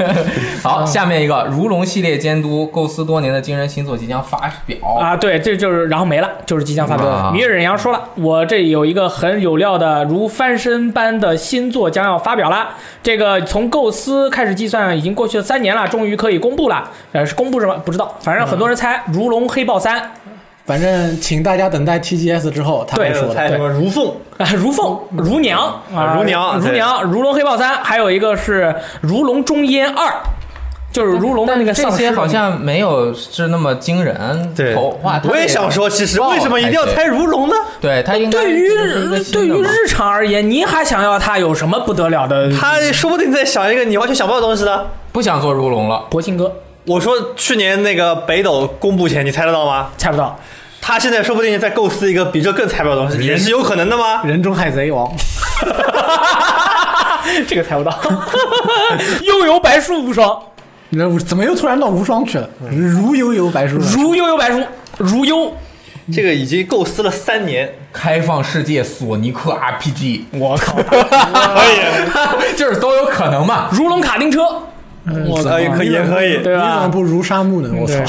Speaker 3: [LAUGHS]
Speaker 1: 好，下面一个如龙系列监督构思多年的惊人新作即将发表，
Speaker 2: 啊，对，这就是然后没了，就是即将发表。
Speaker 1: 啊
Speaker 2: 米尔忍阳说了，我这有一个很有料的如翻身般的新作将要发表了。这个从构思开始计算已经过去了三年了，终于可以公布了。呃，是公布什么不知道，反正很多
Speaker 3: 嗯
Speaker 2: 人猜《如龙黑豹三》
Speaker 3: 反正请大家等待 TGS 之后他会
Speaker 2: 对
Speaker 4: 还
Speaker 3: 说
Speaker 4: 有
Speaker 3: 的。
Speaker 4: 猜什么如凤，
Speaker 2: 啊，如凤、
Speaker 1: 嗯
Speaker 2: 如娘啊、
Speaker 4: 如娘
Speaker 2: 如
Speaker 4: 对
Speaker 2: 娘、如龙黑豹三，还有一个是《如龙中烟二》，就是如龙的那个
Speaker 1: 这
Speaker 2: 丧尸
Speaker 1: 些好像没有是那么惊人，
Speaker 4: 对
Speaker 1: 口话太
Speaker 4: 我也想说，其实为什么一定要猜如龙呢？
Speaker 1: 对他应该
Speaker 2: 对于
Speaker 1: 就是一个新
Speaker 2: 对
Speaker 1: 的
Speaker 2: 于
Speaker 1: 嘛
Speaker 2: 日常而言，你还想要它有什么不得了的？
Speaker 4: 他说不定在想一个你完全想不到的东西呢。
Speaker 1: 不想做如龙了，
Speaker 2: 博兴哥
Speaker 4: 我说去年那个北斗公布前，你猜得到吗？
Speaker 2: 猜不到， [LAUGHS]
Speaker 1: [LAUGHS]
Speaker 4: 他现在说不定在构思一个比这更猜不到的东西，也是有可能的吗？
Speaker 3: 人中海贼王，
Speaker 2: 这个
Speaker 1: [LAUGHS]
Speaker 2: 猜不到。悠游白书无双，
Speaker 3: 那我怎么又突然到无双去了？如悠悠白书了，
Speaker 2: 如悠悠白书，如悠，
Speaker 4: 这个已经构思了三年，
Speaker 1: 开放世界索尼克
Speaker 4: [LAUGHS]
Speaker 1: RPG，
Speaker 2: 我靠，
Speaker 4: 可以，
Speaker 1: 就是都有可能嘛。
Speaker 2: 如龙卡丁车，
Speaker 3: 我
Speaker 4: 可以，可啊以，也可以。
Speaker 2: 对
Speaker 3: 你怎么
Speaker 2: 吧？
Speaker 3: 不如沙漠呢？我操！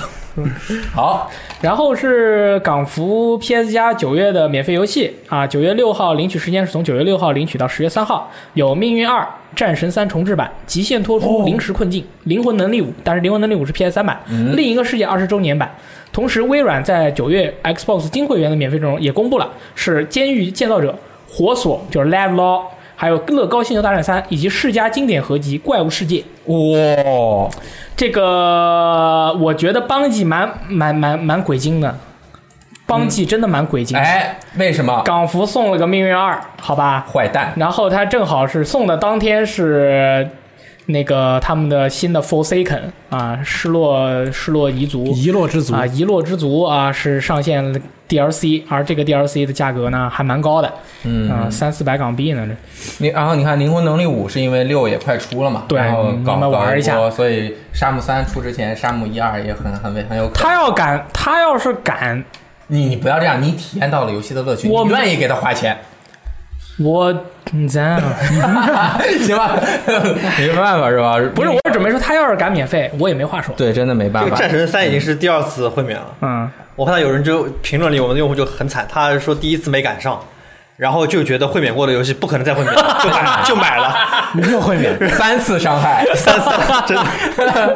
Speaker 1: 好，
Speaker 2: 然后是港服 PS 加九月的免费游戏啊，九月六号领取时间是从九月六号领取到十月三号，有《命运二》。战神三重置版、极限脱出、临时困境、灵魂能力五，但是灵魂能力五是 PS 三版，另一个世界二十周年版。同时，微软在九月 Xbox 金会员的免费阵容也公布了，是《监狱建造者》、《火索》就是 Live Law，还有《乐高星球大战三》以及世嘉经典合集《怪物世界》。
Speaker 1: 哇，
Speaker 2: 这个我觉得邦记蛮蛮蛮蛮鬼精的，邦记真的蛮鬼精的。
Speaker 1: 哎，为什么？
Speaker 2: 港服送了个命运二，好吧，
Speaker 1: 坏蛋，
Speaker 2: 然后他正好是送的当天是那个他们的新的 Forsaken 啊，失落失落遗族
Speaker 5: 遗落之族
Speaker 2: 啊，遗落之族啊是上线了 DLC，而这个 DLC 的价格呢还蛮高的，嗯啊三四百港币呢，这
Speaker 1: 你然后你看《灵魂能力五》是因为六也快出了嘛，
Speaker 2: 对
Speaker 1: 然后
Speaker 2: 你
Speaker 1: 搞
Speaker 2: 们玩
Speaker 1: 搞
Speaker 2: 一下
Speaker 1: 波所以《沙漠三》出之前，《沙漠一二》也很很很有可能。
Speaker 2: 他要敢他要是敢，
Speaker 1: 你你不要这样，你体验到了游戏的乐趣，
Speaker 2: 我
Speaker 1: 你愿意给他花钱，
Speaker 2: 我你咱。
Speaker 1: [LAUGHS] 行吧？ [LAUGHS] 没办法是吧？
Speaker 2: [LAUGHS] 不是，我是准备说他要是敢免费，我也没话说。
Speaker 1: 对，真的没
Speaker 4: 这
Speaker 1: 办
Speaker 4: 个
Speaker 1: 法。
Speaker 4: 战神三已经是第二次会面了。
Speaker 2: 嗯，
Speaker 4: 我看到有人就评论里，我们的用户就很惨，他说第一次没赶上，然后就觉得会免过的游戏不可能再会
Speaker 3: [LAUGHS]
Speaker 4: 免了，就买就买了，
Speaker 3: 你又会免？
Speaker 1: [LAUGHS] 三次伤害，
Speaker 4: 三三真的。 [LAUGHS]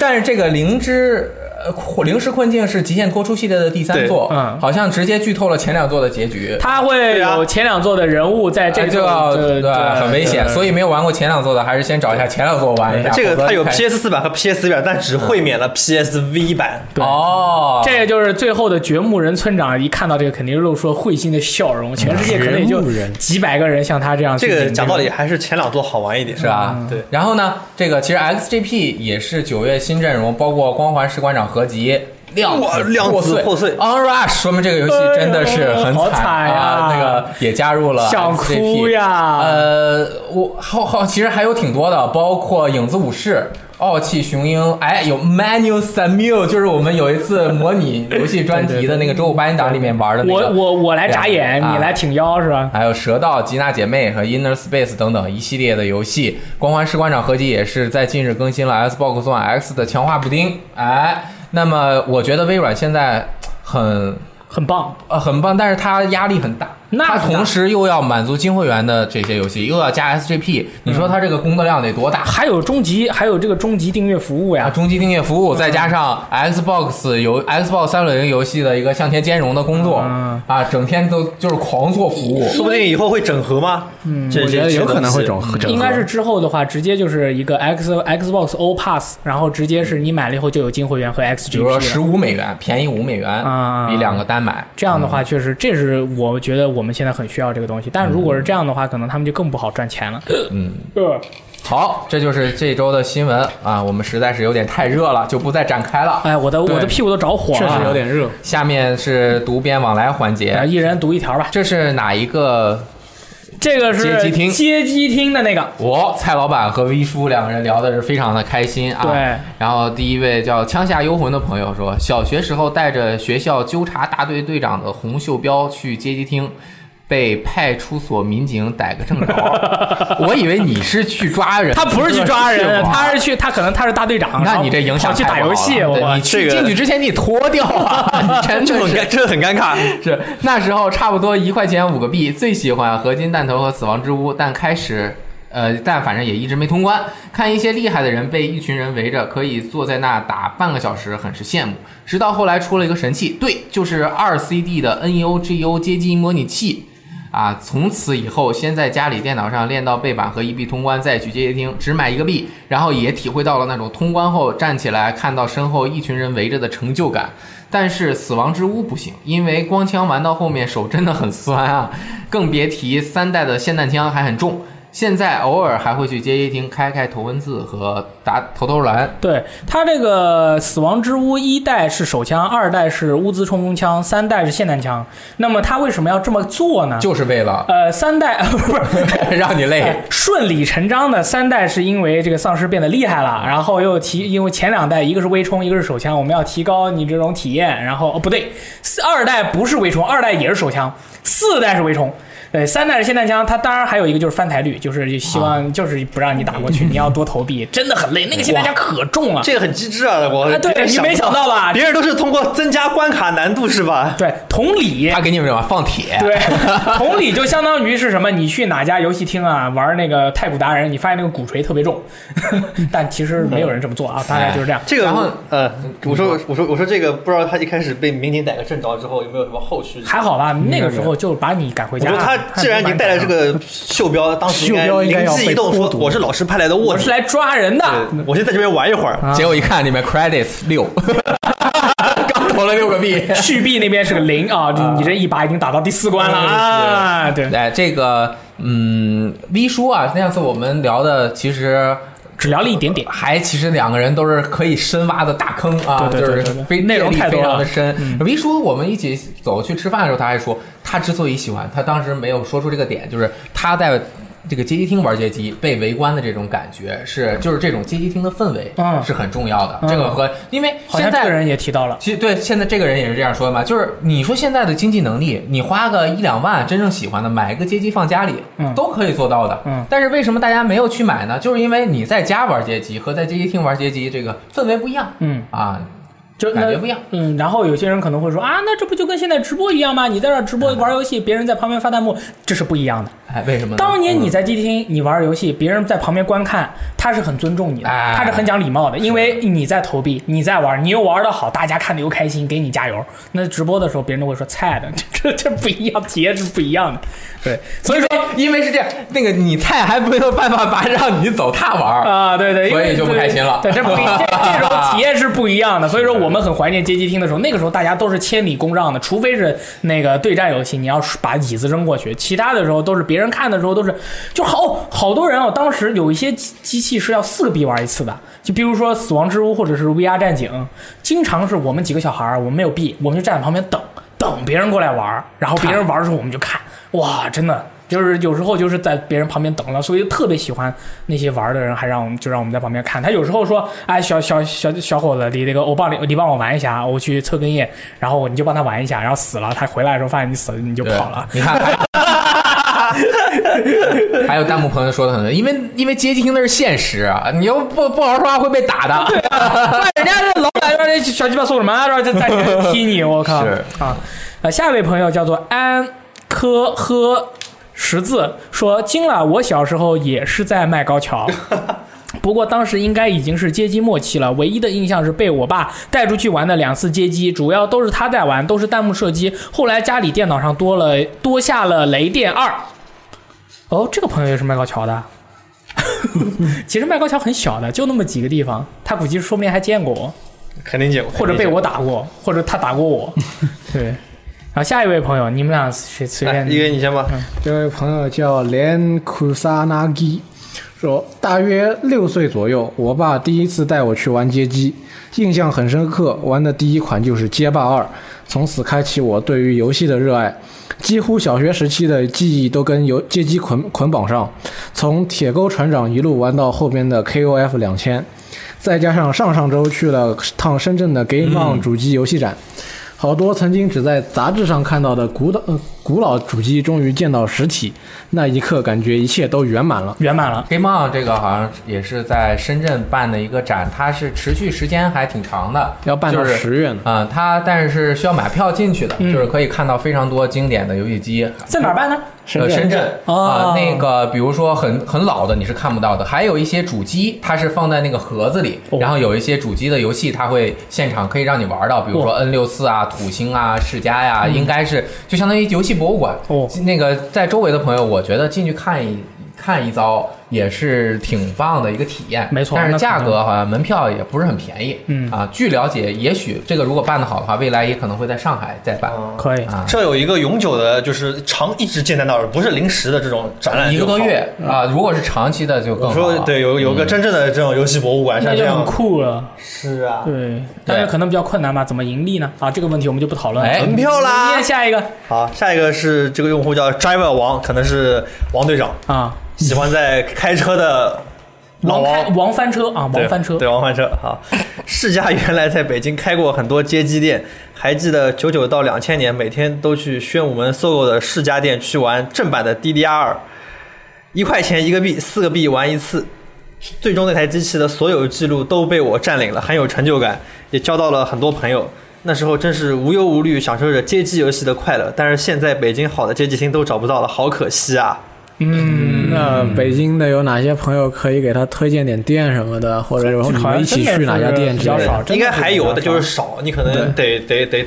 Speaker 1: 但是这个灵芝。呃，灵石困境是《极限脱出》系列的第三
Speaker 4: 对
Speaker 1: 作，
Speaker 2: 嗯
Speaker 1: 好像直接剧透了前两作的结局。
Speaker 2: 他会
Speaker 4: 对啊
Speaker 2: 有前两座的人物在这
Speaker 1: 哎这
Speaker 2: 个
Speaker 1: 就要对很危险，所
Speaker 2: 以
Speaker 1: 以没有玩过前两座的，还是先找一下前两座
Speaker 3: 哎
Speaker 1: 玩一下。
Speaker 4: 这个
Speaker 1: 否则
Speaker 4: 它有
Speaker 1: 太
Speaker 4: PS 四版和 PS 四版，但只会免了 PSV 版。
Speaker 1: 哦，
Speaker 2: 这就是最后的掘墓人村长一看到这个，肯定露出了会心的笑容。全世界可能也就
Speaker 3: 掘墓人
Speaker 2: 几百个人像他这样去
Speaker 4: 这
Speaker 2: 领。
Speaker 4: 个讲道理还是前两座好玩一点，
Speaker 1: 是？吧？
Speaker 2: 嗯
Speaker 4: 对。
Speaker 1: 然后呢，这个其实 XGP 也是九月新阵容，包括光环士官长合集。量
Speaker 4: 哇
Speaker 1: 子
Speaker 4: 量子
Speaker 1: 破
Speaker 4: 破碎
Speaker 1: On Rush 说明这个游戏真的是很
Speaker 2: 哎呦好
Speaker 1: 惨
Speaker 2: 惨呀
Speaker 1: 啊！那个也加入了
Speaker 2: 想
Speaker 1: XGP
Speaker 2: 哭呀
Speaker 1: 呃，我好好，其实还有挺多的，包括影子武士、傲气雄鹰，哎，有 Manu Samuel，就是我们有一次模拟游戏专题的那个周五八音档里面玩的那
Speaker 2: 我
Speaker 1: 个。
Speaker 2: 我我来眨眼，
Speaker 1: 啊
Speaker 2: 你来挺腰是吧？
Speaker 1: 还有《蛇道》《吉娜姐妹》和《Inner Space》等等一系列的游戏。《光环士官长》合集也是在近日更新了 Xbox One X 的强化补丁。哎，那么我觉得微软现在很
Speaker 2: 很棒，
Speaker 1: 呃很棒，但是它压力很大。
Speaker 2: 那
Speaker 1: 它
Speaker 2: 是的
Speaker 1: 同时又要满足金会员的这些游戏，又要加 SGP，你说它这个工作量得多大？
Speaker 2: 还有终极，还有这个终极订阅服务
Speaker 1: 啊，
Speaker 2: 呀。
Speaker 1: 终极订阅服务，再加上 Xbox 游 Xbox 三六零游戏的一个向前兼容的工作，
Speaker 2: 嗯
Speaker 1: 啊，整天都就是狂做服务。
Speaker 4: 说不定以后会整合吗？嗯，我
Speaker 3: 嗯我觉得有可能会整合整合。
Speaker 2: 应该是之后的话，直接就是一个 X Xbox O Pass，然后直接是你买了以后就有金会员和 XGP，
Speaker 1: 比如说
Speaker 2: 了
Speaker 1: 十五美元，便宜五美元，
Speaker 2: 啊
Speaker 1: 比两个单买。
Speaker 2: 这样的
Speaker 1: 嗯
Speaker 2: 话，确实，这是我觉得我们现在很需要这个东西。但如
Speaker 1: 嗯
Speaker 2: 果是这样的话，可能他们就更不好赚钱了。嗯，
Speaker 1: 好，这就是这周的新闻啊，我们实在是有点太热了，就不再展开了。
Speaker 2: 哎，我的我的屁股都着火了，
Speaker 5: 确实有点热。
Speaker 1: 下面是读编往来环
Speaker 2: 啊。
Speaker 1: 节，
Speaker 2: 一人读一条吧。
Speaker 1: 这是哪一个？
Speaker 2: 这个是
Speaker 1: 街机厅
Speaker 2: 街机厅的那个，
Speaker 1: 我、蔡老板和 V 叔两个人聊的是非常的开心啊。
Speaker 2: 对。
Speaker 1: 然后第一位叫枪下幽魂的朋友说，小学时候带着学校纠察大队队长的红袖标去街机厅。被派出所民警逮个正着。
Speaker 2: [LAUGHS]
Speaker 1: 我以为你是去抓人，
Speaker 2: 他不是去抓人，啊
Speaker 1: 吗
Speaker 2: 他是去他可能他是大队长，
Speaker 1: 啊那
Speaker 2: 然后
Speaker 1: 你这影响
Speaker 2: 跑去
Speaker 1: 太
Speaker 2: 打
Speaker 1: 不好
Speaker 2: 游戏，
Speaker 1: 了对
Speaker 2: 我
Speaker 1: 你
Speaker 4: 这
Speaker 1: 去
Speaker 4: 个
Speaker 1: 进去之前你脱掉
Speaker 2: [LAUGHS]
Speaker 1: 啊，你真
Speaker 4: [LAUGHS] 这
Speaker 1: 的
Speaker 4: 很
Speaker 1: 是
Speaker 4: 尴，这很尴尬。
Speaker 1: [LAUGHS] 是那时候差不多一块钱五个币，最喜欢合金弹头和死亡之屋，但开始。呃，但反正也一直没通关。看一些厉害的人被一群人围着，可以坐在那打半个小时，很是羡慕。直到后来出了一个神器，对，就是二 CD 的 E NEO GU 街机模拟器啊。从此以后，先在家里电脑上练到背板和一币通关，再去街机厅，只买一个币，然后也体会到了那种通关后站起来看到身后一群人围着的成就感。但是死亡之屋不行，因为光枪玩到后面手真的很酸啊， [LAUGHS] 更别提三代的霰弹枪还很重。现在偶尔还会去街机厅开开头文字和打头头蓝，
Speaker 2: 对他这个死亡之屋一代是手枪，二代是乌兹冲锋枪，三代是霰弹枪。那么他为什么要这么做呢？
Speaker 1: 就是为了 [LAUGHS]
Speaker 2: 呃，三代 [LAUGHS] 不是
Speaker 1: 让你累。
Speaker 2: 哎顺理成章的，三代是因为这个丧尸变得厉害了，然后又提，因为前两代一个是微冲，一个是手枪，我们要提高你这种体验。然后哦不对，四二代不是微冲，二代也是手枪，四代是微冲。对，三代是霰弹枪，它当然还有一个就是翻台率，就是希望就是不让你打过去，你要多投币，真的很累。那个霰弹枪可重了，
Speaker 4: 这个很机智啊！我
Speaker 2: 啊对
Speaker 4: 别人
Speaker 2: 你没
Speaker 4: 不
Speaker 2: 想到吧
Speaker 4: [LAUGHS] 别人都是通过增加关卡难度是吧？
Speaker 2: 对，同理
Speaker 1: 他，给你们什么放铁？ [LAUGHS]
Speaker 2: 对，同理就相当于是什么？你去哪家游戏厅啊玩那个太鼓达人，你发现那个鼓槌特别重， [LAUGHS] 但其实没有人这么做啊，大概就是这样。
Speaker 4: 这个
Speaker 1: 然后
Speaker 4: 呃，我说我说我说这个不知道他一开始被民警逮个正着之后有没有什么后续？
Speaker 2: 还好吧，那个时候就把你赶回
Speaker 4: 我
Speaker 2: 家
Speaker 4: 觉
Speaker 2: 了。
Speaker 4: 得他既然已经带了这个袖标，当时应该
Speaker 5: 袖标应该
Speaker 4: 灵
Speaker 5: 要
Speaker 4: 机一
Speaker 5: 被
Speaker 4: 动说
Speaker 5: 剥夺
Speaker 4: 我是老师派来的卧
Speaker 2: 我
Speaker 4: 底
Speaker 2: 是，啊来抓人的，
Speaker 4: 对我先在这边玩一会儿。
Speaker 1: 结果一看里面 credits 六， [LAUGHS] 刚投了六个币。
Speaker 2: 续币那边是个零啊，你你这一把已经打到第四关了啊，对，
Speaker 1: 哎，这个嗯，V 叔啊，那次我们聊的其实
Speaker 2: 只聊了一点点。
Speaker 1: 还其实两个人都是可以深挖的大坑啊，
Speaker 2: 对对对
Speaker 1: 就
Speaker 2: 对
Speaker 1: 是
Speaker 2: 对
Speaker 1: 非
Speaker 2: 内容
Speaker 1: 阅历
Speaker 2: 太多
Speaker 1: 非常的
Speaker 2: 了嗯
Speaker 1: 深。V 叔，我们一起走去吃饭的时候，他还说，他之所以喜欢，他当时没有说出这个点，就是他在。这个街机厅玩街机被围观的这种感觉是，就是这种街机厅的氛围
Speaker 2: 嗯
Speaker 1: 是很重要的。
Speaker 2: 嗯
Speaker 1: 这个和因为
Speaker 2: 好
Speaker 1: 现
Speaker 2: 像这
Speaker 1: 在
Speaker 2: 个人也提到了，
Speaker 1: 其实对，现在这个人也是这样说的嘛，就是你说现在的经济能力，你花个一两万，真正喜欢的买一个街机放家里，
Speaker 2: 嗯
Speaker 1: 都可以做到的。
Speaker 2: 嗯
Speaker 1: 但是为什么大家没有去买呢？就是因为你在家玩街机和在街机厅玩街机，这个氛围不一样
Speaker 2: 嗯，
Speaker 1: 啊，
Speaker 2: 就
Speaker 1: 感
Speaker 2: 那
Speaker 1: 觉不一样。
Speaker 2: 嗯，然后有些人可能会说啊，那这不就跟现在直播一样吗？你在这儿直播玩游戏，别人在旁边发弹幕，这是不一样的。
Speaker 1: 哎，为什么呢？
Speaker 2: 当年你在街机厅，你玩游戏，别人在旁边观看，他是很尊重你的，
Speaker 1: 哎
Speaker 2: 他是很讲礼貌的，因为你在投币，你在玩，你又玩的好，大家看的又开心，给你加油。那直播的时候，别人都会说菜的，这这这不一样， [LAUGHS] 体验是不一样的。对，所以说
Speaker 1: 嗯因为是这样，那个你菜还没有办法把让你走他玩儿，
Speaker 2: 啊，对对，因为
Speaker 1: 所以就不
Speaker 2: 对
Speaker 1: 开心了
Speaker 2: 对，
Speaker 1: [LAUGHS]
Speaker 2: 这不一这这种体验是不一样的。所以说我们很怀念街机厅的时候，那个时候大家都是千里公让的，除非是那个对战游戏，你要是把椅子扔过去，其他的时候都是别人看的时候都是就好好多人哦。当时有一些机机器是要四个币玩一次的，就比如说《死亡之屋》或者是《VR 战警》，经常是我们几个小孩儿，我们没有币，我们就站在旁边等等别人过来玩儿，然后别人玩的时候我们就看，哇，真的。就是有时候就是在别人旁边等了，所以特别喜欢那些玩的人，还让我们就让我们在旁边看。他有时候说，哎，小小小小伙子，你那个我帮你，你帮我玩一下，我去测根液，然后你就帮他玩一下，然后死了，他回来的时候发现你死了，你就
Speaker 1: 对
Speaker 2: 呃跑了。
Speaker 1: 你看。还还有弹幕朋友说的很对，因为因为街机厅那是现实啊，你又不不好好说话会被打的。
Speaker 2: 人家这老板让这小鸡巴送什么啊，然后就在你这踢你，我靠！
Speaker 1: 是
Speaker 2: 啊，呃，下一位朋友叫做安科喝识字，说惊了，我小时候也是在迈皋桥。不过当时应该已经是街机末期了，唯一的印象是被我爸带出去玩的两次街机，主要都是他在玩，都是弹幕射击。后来家里电脑上多了多下了《雷电二》。哦，这个朋友也是迈皋桥的。其实迈皋桥很小的，就那么几个地方，他估计说不定还见过我。
Speaker 4: 肯定见过，
Speaker 2: 或者被
Speaker 4: 肯定哎
Speaker 2: 我打过，或者他打过 [LAUGHS] 我。对，然后下一位朋友，你们俩谁随
Speaker 4: 见过。来，
Speaker 2: 便？嗯
Speaker 4: 一个你先吧。
Speaker 5: 这位朋友叫连库萨纳基，说大约六岁左右，我爸第一次带我去玩街机，印象很深刻。玩的第一款就是《街霸二》，从此开启我对于游戏的热爱。几乎小学时期的记忆都跟游街机捆捆绑上，从铁钩船长一路玩到后边的 KOF 两千，再加上上上周去了趟深圳的 Game On 主机游戏展，好多曾经只在杂志上看到的古老、呃古老主机终于见到实体，那一刻感觉一切都圆满了。
Speaker 2: 圆满了。
Speaker 1: 黑梦这个好像也是在深圳办的一个展，它是持续时间还挺长的，
Speaker 5: 要办到
Speaker 1: 就是
Speaker 5: 十月呢，嗯
Speaker 1: 啊、它但是需要买票进去的，就是可以看到非常多经典的游戏机。
Speaker 2: 在哪儿办呢？
Speaker 3: 深
Speaker 1: 呃，
Speaker 3: 圳
Speaker 1: 深圳啊、
Speaker 2: 哦
Speaker 1: 那个比如说很很老的你是看不到的，还有一些主机它是放在那个盒子里，
Speaker 2: 哦
Speaker 1: 然后有一些主机的游戏它会现场可以让你玩到，比
Speaker 2: 哦
Speaker 1: 如说 N 六四啊、土星啊、世嘉呀、应该是就相当于游戏博物馆。
Speaker 2: 嗯哦
Speaker 1: 那个在周围的朋友，我觉得进去看一看一遭也是挺棒的一个体验，
Speaker 2: 没错
Speaker 1: 但
Speaker 2: 那
Speaker 1: 是
Speaker 2: 肯定
Speaker 1: 价格好像门票也不是很便宜，
Speaker 2: 嗯
Speaker 1: 啊，据了解，也许这个如果办得好的话，未来也可能会在上海再办。
Speaker 2: 可以，
Speaker 1: 啊，
Speaker 4: 这有一个永久的，就是长一直建在那儿，不是临时的这种展览。
Speaker 1: 一个多，月啊，如果是长期的就更
Speaker 4: 嗯我
Speaker 1: 好
Speaker 4: 说
Speaker 1: 了。嗯
Speaker 4: 对，有有个真正的这种游戏博物馆，
Speaker 2: 嗯那
Speaker 4: 像
Speaker 2: 就
Speaker 4: 这
Speaker 2: 很
Speaker 4: 样
Speaker 2: 酷了。
Speaker 4: 是啊，
Speaker 2: 对，但是可能比较困难吧？怎么盈利呢？啊，这个问题我们就不讨论了。
Speaker 1: 哎
Speaker 4: 门票啦
Speaker 2: 念。下一个
Speaker 4: 好，下一个是这个用户叫 Driver 王，可能是王队长，
Speaker 2: 啊，
Speaker 4: 喜欢在开车的老
Speaker 2: 王
Speaker 4: 王
Speaker 2: 开王翻车啊，
Speaker 4: 对
Speaker 2: 王翻车
Speaker 4: 对，王翻车。好，世嘉原来在北京开过很多街机店，还记得九九到两千年，每天都去宣武门、搜狗的世嘉店去玩正版的 DDR 二，一块钱一个币，四个币玩一次。最终那台机器的所有记录都被我占领了，很有成就感，也交到了很多朋友。那时候真是无忧无虑，享受着街机游戏的快乐。但是现在北京好的街机厅都找不到了，好可惜啊！
Speaker 2: 嗯，
Speaker 5: 那北京的有哪些朋友可以给他推荐点店什么的，或者我
Speaker 2: 好
Speaker 5: 们
Speaker 2: 像
Speaker 5: 一起
Speaker 2: 真的
Speaker 5: 去哪家
Speaker 2: 是
Speaker 5: 店
Speaker 2: 比
Speaker 5: 之
Speaker 2: 较
Speaker 5: 类的
Speaker 2: 少？
Speaker 4: 应该还有，但就是
Speaker 2: 是。
Speaker 4: 少，你可能得得得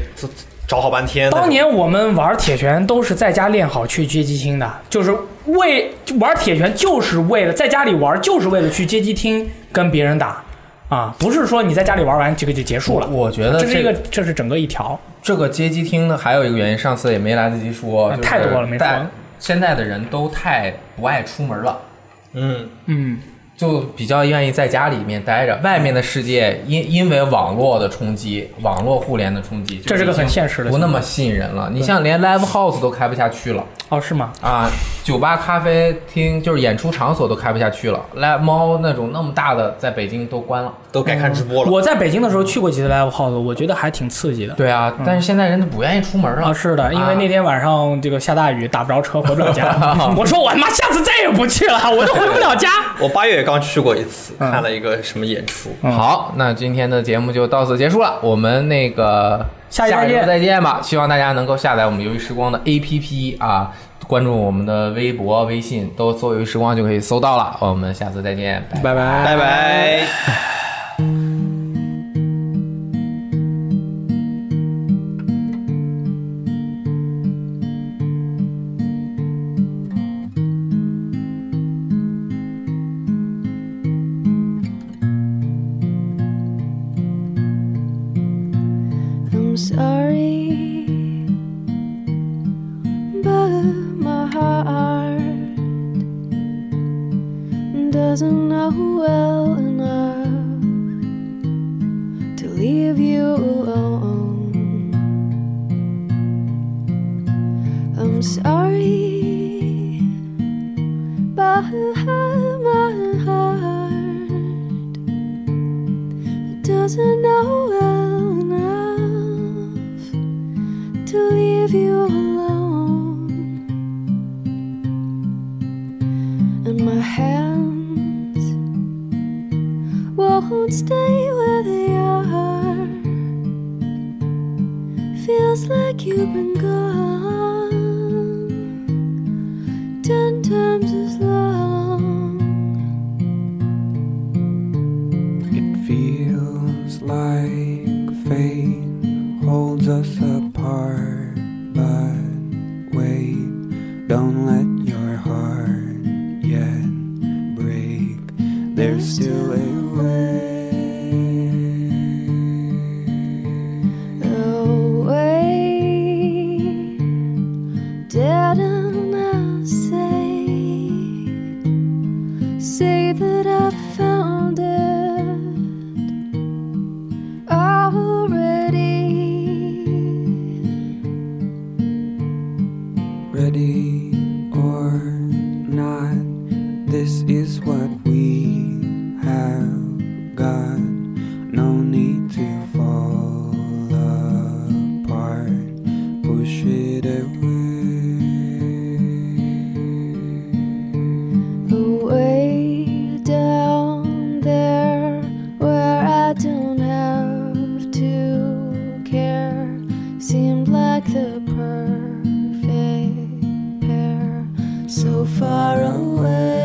Speaker 4: 找好半天。
Speaker 2: 当年我们玩铁拳都是在家练好去街机厅的，就是为就玩铁拳就是为了在家里玩，就是为了去街机厅跟别人打啊，不是说你在家里玩完这个就结束了。
Speaker 1: 我觉得
Speaker 2: 呃这是
Speaker 1: 这
Speaker 2: 一个，这是整个一条。
Speaker 1: 这个街机厅呢，还有一个原因，上次也没来得及说
Speaker 2: 啊，
Speaker 1: 就是
Speaker 2: 太多了没说
Speaker 1: 但现在的人都太不爱出门了。
Speaker 4: 嗯，
Speaker 2: 嗯，
Speaker 1: 就比较愿意在家里面待着，外面的世界因因为网络的冲击，网络互联的冲击，
Speaker 2: 这是个很现实的
Speaker 1: 不那么吸引人了。你像连 live house 都开不下去了
Speaker 2: 哦，是吗？
Speaker 1: 啊，酒吧、咖啡厅就是演出场所都开不下去了，来猫那种那么大的在北京都关了。
Speaker 4: 都改看直播了。
Speaker 2: 我在北京的时候去过几次 live house，我觉得还挺刺激的。
Speaker 1: 对啊，但是现在人都不愿意出门了。
Speaker 2: 啊，啊是的，因
Speaker 1: 啊
Speaker 2: 为那天晚上这个下大雨，打不着车回不了家。 [LAUGHS] 我说我他妈下次再也不去了，我都回不了家。
Speaker 4: 我八月也刚去过一次，看了一个什么演出。
Speaker 1: 好，那今天的节目就到此结束了。我们那个
Speaker 2: 下一
Speaker 1: 一
Speaker 2: 周再见
Speaker 1: 周再见吧。希望大家能够下载我们“鱿鱼时光”的 APP 啊，关注我们的微博、微信，都搜“鱿鱼时光”就可以搜到了。我们下次再见，拜拜。
Speaker 4: 拜
Speaker 5: 拜拜。
Speaker 4: 拜。
Speaker 9: I'm sorry, but my heart doesn't know well enough to leave you alone. I'm sorry, but my heart doesn't know well enough to leave you alone. And my hands won't stay where they are. Feels like you've been gone ten times as long.
Speaker 10: It feels like fate holds us apart, but wait, don't let your heart yet break. There's still a way.
Speaker 9: away. Didn't I say, say that I found it already?
Speaker 10: Ready or
Speaker 9: seemed like the perfect pair so far away.